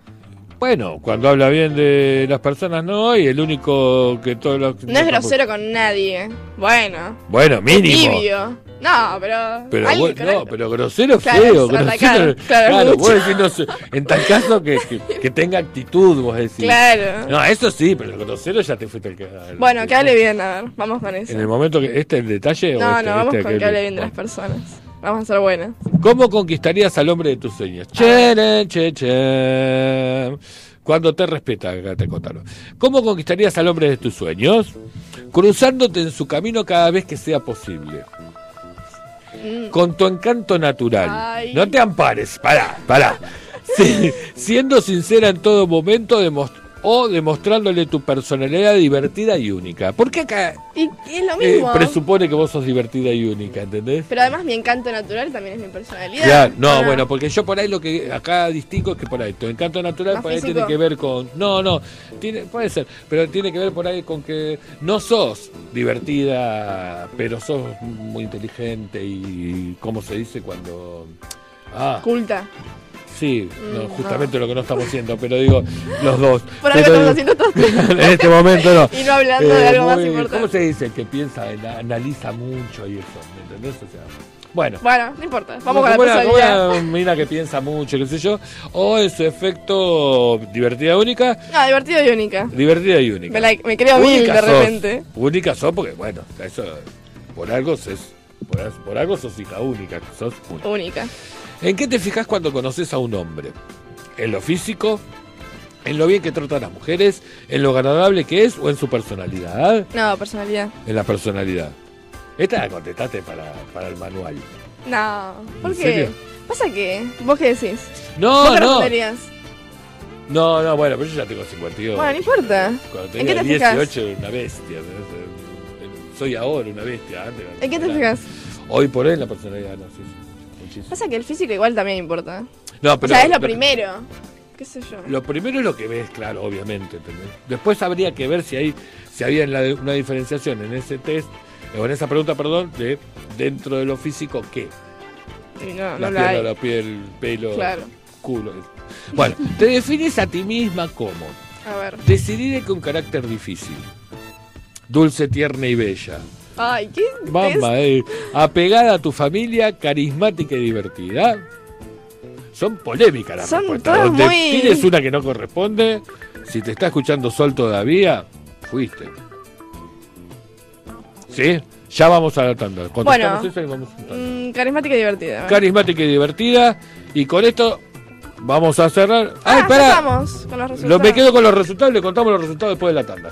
S4: Bueno, cuando habla bien de las personas no, y el único que todos los...
S5: no es grosero con nadie. Bueno,
S4: Bueno, mínimo.
S5: tibio. No, pero
S4: Pero
S5: alguien
S4: vos-
S5: con
S4: no,
S5: algo.
S4: pero grosero
S5: Claro,
S4: feo,
S5: es
S4: grosero.
S5: atacar, claro,
S4: claro,
S5: mucho.
S4: vos decís, no sé, en tal caso que, que, que tenga actitud, vos decís.
S5: Claro.
S4: No, eso sí, pero grosero ya te fuiste el que.
S5: Bueno, que hable bien, a ver, vamos con eso.
S4: En el momento que. ¿Este es el detalle? o
S5: No,
S4: este-
S5: no, vamos
S4: este
S5: con que
S4: aquel?
S5: hable bien de las personas. Vamos a ser buenas.
S4: ¿Cómo conquistarías al hombre de tus sueños? Che, ne, che, che. Cuando te respeta, acá te contaron. ¿Cómo conquistarías al hombre de tus sueños? Cruzándote en su camino cada vez que sea posible. Con tu encanto natural.
S5: Mm. Ay.
S4: No te ampares, pará, pará. Sí, siendo sincera en todo momento, demos- o demostrándole tu personalidad divertida y única. Porque acá
S5: Y, y es lo
S4: eh,
S5: mismo.
S4: presupone que vos sos divertida y única, ¿entendés?
S5: pero además mi encanto natural también es mi personalidad.
S4: Claro, no,
S5: Ah.
S4: bueno, porque yo por ahí lo que acá distingo es que por ahí tu encanto natural
S5: Más
S4: por ahí
S5: físico.
S4: tiene que ver con. No, no, tiene, puede ser, pero tiene que ver por ahí con que no sos divertida, pero sos muy inteligente y. ¿Cómo se dice cuando.? Ah,
S5: Culta.
S4: sí, no, justamente lo que no estamos haciendo, pero digo, los dos.
S5: Mm, Por algo
S4: Pero-
S5: estamos haciendo todo.
S4: en este momento no. Eh,
S5: Y no hablando de algo más
S4: ¿Cómo
S5: importante.
S4: se dice? Que piensa, ana- analiza mucho y eso, ¿me entendés? O sea, bueno.
S5: Bueno, no importa. Vamos con la
S4: Como una- como
S5: personalidad.
S4: una mina que piensa mucho, qué sé yo. O en su efecto divertida única,
S5: No, Ah, divertido y única.
S4: divertida y única.
S5: Me, la- me creo mil
S4: única
S5: de
S4: sos.
S5: repente.
S4: Única sos porque, bueno, eso por algo es. Por, por algo sos hija única, sos única.
S5: Única.
S4: ¿En qué te fijas cuando conoces a un hombre? ¿En lo físico? ¿En lo bien que trata a las mujeres? ¿En lo agradable que es? ¿O en su personalidad?
S5: No, personalidad.
S4: En la personalidad. Esta la contestaste para, para el manual.
S5: No. ¿Por
S4: ¿En
S5: qué?
S4: serio?
S5: ¿Pasa qué? ¿Vos qué decís? ¿Vos
S4: No,
S5: qué
S4: no.
S5: responderías?
S4: No, no, bueno, pero yo ya tengo 52.
S5: Bueno, no importa.
S4: Cuando
S5: ¿En qué
S4: tenía
S5: te
S4: 18
S5: fijas?
S4: era una bestia. Soy ahora una bestia. Antes era
S5: ¿En qué te
S4: una-
S5: fijas?
S4: Hoy por hoy en la personalidad no, sí, sí, muchísimo.
S5: Pasa que el físico igual también importa.
S4: No,
S5: O
S4: pero-
S5: sea, es lo
S4: pero-
S5: primero. ¿Qué sé yo?
S4: Lo primero es lo que ves, claro, obviamente. ¿entendés? Después habría que ver si hay, si había en la- una diferenciación en ese test, eh, o en esa pregunta, perdón, de dentro de lo físico, ¿qué?
S5: Y No, no
S4: la pierna,
S5: la hay.
S4: la piel, pelo,
S5: Claro.
S4: culo. Bueno, te defines a ti misma como
S5: A ver.
S4: decidida y con carácter difícil, dulce, tierna y bella,
S5: Ay, ¿qué?
S4: Mamá, eh. apegada a tu familia, carismática y divertida. Son polémicas las
S5: Son
S4: respuestas.
S5: todas
S4: Donde
S5: muy-
S4: tienes una que no corresponde, si te está escuchando Sol todavía, fuiste. ¿Sí? Ya vamos adaptando. Contestamos
S5: Bueno.
S4: eso y vamos
S5: es-
S4: juntando.
S5: mm, carismática y divertida.
S4: Carismática y divertida. Y con esto vamos a cerrar.
S5: Ah,
S4: ¡Ay,
S5: ya
S4: pará!
S5: estamos con los
S4: Lo,
S5: resultados.
S4: me quedo con los resultados, le contamos los resultados después de la tanda.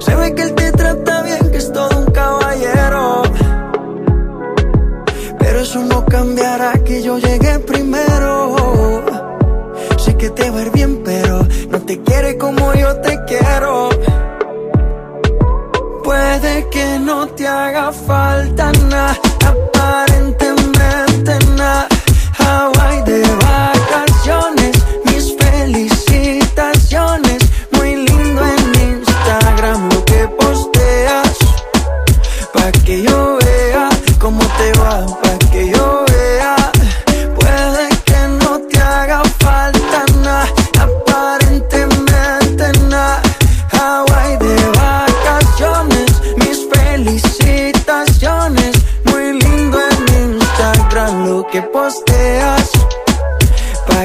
S7: Se ve que él te trata bien, que es todo un caballero. Pero eso no cambiará que yo llegué primero. Sé que te va a ir bien, pero no te quiere como yo te quiero. Puede que no te haga falta nada, aparentemente nada. Hawaii de vacaciones, mis felicitaciones. Muy lindo en Instagram lo que posteas pa' que yo vea cómo te va, pa' que yo vea. Puede que no te haga falta nada, aparentemente nada. Hawaii de vacaciones, mis felicitaciones. Muy lindo en Instagram lo que posteas. Pa'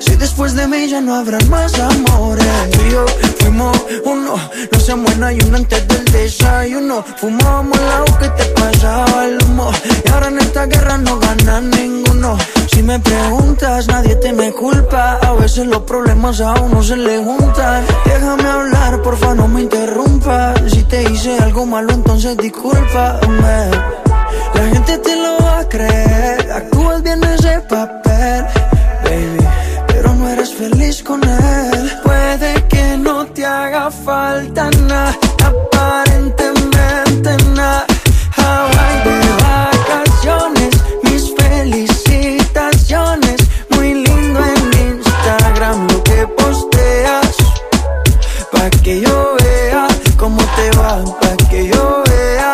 S7: Si después de mí ya no habrá más amores. Tú y yo fuimos uno. No se buena y uno antes del desayuno. Fumábamos el agua que te pasaba el humo. Y ahora en esta guerra no gana ninguno. Si me preguntas, nadie te me culpa. A veces los problemas a uno se le juntan. Déjame hablar, porfa, no me interrumpas. Si te hice algo malo, entonces discúlpame. La gente te lo va a creer. Actúas bien ese papel, baby. Pero no eres feliz con él. Puede que no te haga falta nada, aparentemente nada. Hawaii de vacaciones, mis felicitaciones. Muy lindo en Instagram lo que posteas. Pa' que yo vea cómo te va, pa' que yo vea.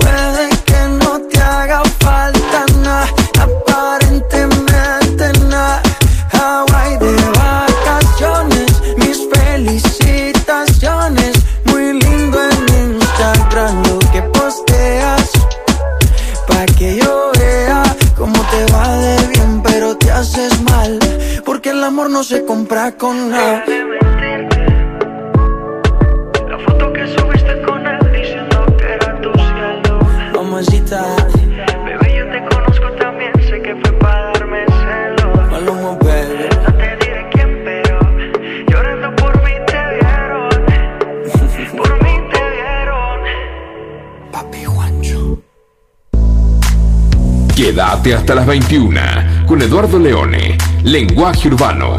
S7: Puede que no te haga falta nada, aparentemente. haces mal, porque el amor no se compra con nada.
S8: de mentirme. La foto que subiste con él diciendo que era tu cielo.
S7: Mamacita,
S8: Bebé, yo te conozco también, sé que fue para darme celos.
S7: palomo, baby.
S8: No te diré quién, pero llorando por mí te vieron. Por mí te vieron.
S7: Papi Juancho.
S2: Quédate hasta las 21 con Eduardo Leone, Lenguaje Urbano,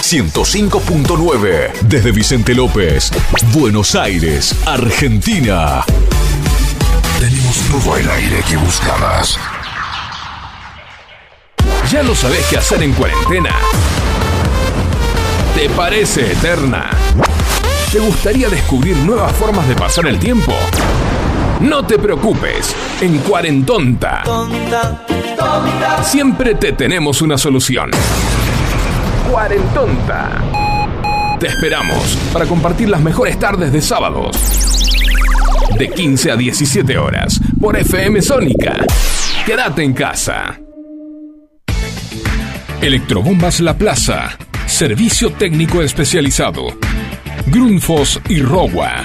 S9: 105.9 desde Vicente López, Buenos Aires, Argentina. Tenemos todo el aire que buscabas.
S2: ¿Ya no sabes qué hacer en cuarentena? ¿Te parece eterna? ¿Te gustaría descubrir nuevas formas de pasar el tiempo? No te preocupes, en Cuarentonta siempre te tenemos una solución. Cuarentonta. Te esperamos para compartir las mejores tardes de sábados. De 15 a 17 horas por FM Sónica. Quédate en casa. Electrobombas La Plaza. Servicio técnico especializado. Grunfos y Rowa.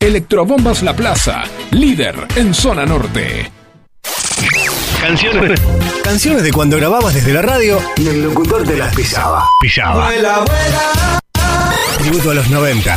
S2: Electrobombas La Plaza, líder en zona norte.
S10: Canciones. Canciones de cuando grababas desde la radio y el locutor te las pisaba. Pisaba. Tributo a los 90.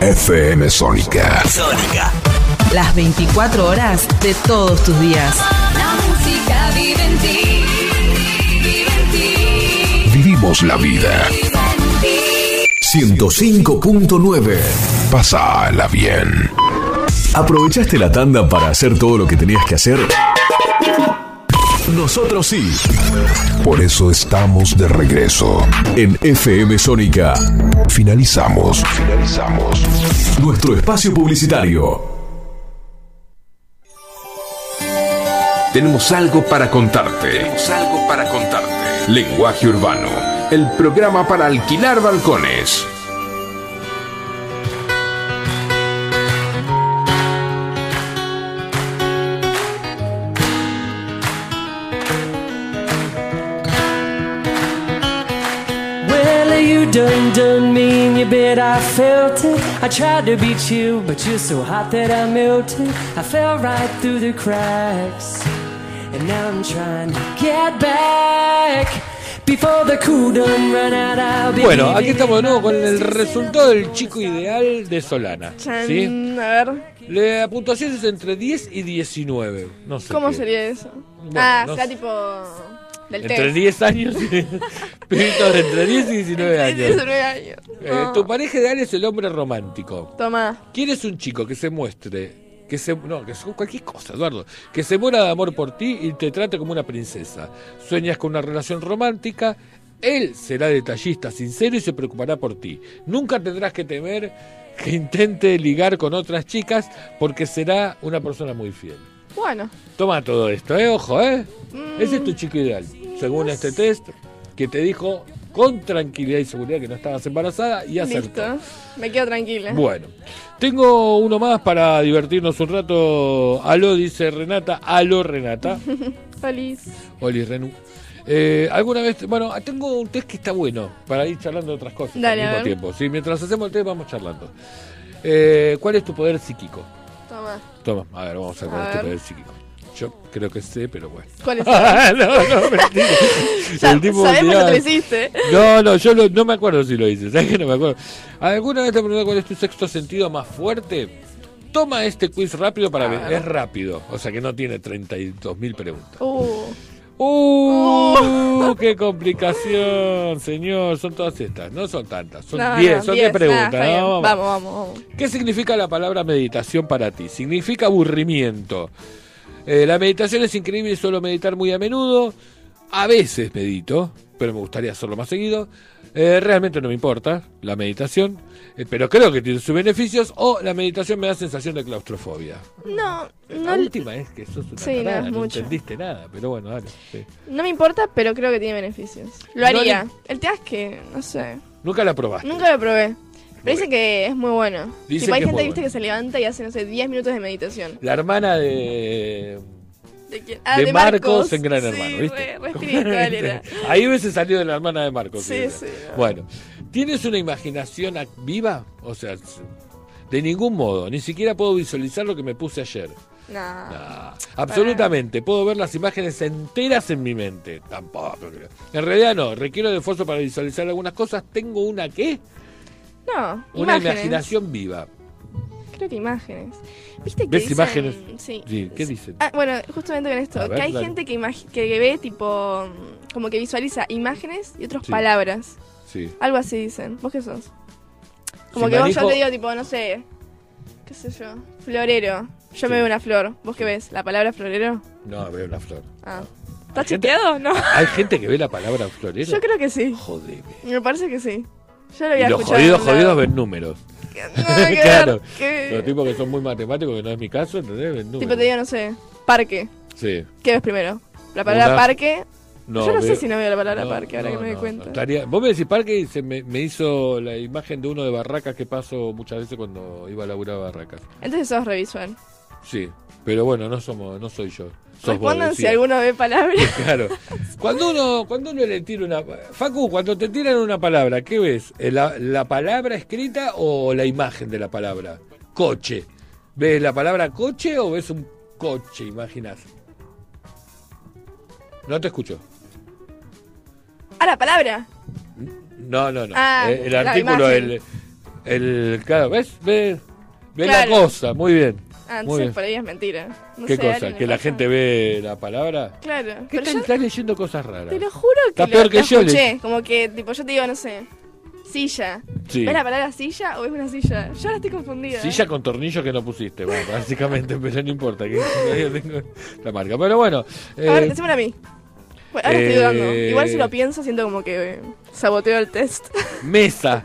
S9: FM Sónica.
S11: Las 24 horas de todos tus días.
S9: Vivimos la vida. 105.9. Pásala bien. ¿Aprovechaste la tanda para hacer todo lo que tenías que hacer? Nosotros sí. Por eso estamos de regreso. En FM Sónica. Finalizamos. Finalizamos. Nuestro espacio publicitario.
S2: Tenemos algo para contarte. Tenemos algo para contarte. Lenguaje Urbano, el programa para alquilar balcones.
S3: Well, you done done mean you bet I felt it. I tried to beat you, but you're so hot that I melted. I fell right through the cracks, and now I'm trying to get back. before the cool done ran out, I'll be
S4: Bueno, aquí
S3: leaving
S4: estamos de nuevo con el
S3: my best
S4: resultado del chico ideal de Solana.
S5: Chan,
S4: ¿sí?
S5: A ver,
S4: La puntuación es entre 10 y 19. No sé.
S5: ¿cómo
S4: qué.
S5: sería eso?
S4: Bueno,
S5: ah,
S4: no
S5: será
S4: sé.
S5: tipo. Del
S4: Entre
S5: test.
S4: 10 años. y- Pibitos de entre 10 y 19 años.
S5: 19 años.
S4: Eh,
S5: No.
S4: tu pareja ideal es el hombre romántico.
S5: Toma.
S4: ¿Quieres un chico que se muestre, que se, no, que sea cualquier cosa, Eduardo, que se muera de amor por ti y te trate como una princesa? Sueñas con una relación romántica, él será detallista, sincero y se preocupará por ti. Nunca tendrás que temer que intente ligar con otras chicas porque será una persona muy fiel.
S5: Bueno,
S4: Toma todo esto, ¿eh? Ojo, ¿eh?
S5: Mm.
S4: Ese es tu chico ideal, según este test que te dijo con tranquilidad y seguridad que no estabas embarazada y acertó.
S5: listo. Me quedo tranquila.
S4: Bueno, tengo uno más para divertirnos un rato. Aló, dice Renata. Aló, Renata.
S5: Feliz.
S4: Oli, Renu. Eh, alguna vez, bueno, tengo un test que está bueno para ir charlando de otras cosas
S5: Dale,
S4: al
S5: a
S4: mismo
S5: ver.
S4: tiempo. Sí, mientras hacemos el test vamos charlando. Eh, ¿Cuál es tu poder psíquico?
S5: Toma.
S4: Toma, a ver, vamos a ver cuál
S5: A
S4: es tu
S5: ver.
S4: poder psíquico. Yo creo que sé, pero bueno.
S5: ¿Cuál es?
S4: no, no, mentira. Ah, El
S5: Sabemos
S4: tipo
S5: que te
S4: tiraba-
S5: lo hiciste.
S4: no, no, yo lo- no me acuerdo si lo hice, ¿sabes que no me acuerdo? ¿Alguna vez te pregunté cuál es tu sexto sentido más fuerte? Toma este quiz rápido para ver. Es rápido, o sea que no tiene 32.000 preguntas.
S5: Uh.
S4: ¡Uh! ¡Qué complicación, señor! Son todas estas, no son tantas, son 10,
S5: No, no,
S4: son 10
S5: diez.
S4: preguntas.
S5: Ah, está bien.
S4: ¿no?
S5: vamos. vamos, vamos.
S4: ¿Qué significa la palabra meditación para ti? Significa aburrimiento. Eh, la meditación es increíble, suelo meditar muy a menudo. A veces medito, pero me gustaría hacerlo más seguido. Eh, realmente no me importa la meditación, eh, pero creo que tiene sus beneficios. O la meditación me da sensación de claustrofobia.
S5: No,
S4: la
S5: no,
S4: última es que sos una
S5: Sí, no,
S4: tarada,
S5: es
S4: no,
S5: mucho.
S4: entendiste nada, pero bueno, dale. sí.
S5: no me importa, pero creo que tiene beneficios. Lo
S4: No
S5: haría. El tema es que, no sé.
S4: Nunca la probaste.
S5: Nunca lo probé. Pero dicen que es muy bueno.
S4: Dicen
S5: tipo, hay
S4: que es
S5: gente
S4: muy
S5: viste,
S4: bueno.
S5: que se levanta y hace, no sé, 10 minutos de meditación.
S4: La hermana de,
S5: ¿De, quién? Ah,
S4: de
S5: de
S4: Marcos, en Gran Hermano,
S5: Sí,
S4: ¿viste?
S5: re, re espiritual era.
S4: Ahí hubiese salido de la hermana de Marcos.
S5: Sí,
S4: que-
S5: sí.
S4: Bueno, ¿tienes una imaginación ac- viva? O sea, s- de ningún modo, ni siquiera puedo visualizar lo que me puse ayer.
S5: No.
S4: Ah, absolutamente, puedo ver las imágenes enteras en mi mente. Tampoco creo. En realidad no, requiero de esfuerzo para visualizar algunas cosas. Tengo una qué?
S5: No,
S4: Una
S5: imágenes.
S4: imaginación viva.
S5: Creo que imágenes. ¿Viste que
S4: ¿Ves
S5: dicen-
S4: imágenes?
S5: Sí.
S4: Sí, ¿qué dicen?
S5: Ah, bueno, justamente con esto,
S4: A ver,
S5: que hay
S4: dale.
S5: gente que, imagi- que ve tipo, mm, como que visualiza imágenes y otros
S4: Sí.
S5: palabras.
S4: Sí.
S5: Algo así dicen. ¿Vos qué sos? Como
S4: Si
S5: que vos,
S4: manejo-
S5: yo te digo tipo, no sé, qué sé yo, florero. Yo me veo una flor. ¿Vos qué ves? ¿La palabra florero?
S4: No, veo una flor.
S5: Ah. ¿Estás chequeado? No.
S4: ¿Hay gente que ve la palabra florero?
S5: Yo creo que sí.
S4: Jodeme.
S5: Me parece que sí. Yo lo
S4: Y
S5: había
S4: los
S5: escuchado.
S4: jodidos,
S5: en algún
S4: jodidos
S5: lado.
S4: ven números.
S5: Nada que ver,
S4: claro.
S5: que-
S4: Los tipos que son muy matemáticos, que no es mi caso, ¿entendés? Ven
S5: Tipo
S4: números.
S5: te digo, no sé, parque.
S4: Sí.
S5: ¿Qué ves primero? ¿La palabra
S4: Una-
S5: parque?
S4: No,
S5: Yo no
S4: veo-
S5: sé si no veo la palabra
S4: no,
S5: parque, ahora
S4: no,
S5: que me doy
S4: no,
S5: cuenta.
S4: no. Estaría- Vos me decís parque y se me, me hizo la imagen de uno de Barracas que paso muchas veces cuando iba a laburar a Barracas.
S5: Entonces sos revisual.
S4: Sí, pero bueno, no somos, no soy yo. Sos vos,
S5: Respondan si
S4: decía.
S5: alguno ve palabras.
S4: Claro. Cuando uno, cuando uno le tira una. Facu, cuando te tiran una palabra, ¿qué ves? Eh, ¿La, la palabra escrita o la imagen de la palabra? Coche. ¿Ves la palabra coche o ves un coche? Imaginas. No te escucho.
S5: Ah, la palabra.
S4: No, no, no.
S5: Ah,
S4: Eh, el
S5: la
S4: artículo, el,
S5: imagen.
S4: el. Claro, ¿ves? ¿Ves, ves
S5: Claro.
S4: la cosa? Muy bien.
S5: Ah,
S4: Muy
S5: entonces
S4: bien.
S5: por ahí es mentira. No
S4: ¿Qué
S5: sé,
S4: cosa?
S5: alguien
S4: ¿Que
S5: le
S4: la
S5: pasa.
S4: gente ve la palabra?
S5: Claro.
S4: ¿Qué
S5: Pero
S4: tal
S5: yo
S4: estás leyendo cosas raras?
S5: te lo juro que
S4: Está
S5: lo,
S4: peor que
S5: lo
S4: yo, le-
S5: escuché. Como que, tipo, yo te digo, no sé, silla.
S4: Sí.
S5: ¿Ves la palabra silla o ves una silla? Yo ahora estoy confundida.
S4: Silla con tornillos que no pusiste, bueno, básicamente, pero no importa, que yo tengo la marca. Pero bueno, eh,
S5: A ver, decímelo a mí. Bueno, ahora estoy dudando.
S4: eh,
S5: Igual si lo pienso, siento como que eh, saboteo el test.
S4: mesa,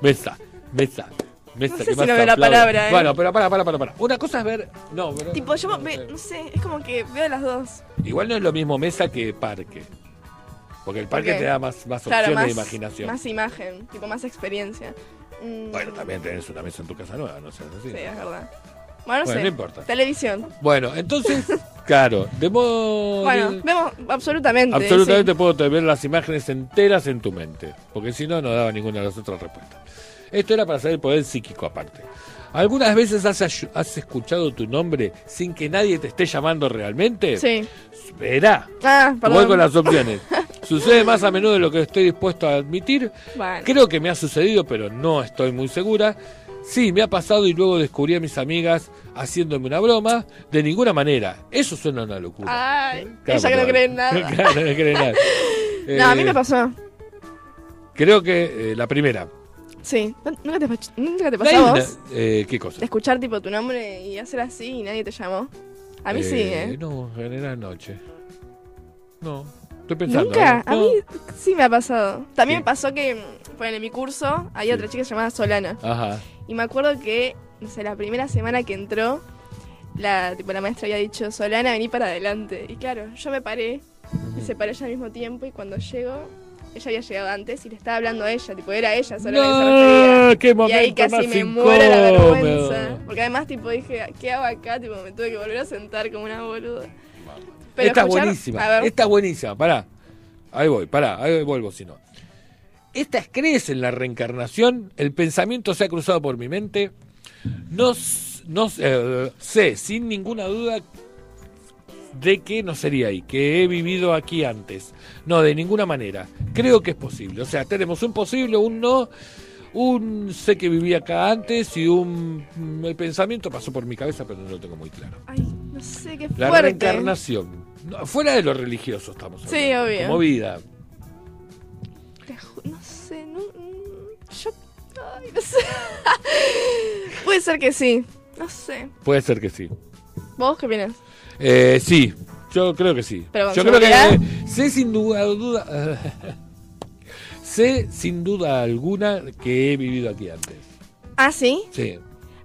S4: mesa, mesa, mesa.
S5: No sé
S4: ¿qué
S5: si
S4: más
S5: no veo la
S4: aplaudo?
S5: palabra, eh.
S4: Bueno, pero para, para, para, para. Una cosa es ver, no, pero-
S5: tipo, yo ve- no sé, es como que veo las dos.
S4: igual no es lo mismo mesa que parque, porque el parque
S5: Ok.
S4: te da más, más
S5: Claro,
S4: opciones
S5: más,
S4: de e imaginación.
S5: Más imagen, tipo, más experiencia. Mm,
S4: Bueno, también tenés una mesa en tu casa nueva, no sé,
S5: Sí,
S4: así.
S5: es verdad. Bueno, no
S4: Bueno,
S5: sé.
S4: no importa.
S5: Televisión.
S4: Bueno, entonces, claro, de modo
S5: Bueno,
S4: de-
S5: vemos absolutamente.
S4: Absolutamente puedo tener las imágenes enteras en tu mente, porque si no, no daba ninguna de las otras respuestas. Esto era para saber el poder psíquico aparte. ¿Algunas veces has, ayu- has escuchado tu nombre sin que nadie te esté llamando realmente?
S5: Sí. Sí.
S4: Verá,
S5: Ah, perdón.
S4: voy con las opciones. Sucede más a menudo de lo que estoy dispuesto a admitir.
S5: Bueno.
S4: Creo que me ha sucedido, pero no estoy muy segura. Sí, me ha pasado y luego descubrí a mis amigas haciéndome una broma. De ninguna manera. Eso suena a una locura.
S5: Ay,
S4: Claro,
S5: ella que no
S4: claro.
S5: cree en nada.
S4: Claro, no cree en nada.
S5: No, a mí
S4: Eh,
S5: me pasó.
S4: Creo que eh, la primera.
S5: Sí. ¿Nunca te, pas- nunca te
S4: Hay
S5: pasó a
S4: una-
S5: vos?
S4: eh, ¿Qué cosa?
S5: De escuchar tipo tu nombre y hacer así y nadie te llamó. A mí sí,
S4: Eh,
S5: ¿eh?
S4: No, en general noche. No, estoy pensando.
S5: Nunca.
S4: ¿eh?
S5: A
S4: No.
S5: mí sí me ha pasado. También
S4: Sí.
S5: me pasó que, mm, bueno, en mi curso había otra chica llamada Solana.
S4: Ajá.
S5: Y me acuerdo que, no sé, la primera semana que entró, la, tipo, la maestra había dicho, Solana, vení para adelante. Y claro, yo me paré, y se paró ella al mismo tiempo, y cuando llego, ella había llegado antes y le estaba hablando a ella, tipo, era ella, Solana, que se refería.
S4: No, qué
S5: Y ahí
S4: momento
S5: casi
S4: más
S5: me muero la
S4: incómodo.
S5: vergüenza. Porque además, tipo, dije, ¿qué hago acá? Tipo, me tuve que volver a sentar como una boluda. Pero
S4: Esta es
S5: escuchar- A
S4: buenísima.
S5: ver,
S4: Esta es buenísima. Pará. Ahí voy, pará. Ahí vuelvo si no. Esta es, ¿crees en la reencarnación? El pensamiento se ha cruzado por mi mente. No, s- no s- eh, sé, sin ninguna duda, de que no sería ahí, que he vivido aquí antes. No, de ninguna manera. Creo que es posible. O sea, tenemos un posible, un no, un sé que viví acá antes y un... mm, El pensamiento pasó por mi cabeza, pero no lo tengo muy claro.
S5: no sé qué
S4: La
S5: fuerte.
S4: reencarnación. No, fuera de lo religioso estamos.
S5: Sí,
S4: hablando,
S5: obvio.
S4: Como vida.
S5: Te ju- No sé, no. mm, Yo. Ay, no sé. Puede ser que sí. No sé.
S4: Puede ser que sí.
S5: ¿Vos qué opinas?
S4: Eh, sí, yo creo que sí.
S5: Pero con
S4: yo creo que
S5: seguridad.
S4: eh, sé sin duda, duda- sé sin duda alguna que he vivido aquí antes.
S5: Ah, sí.
S4: Sí.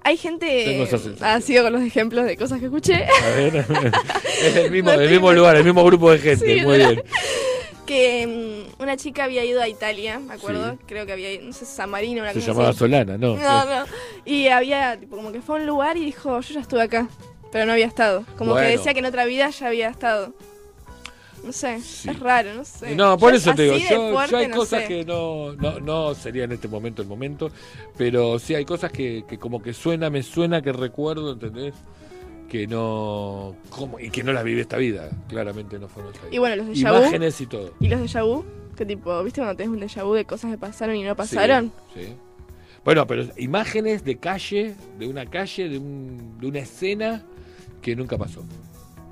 S5: Hay gente.
S4: Tengo esa sensación.
S5: ha sido con los ejemplos de cosas que escuché.
S4: A ver, es el mismo, el mismo lugar, el mismo grupo de gente.
S5: Sí,
S4: Muy
S5: ¿verdad?
S4: bien.
S5: Que mm, una chica había ido a Italia, me acuerdo.
S4: Sí.
S5: Creo que había ido, no sé, San Marino, una
S4: Se
S5: cosa
S4: llamaba
S5: así.
S4: Solana, ¿no?
S5: No, no. Y había, tipo, como que fue a un lugar y dijo, yo ya estuve acá. Pero no había estado. Como
S4: Bueno.
S5: que decía que en otra vida ya había estado. No sé, es raro, no sé.
S4: No, por
S5: Yo
S4: eso te digo,
S5: así de
S4: yo, yo
S5: fuerte,
S4: hay
S5: no
S4: cosas
S5: sé.
S4: que no, no, no sería en este momento el momento, pero sí hay cosas que, que como que suena, me suena, que recuerdo, ¿entendés? Que no... como- y que no las viví esta vida, claramente no fueron esta vida.
S5: Y bueno, los de Yahoo.
S4: Imágenes y todo.
S5: ¿Y los de Yahoo? Que tipo, ¿viste cuando tenés un déjà vu de cosas que pasaron y no pasaron?
S4: Sí, sí. Bueno, pero imágenes de calle, de una calle, de, un- de una escena que nunca pasó.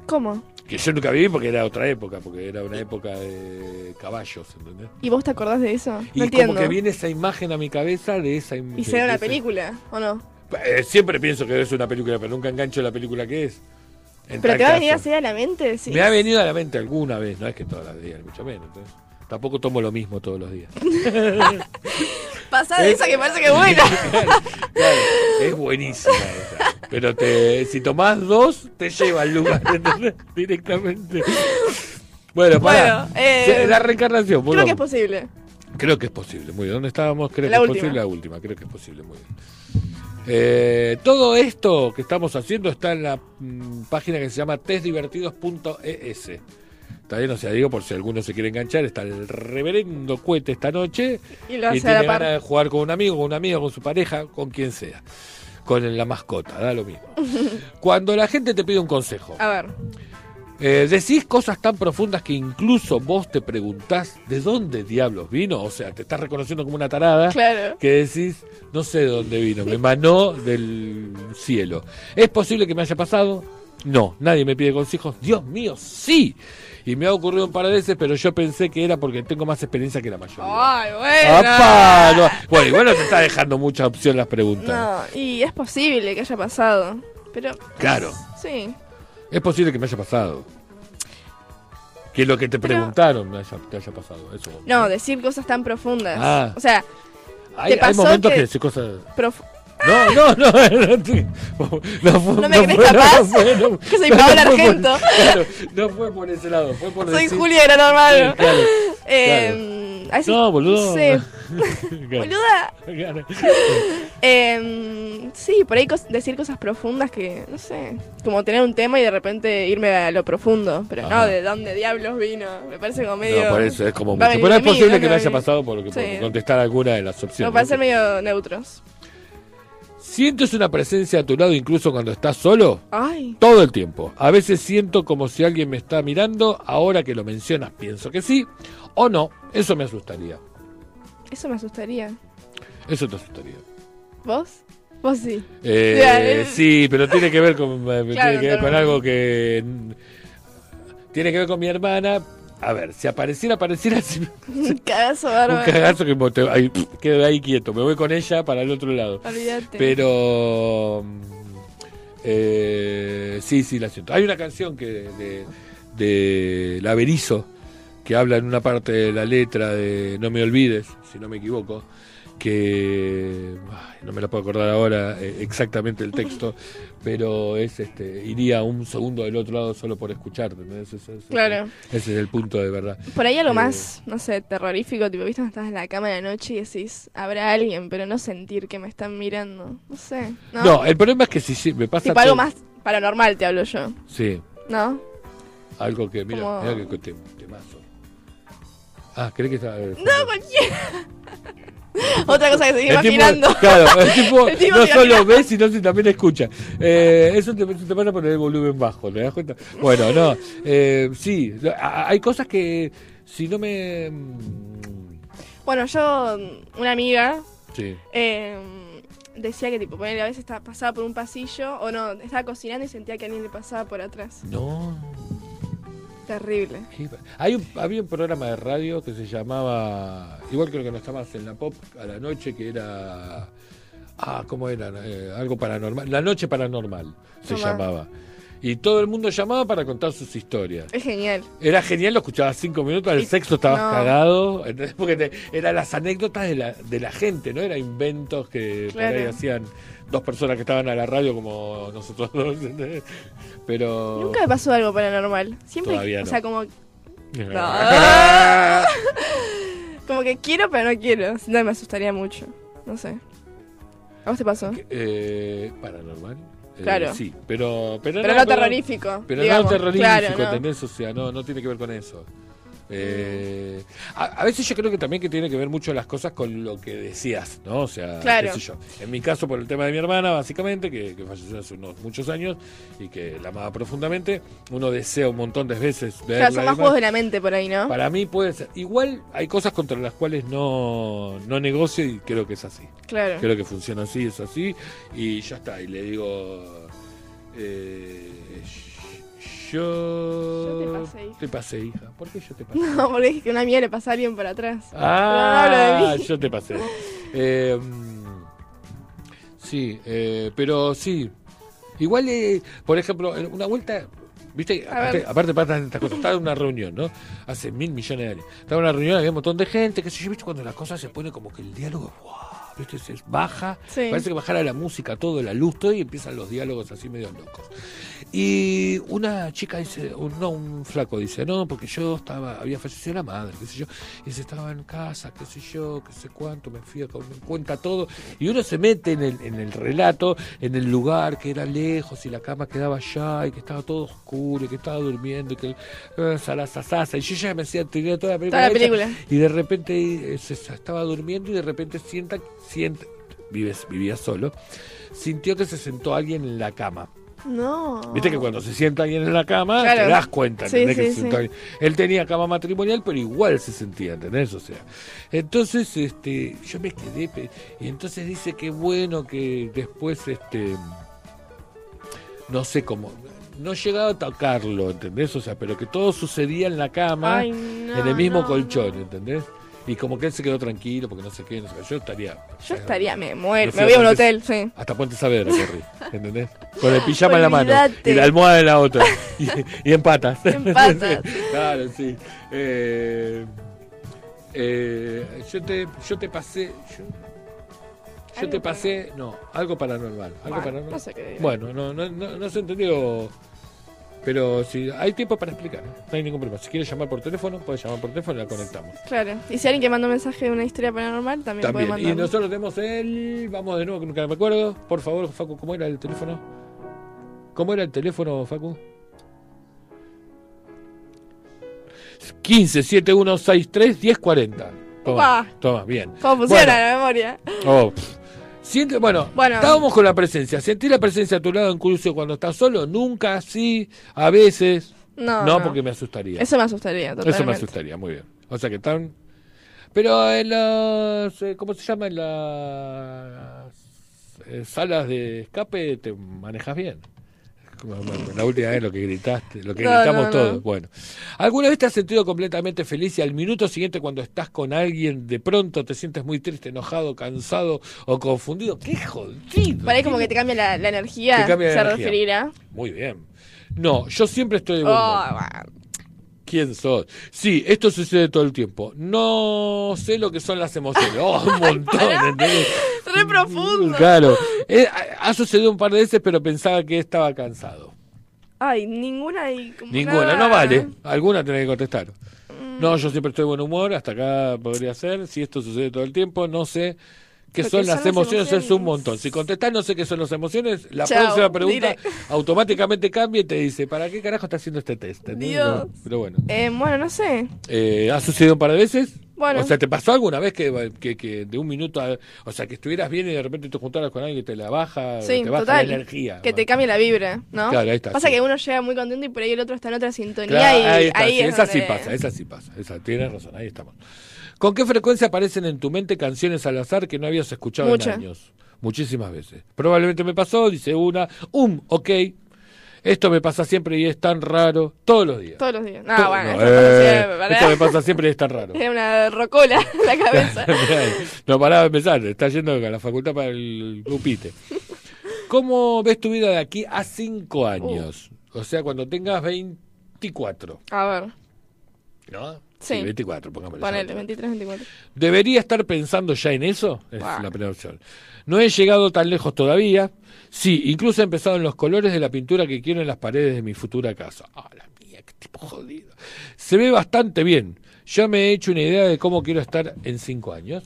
S5: ¿Cómo?
S4: Que yo nunca viví porque era otra época, porque era una época de caballos, ¿entendés?
S5: ¿Y vos te acordás de eso? No
S4: Y
S5: entiendo.
S4: como que viene esa imagen a mi cabeza de esa... im-
S5: ¿Y
S4: de-
S5: será
S4: de
S5: una
S4: ese-
S5: película o no?
S4: Eh, siempre pienso que es una película, pero nunca engancho la película que es. En
S5: ¿Pero
S4: tal
S5: te va a
S4: caso.
S5: venir así a la mente? decís?
S4: Me ha venido a la mente alguna vez, no es que todas las días, mucho menos. ¿eh? Tampoco tomo lo mismo todos los días.
S5: Pasá de
S4: Eh,
S5: esa que parece que es buena.
S4: Claro, es buenísima esa. Pero te, si tomás dos, te lleva al lugar, ¿entendés? Directamente. Bueno, para.
S5: Bueno, eh,
S4: la reencarnación,
S5: Creo
S4: volvamos.
S5: que es posible.
S4: Creo que es posible, muy bien. ¿Dónde estábamos? Creo
S5: La
S4: que
S5: última.
S4: es posible la última, creo que es posible, muy bien. Eh, todo esto que estamos haciendo está en la mm, página que se llama testdivertidos.es. Está bien, o sea, digo, por si alguno se quiere enganchar, está el reverendo cohete esta noche
S5: Y lo hace a
S4: tiene
S5: la par.
S4: ganas de jugar con un amigo, con un amigo, con su pareja, con quien sea. Con la mascota, da lo mismo. Cuando la gente te pide un consejo,
S5: a ver.
S4: eh, decís cosas tan profundas que incluso vos te preguntás de dónde diablos vino. O sea, te estás reconociendo como una tarada.
S5: Claro.
S4: Que decís, no sé de dónde vino, me emanó del cielo. ¿Es posible que me haya pasado? No, nadie me pide consejos. Dios mío, sí. Y me ha ocurrido un par de veces, pero yo pensé que era porque tengo más experiencia que la mayoría.
S5: Ay, bueno.
S4: ¡Apa! No. Bueno, igual no te está dejando mucha opción las preguntas.
S5: No, y es posible que haya pasado. Pero
S4: Claro.
S5: sí.
S4: Es posible que me haya pasado. Que lo que te
S5: Pero-
S4: preguntaron me haya, te haya pasado. Eso.
S5: No, decir cosas tan profundas.
S4: Ah.
S5: O sea, ¿te
S4: Hay, hay
S5: pasó
S4: momentos
S5: que-
S4: que, decís cosas.
S5: prof-
S4: No, no, no. No, te- no fue-
S5: ¿No me crees
S4: fue-
S5: capaz?
S4: fue- no-
S5: Que soy
S4: no, no
S5: Paola
S4: fue por-
S5: Argento.
S4: claro, no fue por ese lado. Fue por
S5: soy
S4: decir-
S5: Julia Gran Hermano.
S4: Sí, claro,
S5: Eh, a veces-
S4: No, boludo.
S5: Sí,
S4: Claro,
S5: boluda.
S4: claro.
S5: Eh, sí, por ahí cos- decir cosas profundas que, no sé, como tener un tema y de repente irme a lo profundo. Pero no,
S4: Ajá.
S5: de dónde diablos vino. Me parece como medio...
S4: No, por eso es como
S5: Va a
S4: mucho.
S5: venir
S4: Pero
S5: de
S4: es
S5: mí,
S4: posible
S5: ¿no?
S4: que me
S5: No,
S4: haya
S5: no.
S4: pasado por, por
S5: Sí.
S4: contestar alguna de las opciones.
S5: Como para ser medio neutros.
S4: ¿Sientes una presencia a tu lado incluso cuando estás solo?
S5: Ay.
S4: Todo el tiempo. A veces siento como si alguien me está mirando. Ahora que lo mencionas, pienso que sí. O no, eso me asustaría.
S5: Eso me asustaría.
S4: Eso te asustaría.
S5: ¿Vos? Vos sí.
S4: Eh,
S5: Ya, eh.
S4: Sí, pero tiene que ver con, eh, tiene que ver con
S5: claro.
S4: algo que. mm, Tiene que ver con mi hermana. A ver, si apareciera, apareciera. si-
S5: Un cagazo
S4: un
S5: bárbaro.
S4: cagazo que me- te- ahí, pf, quedo ahí quieto. Me voy con ella para el otro lado.
S5: Olvídate.
S4: Pero. mm, eh, sí, sí, la siento. Hay una canción que de, de La Berizo que habla en una parte de la letra de No me olvides, si no me equivoco, que ay, no me la puedo acordar ahora eh, exactamente el texto, pero es este iría a un segundo del otro lado solo por escucharte. ¿no? Ese, es- ese es-
S5: Claro.
S4: ese es el punto de verdad.
S5: Por ahí algo
S4: Eh,
S5: más, no sé, terrorífico, tipo, viste, cuando estás en la cama de la noche y decís, habrá alguien, pero no sentir que me están mirando. No sé, ¿no?
S4: No. el problema es que si, si me pasa
S5: tipo algo
S4: todo-
S5: más paranormal te hablo yo,
S4: Sí,
S5: ¿no?
S4: algo que mira,
S5: Como-
S4: mira que te- temazo. Ah, ¿crees que está
S5: No, cualquiera. Otra cosa que se
S4: El tipo-
S5: imaginando.
S4: claro, el tipo
S5: El tipo
S4: no
S5: se
S4: solo ve, sino que también escucha. Eh, eso te, te van a poner el volumen bajo, ¿te das cuenta? Bueno, no. eh, sí, lo- a- hay cosas que si no me. mm,
S5: Bueno, yo, mm, una amiga,
S4: Sí.
S5: eh, decía que, tipo, ponele, a veces estaba, pasaba por un pasillo, o no, estaba cocinando y sentía que alguien le pasaba por atrás.
S4: No.
S5: Terrible.
S4: qué- Hay un- había un programa de radio que se llamaba. Igual creo que no está más en la pop a la noche, que era. Ah, ¿cómo era? Eh, algo paranormal. La noche paranormal se
S5: Tomá.
S4: llamaba. Y todo el mundo llamaba para contar sus historias.
S5: Es genial.
S4: Era genial, lo escuchabas cinco minutos, el
S5: Y-
S4: sexo estabas
S5: no.
S4: cagado, ¿entendés? porque te- eran las anécdotas de la, de la gente, no era inventos que
S5: Claro.
S4: por ahí hacían dos personas que estaban a la radio como nosotros dos, ¿entendés? pero...
S5: Nunca me pasó algo paranormal. Siempre,
S4: Oh. Todavía no.
S5: o sea, como
S4: No.
S5: Como que quiero, pero no quiero. Si No, me asustaría mucho. No sé. ¿A vos te pasó?
S4: Eh, paranormal. eh,
S5: Claro.
S4: Sí, pero... Pero,
S5: Pero no terrorífico,
S4: Pero
S5: digamos.
S4: no terrorífico,
S5: Claro, no.
S4: ¿entendés? O sea, no, no tiene que ver con eso. Eh, a, a veces yo creo que también que tiene que ver mucho las cosas con lo que decías, ¿no? O sea,
S5: Claro.
S4: qué sé yo. En mi caso, por el tema de mi hermana, básicamente, que, que falleció hace unos muchos años y que la amaba profundamente, uno desea un montón de veces verla.
S5: Claro,
S4: y
S5: son más
S4: demás.
S5: juegos de la mente por ahí, ¿no?
S4: Para mí puede ser. Igual hay cosas contra las cuales no, no negocio y creo que es así.
S5: Claro.
S4: Creo que funciona así, es así. Y ya está. Y le digo. eh, yo.
S5: Yo te pasé, hija.
S4: Te pasé, hija. ¿Por qué yo te pasé?
S5: No, porque dije que una mía le pasaba bien por atrás. Pero no hablo
S4: Ah,
S5: de mí.
S4: yo te pasé. Eh, mm, sí, eh, pero sí. Igual, eh, por ejemplo, en una vuelta, viste,
S5: A
S4: aparte,
S5: ver.
S4: aparte pasan estas cosas, estaba en una reunión, ¿no? Hace mil millones de años. Estaba en una reunión, había un montón de gente, qué sé yo, viste, cuando las cosas se pone como que el diálogo, ¡guau! viste, se baja,
S5: Sí.
S4: parece que bajara la música, todo, la luz, todo, y empiezan los diálogos así medio locos. Y una chica dice, un- no, un flaco dice, no, porque yo estaba, había fallecido la madre, qué sé yo, y dice, estaba en casa, qué sé yo, qué sé cuánto, me fui a com- me cuenta todo, y uno se mete en el, en el relato, en el lugar que era lejos, y la cama quedaba allá, y que estaba todo oscuro, y que estaba durmiendo, y que eh, salasa, sasa, y yo ya me hacía tener toda la película.
S5: Toda la
S4: hecha,
S5: película.
S4: y de repente eh, se se estaba durmiendo y de repente sienta, sienta, vives, vivía solo, sintió que se sentó alguien en la cama.
S5: No.
S4: Viste que cuando se sienta alguien en la cama,
S5: Claro.
S4: te das cuenta,
S5: Sí,
S4: ¿entendés?
S5: sí,
S4: que se
S5: sí.
S4: sentó alguien. Él tenía cama matrimonial, pero igual se sentía, ¿entendés? O sea. Entonces, este, yo me quedé. pe- Y entonces dice que bueno que después, este. No sé cómo. No llegaba a tocarlo, ¿entendés? O sea, pero que todo sucedía en la cama,
S5: Ay, no,
S4: en el mismo
S5: no,
S4: colchón, ¿entendés? Y como que él se quedó tranquilo, porque no sé qué, no sé qué. Yo estaría.
S5: Yo estaría, me muero.
S4: Yo
S5: Me
S4: fui
S5: voy a un
S4: Puente-
S5: hotel, sí.
S4: Hasta Puente Saavedra corrí, ¿entendés? Con el pijama en la mano
S5: Olvídate.
S4: y la almohada en la otra. Y, y en patas.
S5: En patas.
S4: claro, sí. Eh, eh, yo, te, yo te pasé. Yo, yo te pasé. No, algo paranormal. Algo
S5: Bueno,
S4: paranormal.
S5: no sé qué digo.
S4: Bueno, no, no, no, no se entendió. Pero si hay tiempo para explicar, ¿eh? no hay ningún problema. Si quieres llamar por teléfono, puedes llamar por teléfono y la conectamos.
S5: Claro. Y si alguien que manda un mensaje de una historia paranormal, también,
S4: También.
S5: puede
S4: Y
S5: mandar.
S4: nosotros tenemos el. Vamos de nuevo, que nunca me acuerdo. Por favor, Facu, ¿cómo era el teléfono? ¿Cómo era el teléfono, Facu? 15 7163 1040. Toma,
S5: Upa.
S4: toma, bien.
S5: ¿Cómo funciona la memoria?
S4: Bueno, oh, pff, Siente- bueno, estábamos con la presencia. ¿Sentí la presencia a tu lado en cruce cuando estás solo? Nunca, sí, a veces.
S5: No,
S4: No,
S5: no.
S4: porque me asustaría.
S5: Eso me asustaría,
S4: Eso me
S5: totalmente.
S4: asustaría, muy bien. O sea que están. Pero en las. eh, ¿Cómo se llama? En las. eh, salas de escape te manejas bien. Como me- La última vez lo que gritaste, lo que
S12: No,
S4: gritamos
S12: no, no.
S4: todos. Bueno, ¿alguna vez te has sentido completamente feliz y al minuto siguiente cuando estás con alguien de pronto te sientes muy triste, enojado, cansado o confundido? ¡Qué jodido!
S5: Por ahí como que te cambia la, la energía,
S4: Te cambia la
S5: se
S4: energía.
S5: referirá.
S4: Muy bien. No, yo siempre estoy de buen humor.
S5: Oh,
S4: ¿Quién sos? Sí, esto sucede todo el tiempo. No sé lo que son las emociones. Oh, un montón, ¿entendés?
S5: re profundo.
S4: Claro. Eh, ha- ha sucedido un par de veces, pero pensaba que estaba cansado.
S5: Ay, ninguna y como
S4: Ninguna,
S5: nada.
S4: no vale. Alguna tenés que contestar. No, yo siempre estoy de buen humor, hasta acá podría ser. Si esto sucede todo el tiempo, no sé qué
S12: Lo que
S4: son las
S12: son las
S4: emociones, es un
S12: emociones.
S4: montón. Si contestás no sé qué son las emociones, la
S12: Chao,
S4: próxima pregunta
S5: directo.
S4: automáticamente cambia y te dice, ¿para qué carajo está haciendo este test? ¿entendés?
S5: Dios.
S4: Pero bueno.
S5: Eh, bueno, no sé.
S4: Eh, ¿Ha sucedido un par de veces?
S5: Bueno.
S4: O sea, ¿te pasó alguna vez que, que- que de un minuto, a- o sea, que estuvieras bien y de repente te juntaras con alguien que te la baja,
S5: Sí,
S4: te baja
S5: total.
S4: la energía?
S5: Que te cambie la vibra, ¿no?
S4: Claro, ahí está,
S5: Pasa
S4: sí.
S5: que uno llega muy contento y por ahí el otro está en otra sintonía
S4: Claro,
S5: y
S4: ahí está,
S5: ahí
S4: sí,
S5: es
S4: esa sí
S5: donde-
S4: pasa, esa sí pasa, esa tienes razón, ahí estamos. ¿Con qué frecuencia aparecen en tu mente canciones al azar que no habías escuchado
S5: Muchas.
S4: en años? Muchísimas veces. Probablemente me pasó, dice una, um, ok, esto me pasa siempre y es tan raro, todos los días.
S5: Todos los días. No,
S4: To-
S5: ah, bueno,
S4: no,
S5: eso pasa
S4: eh,
S5: siempre, ¿verdad?
S4: esto me pasa siempre y es tan raro.
S5: Era una rocola en la cabeza.
S4: no paraba de pensar, está yendo a la facultad para el grupite. ¿Cómo ves tu vida de aquí a cinco años? O sea, cuando tengas 24,
S5: A ver,
S4: ¿no?
S5: Sí.
S4: 24, pongámosle.
S5: ponele, 23, 24.
S4: ¿Debería estar pensando ya en eso? Es la primera opción. No he llegado tan lejos todavía. Sí, incluso he empezado en los colores de la pintura que quiero en las paredes de mi futura casa. Ah, la mía, qué tipo jodido. Se ve bastante bien. Ya me he hecho una idea de cómo quiero estar en cinco años.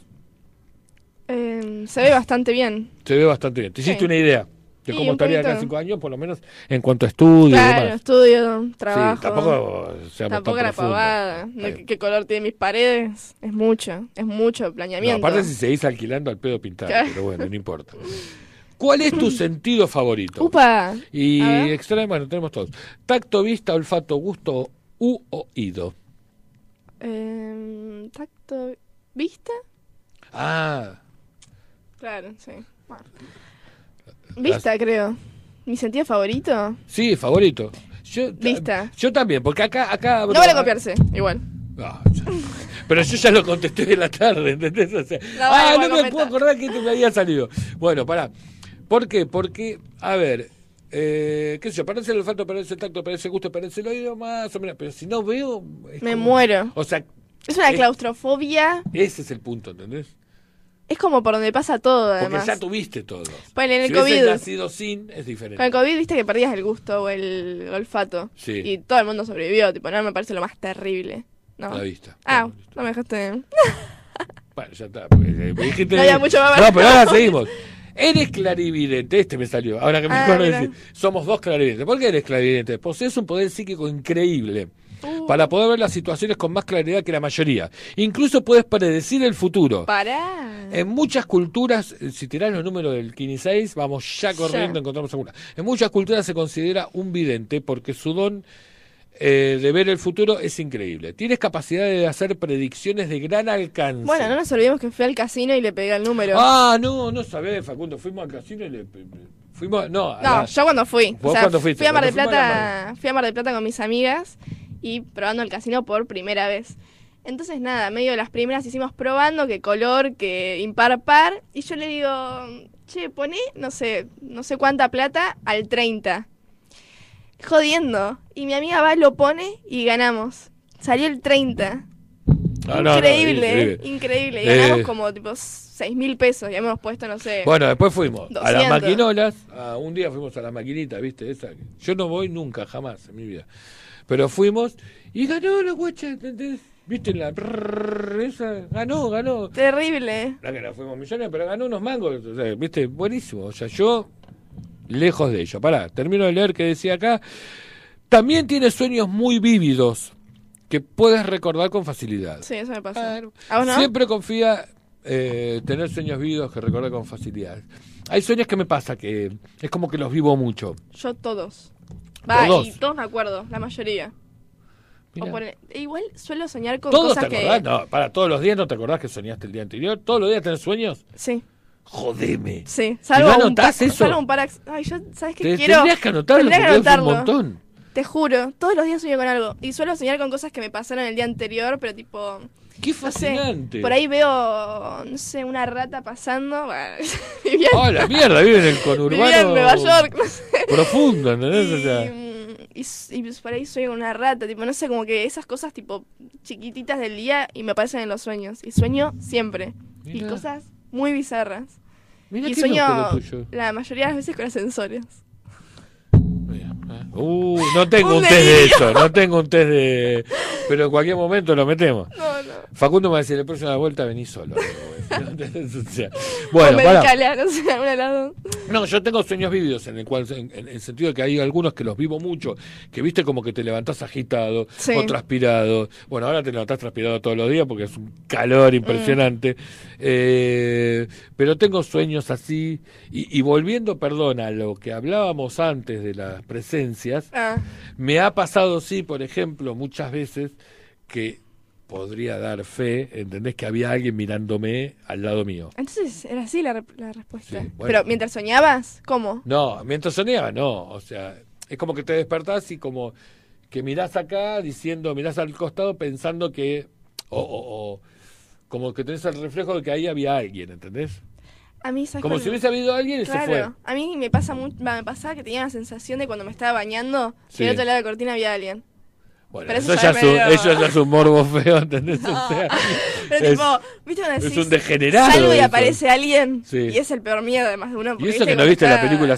S5: Eh, se ve bastante bien.
S4: Se ve bastante bien. Te
S5: Sí.
S4: hiciste una idea de
S5: Sí,
S4: cómo
S5: un
S4: estaría acá en
S5: poquito.
S4: cinco años, por lo menos en cuanto a estudio y
S5: Claro,
S4: demás.
S5: estudio, trabajo.
S4: sí, tampoco seamos
S5: Tampoco
S4: tan
S5: la
S4: profundos.
S5: pavada.
S4: Está bien.
S5: ¿Qué, qué color tienen mis paredes? Es mucho, es mucho
S4: No,
S5: planeamiento.
S4: aparte si seguís alquilando al pedo pintado,
S5: Claro.
S4: pero bueno, no importa. ¿Cuál es tu sentido favorito?
S5: Upa.
S4: Y
S5: A ver.
S4: extraño, bueno, tenemos todos. Tacto, vista, olfato, gusto u oído.
S5: Em, tacto. ¿Vista?
S4: Ah,
S5: Claro, sí. Bueno. Vista, creo. ¿Mi sentido favorito?
S4: sí, favorito. Yo,
S5: Vista.
S4: yo también, porque acá... acá
S5: No vale copiarse, igual.
S4: Ah, ya. Pero yo ya lo contesté de la tarde, ¿entendés? O sea,
S5: vale,
S4: ah,
S5: voy a
S4: no me
S5: comentar.
S4: puedo acordar que este me había salido. Bueno, pará. ¿Por qué? Porque, a ver, eh, qué sé yo, parece el olfato, parece el tacto, parece el gusto, parece el oído, más o menos. Pero si no veo... es
S5: Me
S4: como-
S5: muero.
S4: O sea,
S5: Es una
S4: es-
S5: claustrofobia.
S4: ese es el punto, ¿entendés?
S5: Es como por donde pasa todo,
S4: Porque
S5: además.
S4: ya tuviste todo.
S5: Ponele, en el
S4: si hubieses
S5: COVID.
S4: nacido sin, es diferente.
S5: Con el COVID viste que perdías el gusto o el olfato.
S4: Sí.
S5: Y todo el mundo sobrevivió. Tipo, no me parece lo más terrible. No.
S4: La vista.
S5: Ah, no me dejaste.
S4: Bueno, ya está. porque, eh, me dijiste-
S5: No había mucho más
S4: No,
S5: para-
S4: pero ahora seguimos. Eres clarividente, este me salió. Ahora que me
S5: Ah,
S4: acuerdo de
S5: mira.
S4: decir, somos dos clarividentes. ¿Por qué eres clarividente? Posees un poder psíquico increíble
S5: Uh.
S4: para poder ver las situaciones con más claridad que la mayoría. Incluso puedes predecir el futuro.
S5: Pará.
S4: En muchas culturas, eh, si tirás los números del 15 vamos ya corriendo,
S5: Ya.
S4: encontramos alguna. En muchas culturas se considera un vidente porque su don eh, de ver el futuro es increíble. Tienes capacidad de hacer predicciones de gran alcance.
S5: Bueno, no nos olvidemos que fui al casino y le pegué al número.
S4: Ah, no, no sabés, Facundo. Fuimos al casino y le. pe- pe- Fuimos. No, a
S5: No,
S4: la-
S5: yo cuando fui.
S4: ¿Vos
S5: o sea,
S4: cuándo fuiste?
S5: Fui a Mar del
S4: Cuando fuimos a la
S5: Plata, fui a Mar del Plata con mis amigas y probando el casino por primera vez. Entonces, nada, medio de las primeras hicimos probando qué color, qué impar par. Y yo le digo, che, poné, no sé, no sé cuánta plata al 30. Jodiendo. Y mi amiga va, lo pone y ganamos. Salió el 30.
S4: No, no, no,
S5: increíble, eh,
S4: increíble.
S5: increíble. Y ganamos
S4: Eh.
S5: como tipo 6 mil pesos y hemos puesto, no sé.
S4: Bueno, después fuimos a las
S5: 200.
S4: maquinolas. a- un día fuimos a las maquinitas, ¿viste? Esa. que- Yo no voy nunca, jamás en mi vida. Pero fuimos y ganó la guacha, ¿entendés? ¿Viste? La prrrr, esa. Ganó, ganó.
S5: Terrible.
S4: La que la fuimos millones, pero ganó unos mangos. o sea, ¿Viste? Buenísimo. O sea, yo lejos de ello. Pará, termino de leer que decía acá. También tiene sueños muy vívidos que puedes recordar con facilidad.
S5: Sí, eso me pasó. ¿A vos no?
S4: Siempre confía eh, tener sueños vividos que recordar con facilidad. Hay sueños que me pasa que es como que los vivo mucho.
S5: Yo todos. Va,
S4: Todos.
S5: y todos me acuerdo, la mayoría. O
S4: Mirá.
S5: por- e igual suelo soñar con
S4: ¿Todos
S5: cosas
S4: te
S5: que.
S4: acordás? No, para todos los días no te acordás que soñaste el día anterior. ¿Todos los días tenés sueños?
S5: Sí.
S4: Jodeme.
S5: Sí,
S4: ¿Y
S5: salvo
S4: no
S5: un
S4: anotás
S5: pa-
S4: eso?
S5: salvo un parax- Ay, yo, ¿sabes qué
S4: Te-
S5: quiero?
S4: tendrías que anotarlo,
S5: Tendría que
S4: porque es un
S5: anotarlo.
S4: montón.
S5: Te juro, todos los días sueño con algo. Y suelo soñar con cosas que me pasaron el día anterior, pero tipo.
S4: ¡Qué
S5: fascinante! por ahí veo, no sé, una rata pasando. bah, vivía-
S4: ¡Oh, la mierda! Vive en
S5: vivía
S4: el
S5: en
S4: conurbano
S5: Nueva York, no sé.
S4: profundo, ¿entendés? O sea,
S5: mm, y, s- y pues, por ahí sueño con una rata, tipo, no sé, como que esas cosas tipo chiquititas del día y me aparecen en los sueños. Y sueño siempre. Y cosas muy bizarras.
S4: Mirá
S5: y
S4: qué
S5: sueño
S4: loco lo tuyo.
S5: la mayoría de las veces con ascensores.
S4: uh, no tengo
S5: Un
S4: un test de
S5: delirio.
S4: eso, no tengo un test de... Pero en cualquier momento lo metemos.
S5: No, no.
S4: Facundo me va a decir, la próxima vuelta venís solo. ¿entendés? O sea,
S5: o
S4: bueno, pará.
S5: medicalea, no sé, alguna de las dos.
S4: No, yo tengo sueños vívidos en el cual, en, en el sentido de que hay algunos que los vivo mucho, que viste como que te levantás agitado
S5: Sí.
S4: o transpirado. Bueno, ahora te levantás transpirado todos los días porque es un calor impresionante. Eh, pero tengo sueños así. Y, y volviendo, perdón, a lo que hablábamos antes de las presencias,
S5: Ah.
S4: me ha pasado, sí, por ejemplo, muchas veces que podría dar fe, ¿entendés? Que había alguien mirándome al lado mío.
S5: Entonces era así la, rep- la respuesta.
S4: Sí, bueno.
S5: Pero mientras soñabas, ¿cómo?
S4: No, mientras soñaba, no. O sea, es como que te despertás y como que mirás acá diciendo, mirás al costado pensando que. O, o- o como que tenés el reflejo de que ahí había alguien, ¿entendés?
S5: A mí, ¿sabes
S4: Como
S5: cuál
S4: si
S5: me-
S4: hubiese habido alguien y se
S5: Claro,
S4: fue.
S5: a mí me pasa mucho, me pasaba que tenía la sensación de cuando me estaba bañando,
S4: Sí.
S5: que al otro lado de la cortina había alguien.
S4: Bueno,
S5: Pero
S4: eso,
S5: eso
S4: ya
S5: ya
S4: es un,
S5: medio-
S4: eso ya es un morbo feo, ¿entendés? O sea,
S5: Pero
S4: es-
S5: tipo, ¿viste cuando
S4: es
S5: decís,
S4: un degenerado
S5: Salgo y
S4: eso.
S5: aparece alguien.
S4: Sí.
S5: Y es el peor miedo, además de uno.
S4: y
S5: porque
S4: eso que
S5: viste
S4: no viste
S5: cuando
S4: la película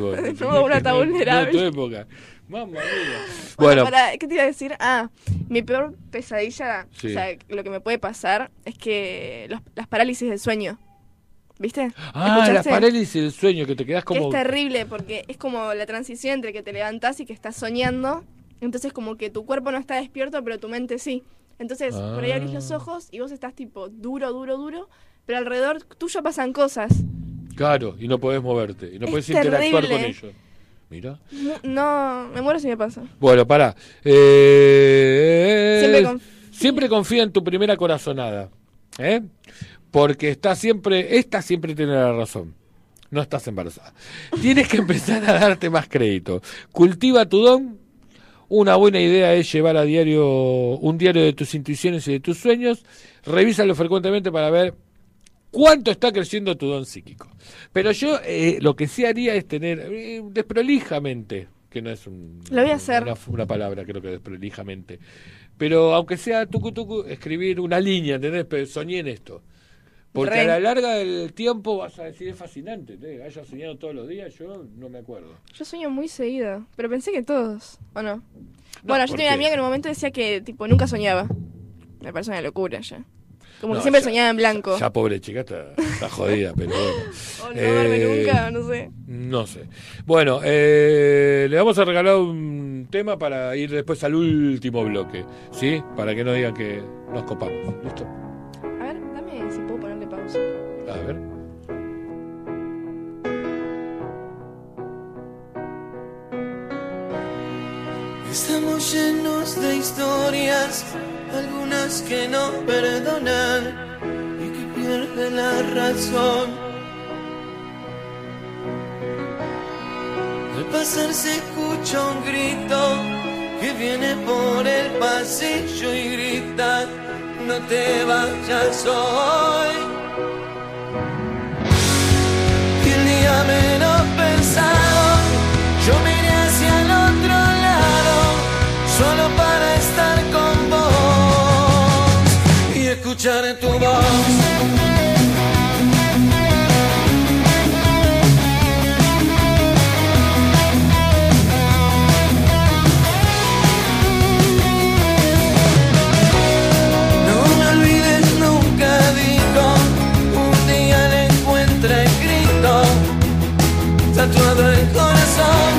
S4: vos.
S5: No, uno está
S4: No, no,
S5: vulnerable.
S4: tu época. Mamma mía.
S5: está-
S4: Bueno,
S5: pará, ¿Qué te iba a decir? Ah, mi peor pesadilla,
S4: Sí.
S5: o sea, lo que me puede pasar es que los- las parálisis del sueño. ¿Viste?
S4: ah, la
S5: ¿Escuchaste?
S4: parálisis del sueño, que te quedás
S5: Que
S4: como.
S5: es terrible porque es como la transición entre que te levantás y que estás soñando. Entonces como que tu cuerpo no está despierto, pero tu mente sí. Entonces por ahí abrís los
S4: Ah.
S5: ojos y vos estás tipo duro, duro, duro, pero alrededor tuyo pasan cosas.
S4: Claro, y no podés moverte, y no
S5: Es
S4: podés interactuar con
S5: terrible.
S4: ellos. Mira.
S5: No, no, me muero si me pasa.
S4: Bueno, pará. Eh,
S5: Siempre con-
S4: siempre confía en tu primera corazonada. ¿eh? Porque está siempre, esta siempre tiene la razón. No estás embarazada. Tienes que empezar a darte más crédito. Cultiva tu don. Una buena idea es llevar a diario un diario de tus intuiciones y de tus sueños. Revísalo frecuentemente para ver cuánto está creciendo tu don psíquico. Pero yo eh, lo que sí haría es tener eh, desprolijamente, que no es un,
S5: Lo voy a hacer.
S4: Una, una palabra, creo que desprolijamente. Pero aunque sea tucu tucu, escribir una línea, ¿entendés? Pero soñé en esto. Porque
S5: Re.
S4: a la larga del tiempo vas a decir, es fascinante, ¿eh? haya soñado todos los días, yo no me acuerdo.
S5: Yo sueño muy seguido, pero pensé que todos, ¿o no? bueno, yo tenía
S4: ¿por qué?
S5: una amiga que en un momento decía que tipo nunca soñaba. Me parece una locura ya. Como
S4: No,
S5: que siempre
S4: ya-
S5: soñaba en blanco.
S4: Ya pobre chica está, está jodida, pero bueno.
S5: o Oh, no duerme
S4: Eh,
S5: nunca, o no sé.
S4: No sé. Bueno, eh, le vamos a regalar un tema para ir después al último bloque, ¿sí? Para que no digan que nos copamos. ¿Listo?
S5: A ver, dame si puedo ponerle pausa.
S4: A ver.
S12: Esta noche nos de historias, algunas que no perdonan y que pierden la razón. Al pasar se escucha un grito que viene por el pasillo y grita, no te vayas hoy. Y el día menos pensado, yo miré hacia el otro lado, solo para estar con vos y escuchar tu voz. No me olvides nunca, digo, un día le encuentra escrito, tatuado el corazón.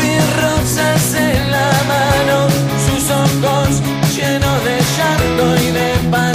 S12: De rosas en la mano, sus ojos llenos de llave.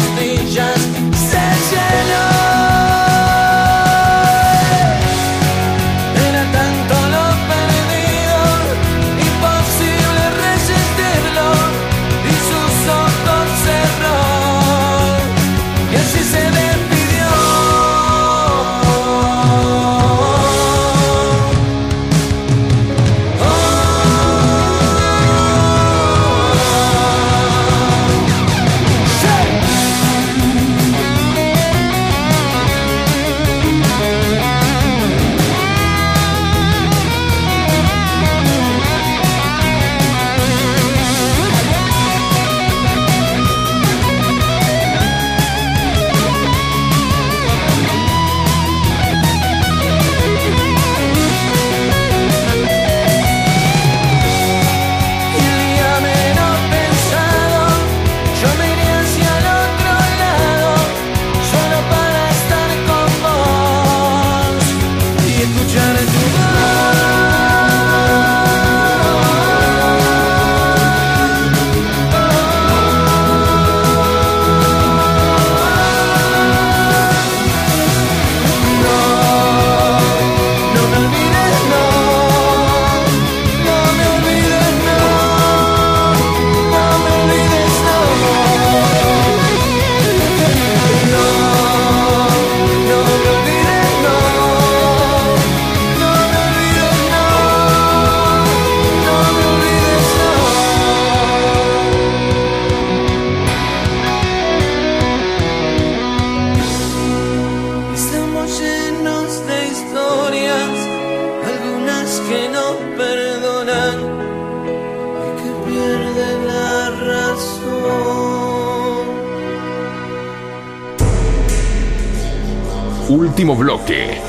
S2: último bloque.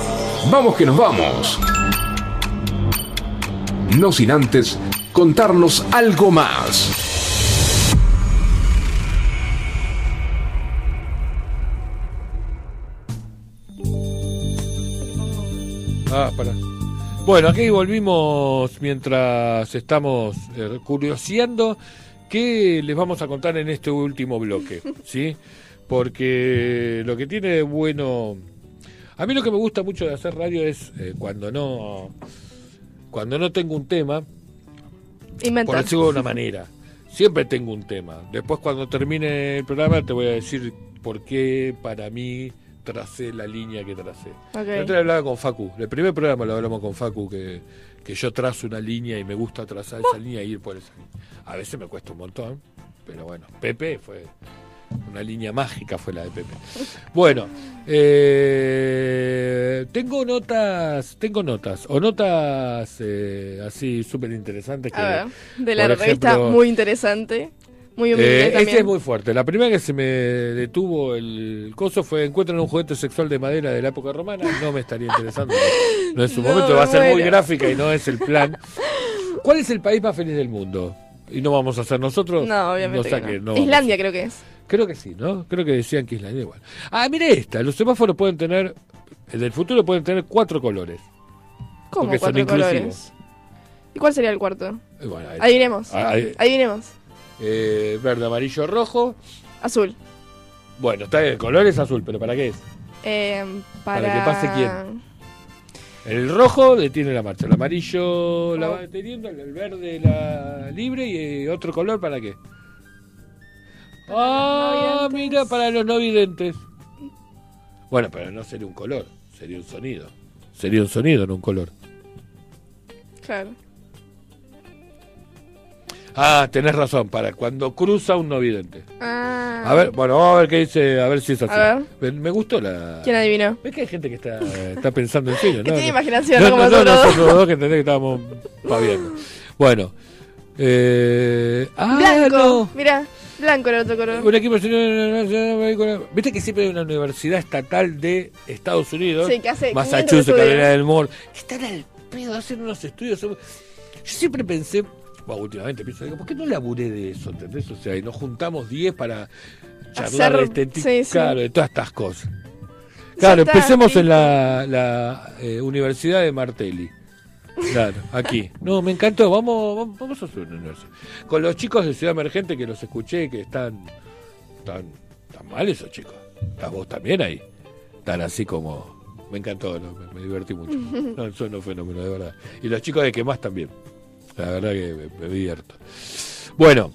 S2: Vamos que nos vamos. No sin antes contarnos algo más.
S4: Ah, pará. Bueno, aquí volvimos mientras estamos eh, curioseando qué les vamos a contar en este último bloque, ¿sí? Porque lo que tiene de bueno... A mí lo que me gusta mucho de hacer radio es eh, cuando no... Cuando no tengo un tema, por
S5: Inventar.
S4: decirlo de una manera. Siempre tengo un tema. Después cuando termine el programa te voy a decir por qué para mí tracé la línea que tracé.
S5: Ok.
S4: La otra vez hablaba con Facu. El primer programa lo hablamos con Facu que, que yo trazo una línea y me gusta trazar esa línea e ir por esa línea. A veces me cuesta un montón, pero bueno, Pepe fue una línea mágica fue la de Pepe. Bueno, eh, tengo notas, tengo notas, o notas eh, así súper interesantes que...
S5: A ver, de la
S4: por
S5: revista
S4: ejemplo,
S5: muy interesante. Muy humilde
S4: eh,
S5: también.
S4: este es muy fuerte. La primera que se me detuvo el coso fue encuentran un juguete sexual de madera de la época romana. No me estaría interesando. No es su
S5: No,
S4: momento,
S5: me
S4: va a ser muy
S5: muero.
S4: gráfica y no es el plan. ¿Cuál es el país más feliz del mundo? Y no vamos a hacer nosotros.
S5: No, obviamente.
S4: No, o sea
S5: que
S4: que
S5: no.
S4: no vamos.
S5: Islandia creo que es.
S4: Creo que sí, ¿no? Creo que decían que Islandia igual. Ah, mire esta. Los semáforos pueden tener, el del futuro pueden tener cuatro colores.
S5: ¿Cómo
S4: Porque son
S5: cuatro colores?
S4: inclusivos.
S5: ¿Y cuál sería el cuarto?
S4: Eh, bueno, ahí-
S5: Adivinemos.
S4: Ah, ahí-
S5: Adivinemos.
S4: eh, verde, amarillo, rojo.
S5: Azul.
S4: Bueno, está el color es azul, pero ¿para qué es?
S5: Eh, para...
S4: Para que pase quién. El rojo detiene la marcha, el amarillo la va deteniendo, el verde la libre y eh, otro color para qué. Ah, mira, para los no videntes. Bueno, pero no sería un color, sería un sonido. Sería un sonido, no un color.
S5: Claro.
S4: Ah, tenés razón, para cuando cruza un no vidente.
S5: Ah,
S4: A ver, bueno, vamos a ver qué dice, a ver si es así.
S5: A ver.
S4: Me- Me gustó la...
S5: ¿Quién adivinó?
S4: Es que hay gente que está... Eh, Está pensando en serio, ¿no?
S5: Que tiene imaginación,
S4: no,
S5: no
S4: no,
S5: como
S4: no,
S5: nosotros.
S4: nosotros dos que entendés que estábamos paviando. Bueno. Eh, ah,
S5: blanco.
S4: no.
S5: Mirá, blanco era otro color.
S4: Un equipo nacional. Viste que siempre hay una universidad estatal de Estados Unidos.
S5: Sí, que hace 500
S4: Massachusetts,
S5: estudios.
S4: Carolina del Norte. Que están al pedo, hacen unos estudios. Yo siempre pensé, bueno, últimamente pienso, digo, ¿por qué no laburé de eso? ¿Entendés? O sea, y nos juntamos 10 para charlar
S5: Hacer-
S4: de este tipo.
S5: sí, sí.
S4: Claro, de todas estas cosas. Claro,
S5: está,
S4: empecemos
S5: sí.
S4: en la, la, eh, Universidad de Martelli. Claro, aquí. No, me encantó. Vamos, vamos, vamos a hacer una universidad. Con los chicos de Ciudad Emergente que los escuché, que están tan, tan mal esos chicos. Estás vos también ahí. Tan así como. Me encantó, ¿no? me, me divertí mucho. No, son un fenómeno, de verdad. Y los chicos de que más también. La verdad que me, me divierto. Bueno.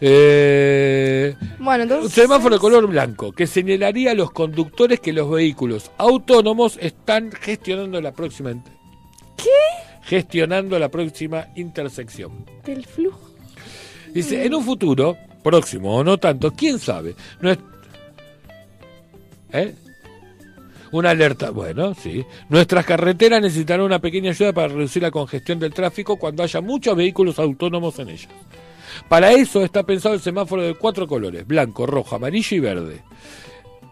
S4: Eh,
S5: Bueno,
S4: un
S5: entonces...
S4: semáforo de color blanco que señalaría a los conductores que los vehículos autónomos están gestionando la próxima int- gestionando la próxima intersección.
S5: Del flujo.
S4: Dice, en un futuro, próximo o no tanto, quién sabe, Nues- ¿Eh? Una alerta, bueno, sí. Nuestras carreteras necesitarán una pequeña ayuda para reducir la congestión del tráfico cuando haya muchos vehículos autónomos en ellas. Para eso está pensado el semáforo de cuatro colores, blanco, rojo, amarillo y verde.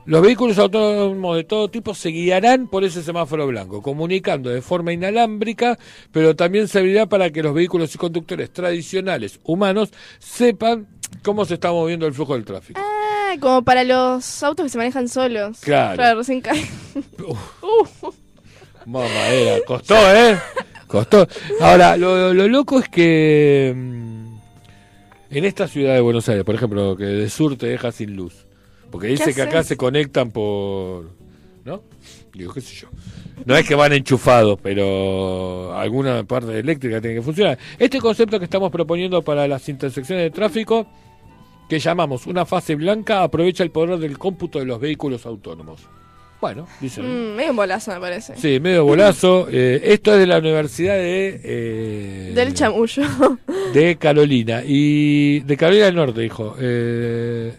S4: Los vehículos autónomos de todo tipo se guiarán por ese semáforo blanco, comunicando de forma inalámbrica, pero también servirá para que los vehículos y conductores tradicionales humanos sepan cómo se está moviendo el flujo del tráfico.
S5: Ah, como para los autos que se manejan solos.
S4: Claro.
S5: recién cae.
S4: Mamá, era, costó, ¿eh? Costó. Ahora, lo, lo loco es que mm, en esta ciudad de Buenos Aires, por ejemplo, que de sur te deja sin luz, porque
S9: ¿Qué
S4: dice que acá
S9: haces?
S4: se conectan por... ¿No? Digo, qué sé yo. No es que van enchufados, pero alguna parte eléctrica tiene que funcionar. Este concepto que estamos proponiendo para las intersecciones de tráfico, que llamamos una fase blanca, aprovecha el poder del cómputo de los vehículos autónomos. Bueno, dicen.
S5: Mm, medio un bolazo me parece.
S4: Sí, medio bolazo. Eh, esto es de la Universidad de, eh,
S5: Del chamullo.
S4: de Carolina. Y de Carolina del Norte, dijo. Eh,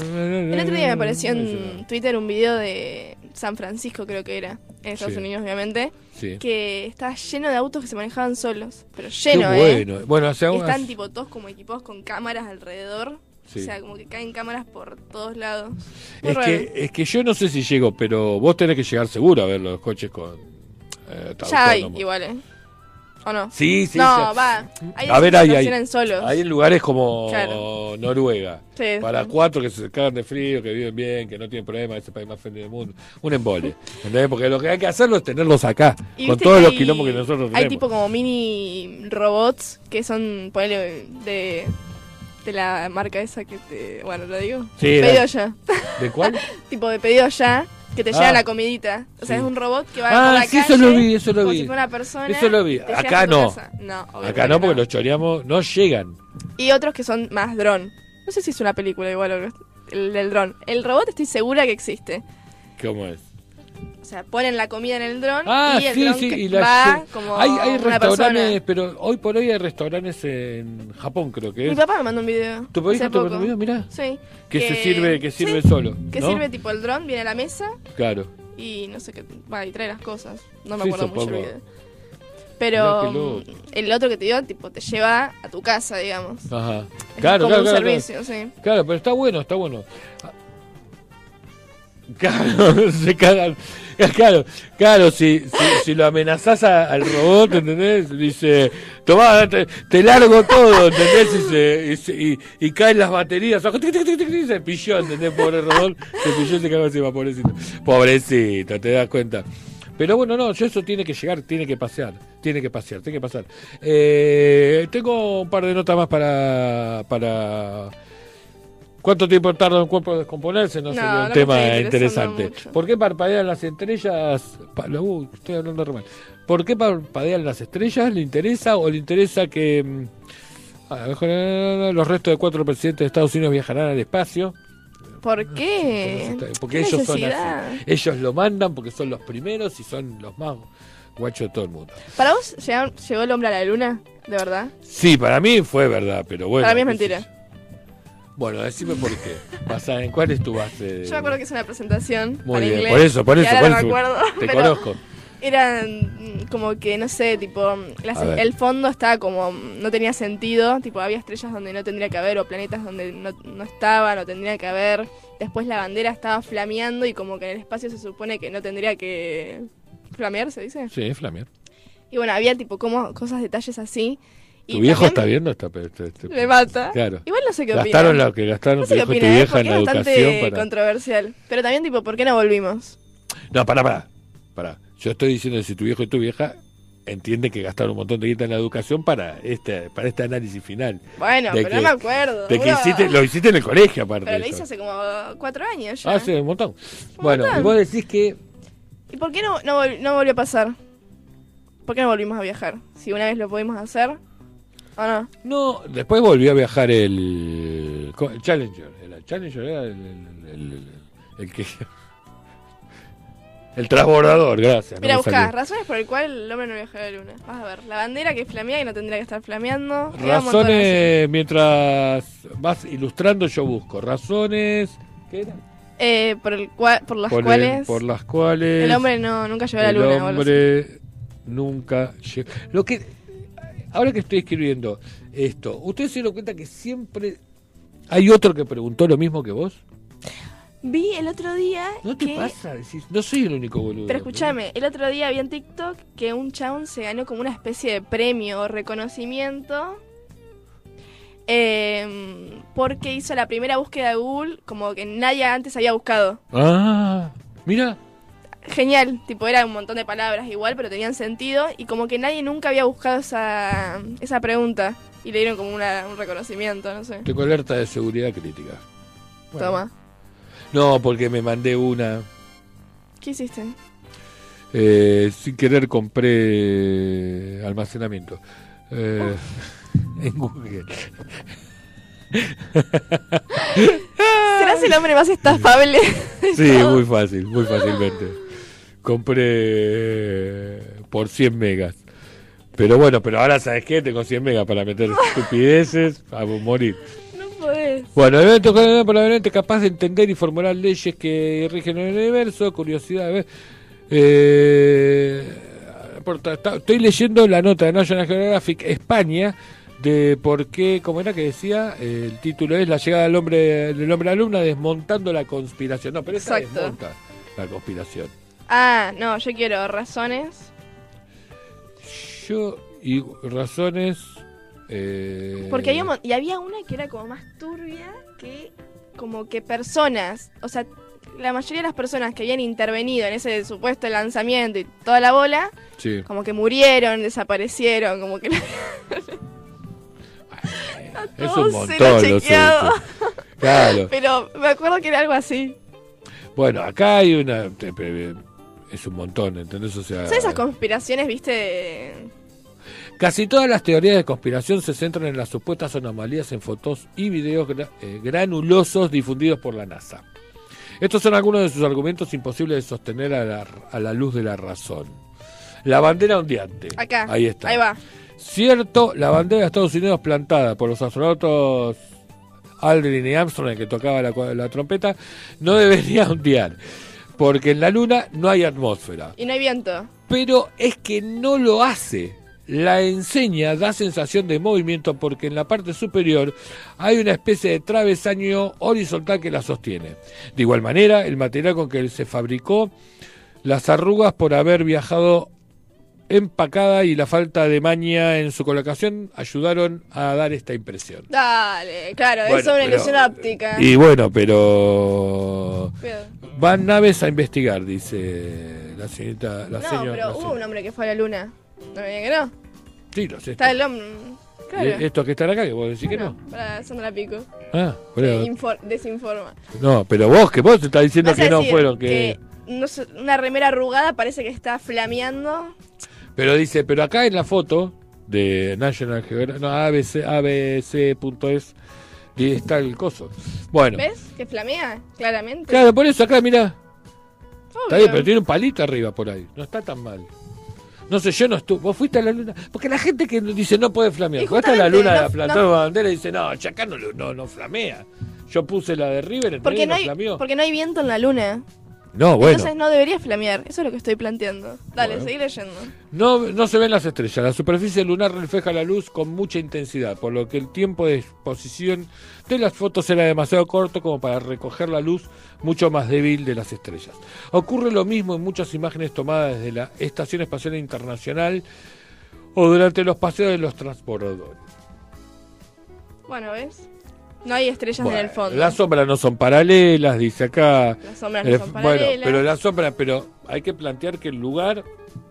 S4: el
S5: El otro día me apareció en Twitter un video de San Francisco, creo que era, en Estados
S4: Sí.
S5: Unidos, obviamente,
S4: Sí.
S5: que estaba lleno de autos que se manejaban solos, pero lleno,
S4: Qué bueno.
S5: ¿eh?
S4: Bueno, hace
S5: Están
S4: unas-
S5: tipo todos como equipados con cámaras alrededor.
S4: Sí.
S5: O sea, como que caen cámaras por todos lados. Muy
S4: Es
S5: raro.
S4: que, es que yo no sé si llego, pero vos tenés que llegar seguro a ver los coches con. eh,
S5: ya hay,
S4: autónomo.
S5: igual, ¿eh? ¿O no?
S4: Sí, sí,
S5: No,
S4: sí.
S5: va. Hay
S4: a
S5: veces
S4: ver,
S5: que
S4: hay, hay,
S5: estacionan solos.
S4: hay en lugares como
S5: Claro.
S4: Noruega.
S5: Sí,
S4: para
S5: sí.
S4: cuatro que se cagan de frío, que viven bien, que no tienen problemas, es el país más feliz del mundo. Un embole. ¿entendés? Porque lo que hay que hacerlo es tenerlos acá,
S5: Y
S4: con
S5: viste
S4: todos
S5: que
S4: los
S5: hay-
S4: quilombos que nosotros
S5: Hay
S4: tenemos.
S5: tipo como mini robots que son, ponele, de, de la marca esa que te. Bueno, lo digo.
S4: Sí,
S5: De
S4: la-
S5: pedido ya.
S4: ¿De cuál?
S5: tipo de pedido ya, que te
S4: Ah.
S5: lleva la comidita. O sea,
S4: Sí.
S5: es un robot que va
S4: Ah,
S5: por la
S4: sí,
S5: calle.
S4: eso lo vi, eso lo
S5: como
S4: vi.
S5: si fuera una persona.
S4: Eso lo vi.
S5: te lleva
S4: Acá
S5: hasta tu
S4: no.
S5: casa. No,
S4: acá
S5: obviamente
S4: no, porque los choreamos, no llegan.
S5: Y otros que son más dron. No sé si es una película igual o algo, el del dron. El robot estoy segura que existe.
S4: ¿Cómo es?
S5: O sea, ponen la comida en el dron
S4: Ah,
S5: y el
S4: sí,
S5: dron
S4: sí,
S5: que
S4: y la-
S5: va como
S4: hay, hay
S5: una
S4: restaurantes,
S5: persona.
S4: pero hoy por hoy hay restaurantes en Japón, creo que
S5: Mi
S4: es.
S5: papá me mandó un video.
S4: ¿Tu papá
S5: hace
S4: te mandó un
S5: poco.
S4: video? Mirá.
S5: Sí.
S4: Que, se sirve, que sirve solo.
S5: Que
S4: ¿no?
S5: sirve tipo el dron, viene a la mesa
S4: Claro.
S5: y no sé qué. Va, y trae las cosas. No me
S4: Sí,
S5: acuerdo mucho el
S4: supongo.
S5: video. Pero
S4: Mirá qué
S5: mm, el otro que te dio, tipo, te lleva a tu casa, digamos.
S4: Ajá.
S5: Es
S4: Claro,
S5: como
S4: claro,
S5: un
S4: claro,
S5: servicio,
S4: claro.
S5: sí.
S4: Claro, pero está bueno, está bueno. Ah. Claro, se cagan. Claro, claro, si, si, si lo amenazás a- al robot, ¿entendés? Dice, tomá, te, te largo todo, ¿entendés? Y, se- y se- y- y caen las baterías, tic, tic, tic, tic, y se pilló, ¿entendés? Pobre robot, se pilló y se cagó encima, pobrecito. Pobrecito, te das cuenta. Pero bueno, no, yo eso tiene que llegar, tiene que pasear, tiene que pasear, tiene que pasar. Eh, tengo un par de notas más para, para ¿Cuánto tiempo tarda un cuerpo en descomponerse? No,
S5: No,
S4: sería un
S5: no me
S4: tema
S5: está interesando
S4: interesante. ¿Por qué parpadean las estrellas? Pa- lo- uh, estoy hablando re mal. ¿Por qué parpadean las estrellas? ¿Le interesa o le interesa que mm, a lo mejor, eh, los restos de cuatro presidentes de Estados Unidos viajarán al espacio?
S5: ¿Por qué?
S4: Porque
S5: Eh, ¿Qué
S4: ellos
S5: necesidad?
S4: son así. Ellos lo mandan porque son los primeros y son los más guachos de todo el mundo.
S5: ¿Para vos llegaron- llegó el hombre a la luna? ¿De verdad?
S4: Sí, para mí fue verdad, pero bueno.
S5: Para mí es mentira.
S4: Bueno, decime por qué. Basada en cuál es tu base. de-
S5: Yo me acuerdo que es una presentación.
S4: Muy
S5: para
S4: bien,
S5: inglés,
S4: por eso, por
S5: que
S4: eso,
S5: ahora
S4: por
S5: no me
S4: eso.
S5: acuerdo,
S4: Te
S5: pero
S4: conozco.
S5: Eran mm, como que, no sé, tipo, las-
S4: A ver.
S5: el fondo estaba como, mm, no tenía sentido, tipo, había estrellas donde no tendría que haber o planetas donde no, no estaban o tendría que haber. Después la bandera estaba flameando y como que en el espacio se supone que no tendría que flamear, se dice.
S4: Sí, Flamir.
S5: Y bueno, había tipo como cosas, detalles así. Y
S4: Tu viejo
S5: también
S4: está viendo esta. pe- este- este-
S5: Me mata.
S4: Claro.
S5: Igual no sé qué opina.
S4: Gastaron lo que gastaron
S5: No
S4: tu
S5: sé qué
S4: hijo y tu
S5: opina, ¿eh?
S4: vieja en
S5: Porque
S4: la
S5: es
S4: educación.
S5: bastante
S4: Para...
S5: controversial. Pero también, tipo, ¿por qué no volvimos?
S4: No, pará, pará, pará. Yo estoy diciendo que si tu viejo y tu vieja entienden que gastaron un montón de guita en la educación para este, para este análisis final.
S5: Bueno,
S4: De
S5: pero
S4: que-
S5: no me acuerdo.
S4: De que
S5: bro.
S4: hiciste, lo hiciste en el colegio, aparte.
S5: Pero lo
S4: de
S5: hice
S4: eso.
S5: hace como cuatro años ya.
S4: Ah, sí, un montón. bueno,
S5: montón.
S4: y vos decís que.
S5: ¿Y por qué no, no, vol- no volvió a pasar? ¿Por qué no volvimos a viajar? Si una vez lo pudimos hacer, ¿o no?
S4: No. Después volvió a viajar el. co- el Challenger. El Challenger era el, el- el- el- el que. El transbordador, gracias. no
S5: Mira,
S4: me
S5: buscá,
S4: salía.
S5: razones por el cual el hombre no viajó a la luna. Vas a ver, la bandera que flamea y no tendría que estar flameando. Era un montón de-
S4: Razones, mientras vas ilustrando, yo busco. Razones ¿Qué era?
S5: Eh, por, el cual, por las
S4: por, el-
S5: cuales
S4: por las cuales
S5: el hombre no, nunca llegó a la
S4: el
S5: luna. o algo así.
S4: hombre nunca llegó. Lo que, ahora que estoy escribiendo esto, ¿ustedes se dieron cuenta que siempre hay otro que preguntó lo mismo que vos?
S5: Vi el otro día
S4: ¿No te
S5: que-
S4: pasa? Decís, no soy el único boludo.
S5: Pero escúchame, el otro día vi en TikTok que un chabón se ganó como una especie de premio o reconocimiento eh, porque hizo la primera búsqueda de Google como que nadie antes había buscado.
S4: Ah, mira,
S5: Genial, tipo era un montón de palabras igual, pero tenían sentido y como que nadie nunca había buscado esa, esa pregunta y le dieron como una- un reconocimiento, no sé.
S4: tengo alerta de seguridad crítica. Bueno.
S5: Toma,
S4: No, porque me mandé una.
S5: ¿qué hiciste?
S4: Eh, sin querer compré almacenamiento eh, en Google.
S5: ¿Serás el hombre más estafable? de
S4: Sí,
S5: todos?
S4: muy fácil, muy fácilmente. Compré eh, por 100 megas. Pero bueno, pero ahora sabes qué, tengo 100 megas para meter estupideces a morir.
S5: No podés.
S4: Bueno, el evento generado por la variante capaz de entender y formular leyes que rigen el universo, curiosidad, a ver. Eh, por- ta- ta- estoy leyendo la nota de National Geographic España de por qué, como era que decía, eh, el título es La llegada del hombre del hombre a la luna desmontando la conspiración. No, pero esta
S5: Exacto.
S4: desmonta la conspiración.
S5: Ah, no, yo quiero razones.
S4: Yo y razones eh,
S5: Porque había, un mon- y había una que era como más turbia que como que personas, o sea, la mayoría de las personas que habían intervenido en ese supuesto lanzamiento y toda la bola,
S4: sí.
S5: como que murieron, desaparecieron, como que... A
S4: Es un
S5: todos se lo
S4: montón, lo
S5: chequeaba.
S4: suyo. Claro.
S5: Pero me acuerdo que era algo así.
S4: Bueno, acá hay una. te- pe- Es un montón, ¿entendés? O sea,
S5: Son esas conspiraciones, viste, de-
S4: casi todas las teorías de conspiración se centran en las supuestas anomalías en fotos y videos gra- eh, granulosos difundidos por la NASA. Estos son algunos de sus argumentos imposibles de sostener a la, a la luz de la razón. La bandera ondeante.
S5: acá.
S4: Ahí está.
S5: Ahí va.
S4: Cierto, la bandera de Estados Unidos plantada por los astronautas Aldrin y Armstrong, el que tocaba la, cua- la trompeta, no debería ondear, porque en la Luna no hay atmósfera.
S5: Y no hay viento.
S4: Pero es que no lo hace. La enseña da sensación de movimiento porque en la parte superior hay una especie de travesaño horizontal que la sostiene. De igual manera, el material con que se fabricó, las arrugas por haber viajado empacada y la falta de maña en su colocación ayudaron a dar esta impresión.
S5: Dale, claro,
S4: Bueno,
S5: eso es una
S4: pero-
S5: ilusión óptica.
S4: Y bueno, pero
S5: Pero-
S4: van naves a investigar, dice la señorita, la
S5: no,
S4: señora.
S5: pero
S4: la
S5: hubo
S4: señora.
S5: un hombre que fue a la luna. ¿No me digan que no?
S4: Sí, los
S5: Está el hombre... Claro.
S4: estos, Eh, que están acá, que vos decís que no.
S5: Bueno, Para Sandra Pico.
S4: Ah, pero-
S5: Que infor- desinforma.
S4: no, pero vos que vos te estás diciendo
S5: Vas a
S4: que no
S5: decir
S4: fueron, que...
S5: no sé, una remera arrugada parece que está flameando.
S4: Pero dice, pero acá en la foto de National Geographic, no, ABC, abc.es, y está el coso. Bueno,
S5: ¿Ves? Que flamea, claramente.
S4: claro, por eso acá, mira, está bien,
S5: Obvio.
S4: pero tiene un palito arriba por ahí, no está tan mal. No sé, yo no estuve. Vos fuiste a la luna. Porque la gente que dice no puede flamear.
S5: Y
S4: Fuiste a la
S5: justamente,
S4: luna de
S5: no-
S4: la plataforma
S5: no-
S4: bandera y dice, no, Chacá no, lo- no, no flamea. Yo puse la de River, ¿entendés?
S5: Porque
S4: Y
S5: no,
S4: no
S5: hay,
S4: flameó.
S5: porque no hay viento en la luna.
S4: No, bueno.
S5: Entonces no debería flamear. Eso es lo que estoy planteando. Dale,
S4: Bueno.
S5: seguí leyendo.
S4: No, no se ven las estrellas. La superficie lunar refleja la luz con mucha intensidad, por lo que el tiempo de exposición de las fotos era demasiado corto como para recoger la luz mucho más débil de las estrellas. Ocurre lo mismo en muchas imágenes tomadas desde la Estación Espacial Internacional o durante los paseos de los transbordadores.
S5: Bueno, ¿ves? No hay estrellas en el fondo.
S4: Las sombras no son paralelas, dice acá. Eh,
S5: Las sombras no son paralelas.
S4: Bueno, pero las sombras, pero hay que plantear que el lugar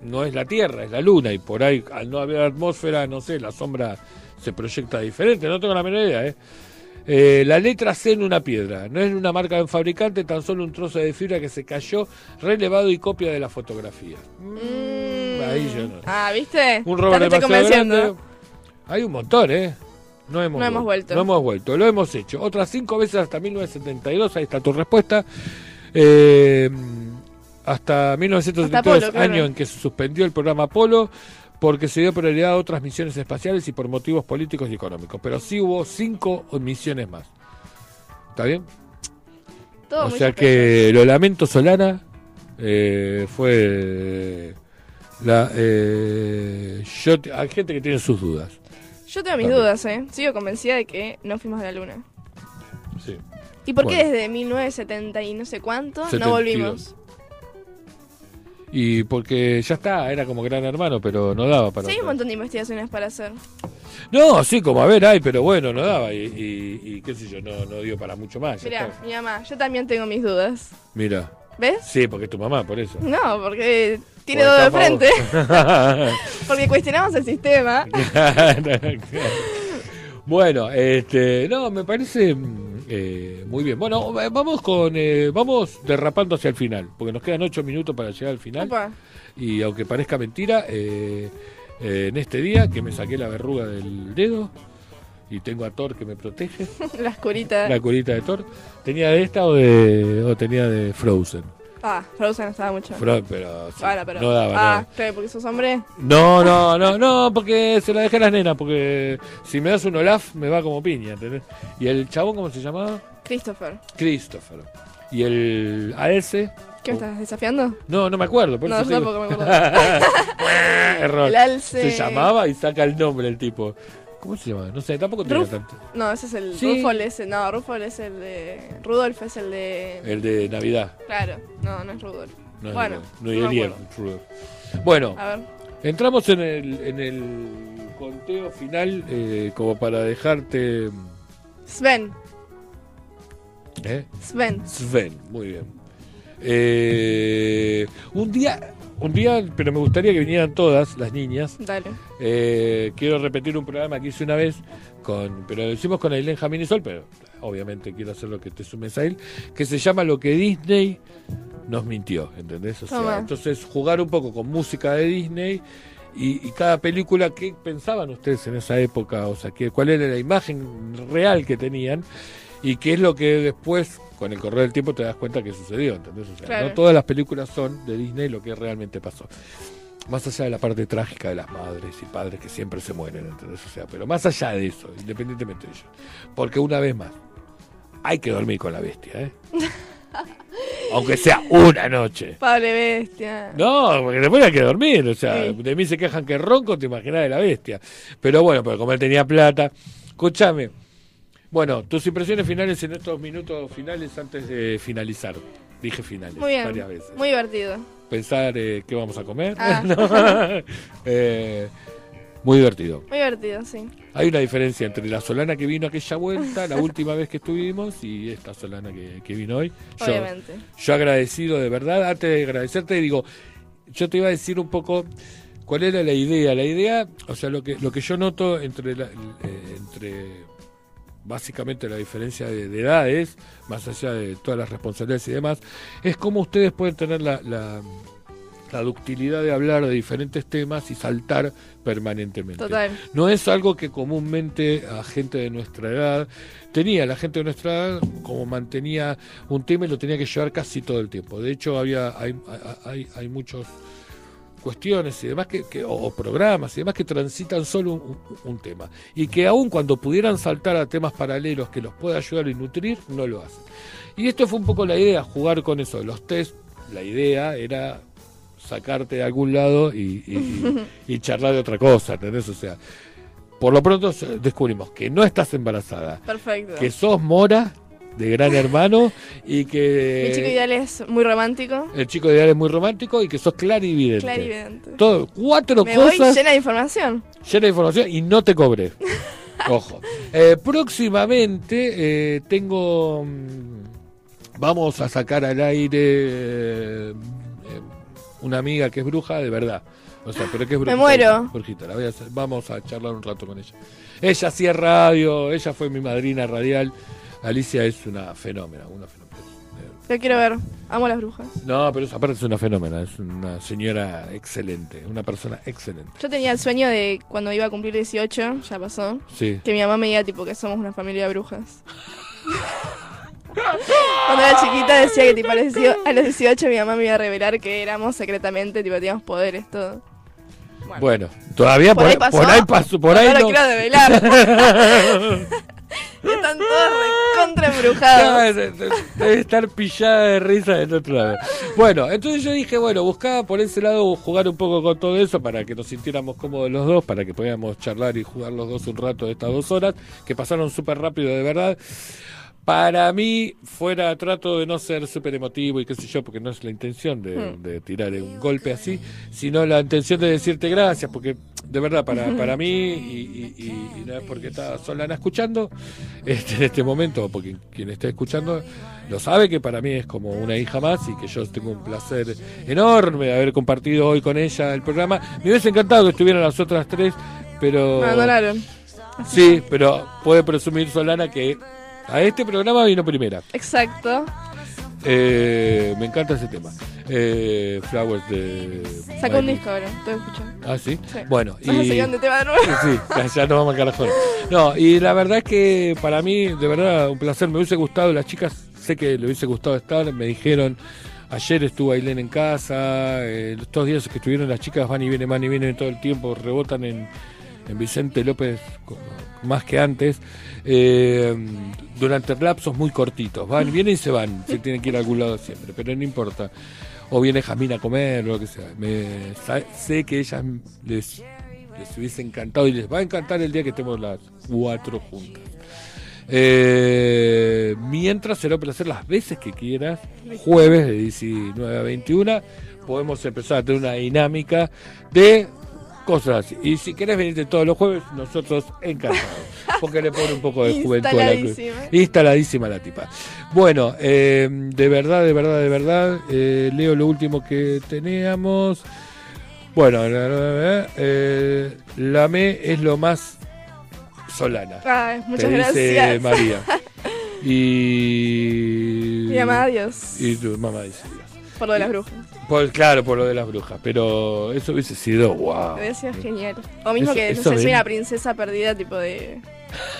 S4: no es la Tierra, es la Luna, y por ahí, al no haber atmósfera, no sé, la sombra se proyecta diferente, no tengo la menor idea, ¿eh? Eh, la letra C en una piedra, no es una marca de un fabricante, tan solo un trozo de fibra que se cayó, relevado y copia de la fotografía. Ahí yo no.
S5: Ah, ¿viste?
S4: Un robo
S5: Te estoy
S4: demasiado
S5: convenciendo.
S4: grande. Hay un montón, ¿eh? No hemos,
S5: No hemos vuelto.
S4: No hemos vuelto, lo hemos hecho. Otras cinco veces hasta 1972, ahí está tu respuesta. Eh, hasta 1972,
S5: Apolo, claro.
S4: año en que se suspendió el programa Apolo, porque se dio prioridad a otras misiones espaciales y por motivos políticos y económicos. Pero sí hubo cinco misiones más. ¿Está bien?
S5: Todo
S4: o
S5: muy
S4: sea que lo lamento Solana eh, fue la eh, yo te- hay gente que tiene sus dudas.
S5: Yo tengo mis
S4: También.
S5: dudas, ¿eh? Sigo convencida de que no fuimos a la luna.
S4: Sí.
S5: ¿Y por qué
S4: Bueno.
S5: desde 1970 y no sé cuánto
S4: 72.
S5: no volvimos?
S4: Y porque ya está, era como gran hermano, pero no daba para.
S5: sí, hay un montón de investigaciones para hacer.
S4: No, sí, como a ver, ay, pero bueno, no daba. Y, y- y qué sé yo, no, no dio para mucho más. ya
S5: Mirá,
S4: está.
S5: mi mamá, yo también tengo mis dudas.
S4: Mira.
S5: ¿Ves?
S4: Sí, porque es tu mamá, por eso.
S5: No, porque tiene
S4: Porque
S5: todo de
S4: estamos-
S5: frente. porque cuestionamos el sistema.
S4: Claro, claro. bueno, este, no, me parece mm, eh, muy bien. Bueno, eh, vamos con, eh, vamos derrapando hacia el final, porque nos quedan ocho minutos para llegar al final.
S5: Opa.
S4: Y aunque parezca mentira, eh, eh, en este día que me saqué la verruga del dedo y tengo a Thor que me protege,
S5: Las curitas.
S4: la curita de Thor, tenía de esta o de, o tenía de Frozen.
S5: Ah, Frozen estaba mucho.
S4: Fro- pero, sí,
S5: Bueno, pero-
S4: no daba. no
S5: ah,
S4: daba.
S5: claro, porque sos hombre.
S4: No, no, no, no, porque se la dejé a las nenas, porque si me das un Olaf me va como piña, ¿entendés? Y el chabón, ¿cómo se llamaba?
S5: Christopher,
S4: Christopher. Y el AS,
S5: ¿qué me estás desafiando?
S4: no, no me acuerdo. Uh. Por
S5: No, yo
S4: eso te digo.
S5: tampoco me acuerdo.
S4: Error.
S5: El alce.
S4: Se llamaba y saca el nombre el tipo. ¿Cómo se llama? No sé, tampoco tenía
S5: Ruf-
S4: tanto.
S5: No, ese es el
S4: Sí.
S5: Rufol ese. No, Rufol es el de. Rudolf es el de.
S4: El de Navidad.
S5: Claro, no, no es Rudolf.
S4: Eh. No, es
S5: bueno,
S4: Rudolph. no, y
S5: me
S4: Ariel,
S5: acuerdo.
S4: Rudolph. Bueno,
S5: A ver.
S4: entramos en el, en el conteo final eh, como para dejarte...
S5: Sven,
S4: ¿eh?
S5: Sven.
S4: Sven, muy bien. Eh, un día, un día, pero me gustaría que vinieran todas las niñas.
S5: Dale.
S4: Eh, quiero repetir un programa que hice una vez, con, pero lo hicimos con Ailén Jamín y Sol, pero obviamente quiero hacer lo que te sumes a él, que se llama Lo que Disney nos mintió, ¿entendés? O sea,
S13: Toma.
S4: entonces jugar un poco con música de Disney y, y cada película, ¿qué pensaban ustedes en esa época? O sea, ¿qué- ¿cuál era la imagen real que tenían? Y qué es lo que después, con el correr del tiempo, te das cuenta que sucedió, ¿entendés? O sea,
S13: Claro.
S4: no todas las películas son de Disney lo que realmente pasó. Más allá de la parte trágica de las madres y padres que siempre se mueren, ¿entendés? O sea, pero más allá de eso, independientemente de ello. Porque una vez más, hay que dormir con la bestia, ¿eh? Aunque sea una noche.
S5: Pobre bestia.
S4: No, porque después hay que dormir. O sea,
S5: Sí.
S4: de mí se quejan que ronco, te imaginas de la bestia. Pero bueno, pero como él tenía plata. Escúchame. Bueno, tus impresiones finales en estos minutos finales antes de finalizar. Dije finales
S5: Muy bien.
S4: varias veces.
S5: Muy divertido.
S4: Pensar eh, qué vamos a comer.
S5: Ah.
S4: ¿no? Eh, muy divertido.
S5: Muy divertido, sí.
S4: Hay una diferencia entre la Solana que vino aquella vuelta, la última vez que estuvimos, y esta Solana que, que vino hoy. Yo-
S5: Obviamente.
S4: yo agradecido de verdad, antes de agradecerte digo, yo te iba a decir un poco cuál era la idea. La idea, o sea, lo que, lo que yo noto entre, la- eh, entre básicamente la diferencia de, de edades, más allá de todas las responsabilidades y demás, es cómo ustedes pueden tener la, la, la ductilidad de hablar de diferentes temas y saltar permanentemente.
S5: Total.
S4: No es algo que comúnmente a gente de nuestra edad tenía. La gente de nuestra edad como mantenía un tema y lo tenía que llevar casi todo el tiempo. De hecho, había hay, hay, hay muchos cuestiones y demás que, que- o, o programas y demás que transitan solo un, un- un tema y que aun cuando pudieran saltar a temas paralelos que los pueda ayudar y nutrir no lo hacen y esto fue un poco la idea jugar con eso los test la idea era sacarte de algún lado y, y- y- y charlar de otra cosa ¿entendés? o sea por lo pronto se- descubrimos que no estás embarazada
S5: Perfecto.
S4: que sos mora de gran hermano y que
S5: Mi chico ideal es muy romántico.
S4: el chico ideal es muy romántico y que sos clarividente.
S5: Clarividente.
S4: Todo, cuatro
S5: Me voy
S4: cosas
S5: llena de información.
S4: llena de información y no te cobré. Ojo. Eh, próximamente eh, tengo. mm, Vamos a sacar al aire eh, eh, una amiga que es bruja de verdad. O sea, pero que es
S5: Me
S4: brujita.
S5: muero.
S4: Brujita, la voy a hacer- Vamos a charlar un rato con ella. Ella hacía radio, ella fue mi madrina radial. Alicia es una fenómena, una fenómena.
S5: Lo quiero ver. Amo las brujas.
S4: No, pero es- aparte es una fenómena, es una señora excelente, una persona excelente.
S5: Yo tenía el sueño de cuando iba a cumplir 18, ya pasó,
S4: Sí.
S5: que mi mamá me diga tipo que somos una familia de brujas. cuando era chiquita decía que tipo a los, 18 a los 18 mi mamá me iba a revelar que éramos secretamente, tipo teníamos poderes, todo.
S4: Bueno, todavía
S5: Por
S4: Ah,
S5: ahí
S4: por, ahí
S5: pasó.
S4: por ahí pasó, por
S5: No,
S4: ahí
S5: no lo
S4: no.
S5: quiero develar. Están todos contra embrujados.
S4: No, de- de- Debe estar pillada de risa del otro lado. Bueno, entonces yo dije, bueno, buscaba por ese lado jugar un poco con todo eso para que nos sintiéramos cómodos los dos, para que podíamos charlar y jugar los dos un rato de estas dos horas, que pasaron súper rápido de verdad. Para mí, fuera trato de no ser súper emotivo y qué sé yo, porque no es la intención de,
S13: Mm.
S4: de tirar un golpe así, sino la intención de decirte gracias, porque de verdad, para, para mí, y, y- y- y no es porque está Solana escuchando, este, en este momento, porque quien esté escuchando lo sabe que para mí es como una hija más y que yo tengo un placer enorme de haber compartido hoy con ella el programa. Me hubiese encantado que estuvieran las otras tres, pero...
S5: Me abandonaron.
S4: Sí, pero puede presumir Solana que a este programa vino primera.
S5: Exacto.
S4: Eh, me encanta ese tema. Eh, Flowers de.
S5: Sacó un
S4: Miley.
S5: disco ahora, te voy a escuchar.
S4: Ah, sí.
S5: Sí.
S4: Bueno,
S5: Vamos a
S4: y.
S5: seguir donde te va de nuevo.
S4: Sí, ya, ya nos vamos al carajón. No, y la verdad es que para mí, de verdad, un placer. Me hubiese gustado, las chicas sé que le hubiese gustado estar. Me dijeron, ayer estuvo Ailén en casa. eh, estos días que estuvieron las chicas van y vienen, van y vienen todo el tiempo, rebotan en, en Vicente López como- más que antes. eh, durante lapsos muy cortitos. Van, vienen y se van. Se tienen que ir a algún lado siempre, pero no importa. O viene Jamín a comer, o lo que sea. Me- sa- sé que ellas les Les hubiese encantado y les va a encantar el día que estemos las cuatro juntas. Eh, mientras será un placer las veces que quieras, jueves de 19 a 21, podemos empezar a tener una dinámica de cosas así. Y si querés venirte todos los jueves, nosotros encantados. Porque le pone un poco de juventud a la cruz.
S5: Instaladísima.
S4: Instaladísima la tipa. Bueno, eh, de verdad, de verdad, de verdad, eh, leo lo último que teníamos. Bueno, la, la- eh, la me es lo más solana.
S5: Ay, Ah, muchas
S4: te Dice
S5: gracias.
S4: María. Y.
S5: Mi mamá, adiós.
S4: Y tu mamá dice adiós.
S5: Por lo de las brujas.
S4: Por- claro, por lo de las brujas, pero eso hubiese sido wow.
S5: Hubiera sido genial. O mismo
S4: Ah, Eso-
S5: que, no
S4: eso
S5: sé, soy
S4: bien.
S5: una princesa perdida, tipo de.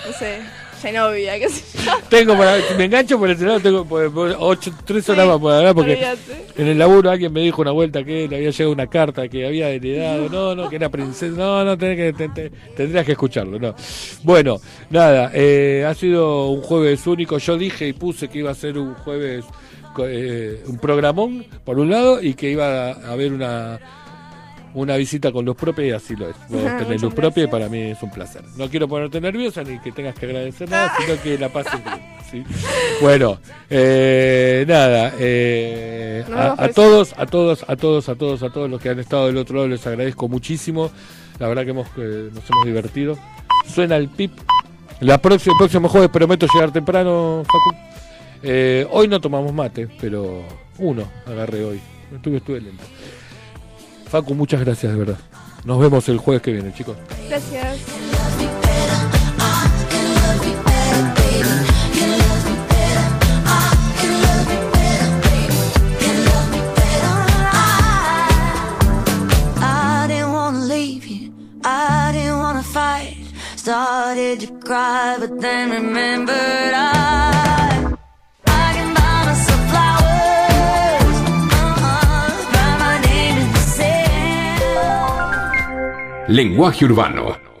S5: No sé, Genovia, qué sé yo.
S4: Tengo para, me engancho por el celular, tengo por- por ocho, tres horas más para hablar porque
S5: Olvídate.
S4: en el laburo alguien me dijo una vuelta que le había llegado una carta que había heredado, no, no, que era princesa, no, no, tenés que, te- te- tendrías que escucharlo, no. Bueno, nada, eh, ha sido un jueves único, yo dije y puse que iba a ser un jueves, co- eh, un programón, por un lado, y que iba a haber una... Una visita con luz propia y así lo es. Vos
S5: Ajá,
S4: tenés
S5: muchas
S4: luz propia y para mí es un placer. No quiero ponerte nerviosa ni que tengas que agradecer nada,
S2: Ah.
S4: sino que la pases bien. ¿sí? Bueno, eh, nada, eh,
S2: No,
S4: a, a
S2: pues.
S4: todos, a todos, a todos, a todos, a todos los que han estado del otro lado les agradezco muchísimo. La verdad que hemos, eh, nos hemos divertido. Suena el pip. La próxima, el próximo jueves prometo llegar temprano, Facu. Eh, hoy no tomamos mate, pero uno agarré hoy. Estuve, estuve lento. Facu, muchas gracias de verdad. Nos vemos el jueves que viene, chicos.
S5: Gracias.
S13: I didn't wanna leave you, I didn't wanna fight. Started to cry, but then remembered I I can buy myself flowers, uh-uh, write my name in the sand.
S2: Lenguaje Urbano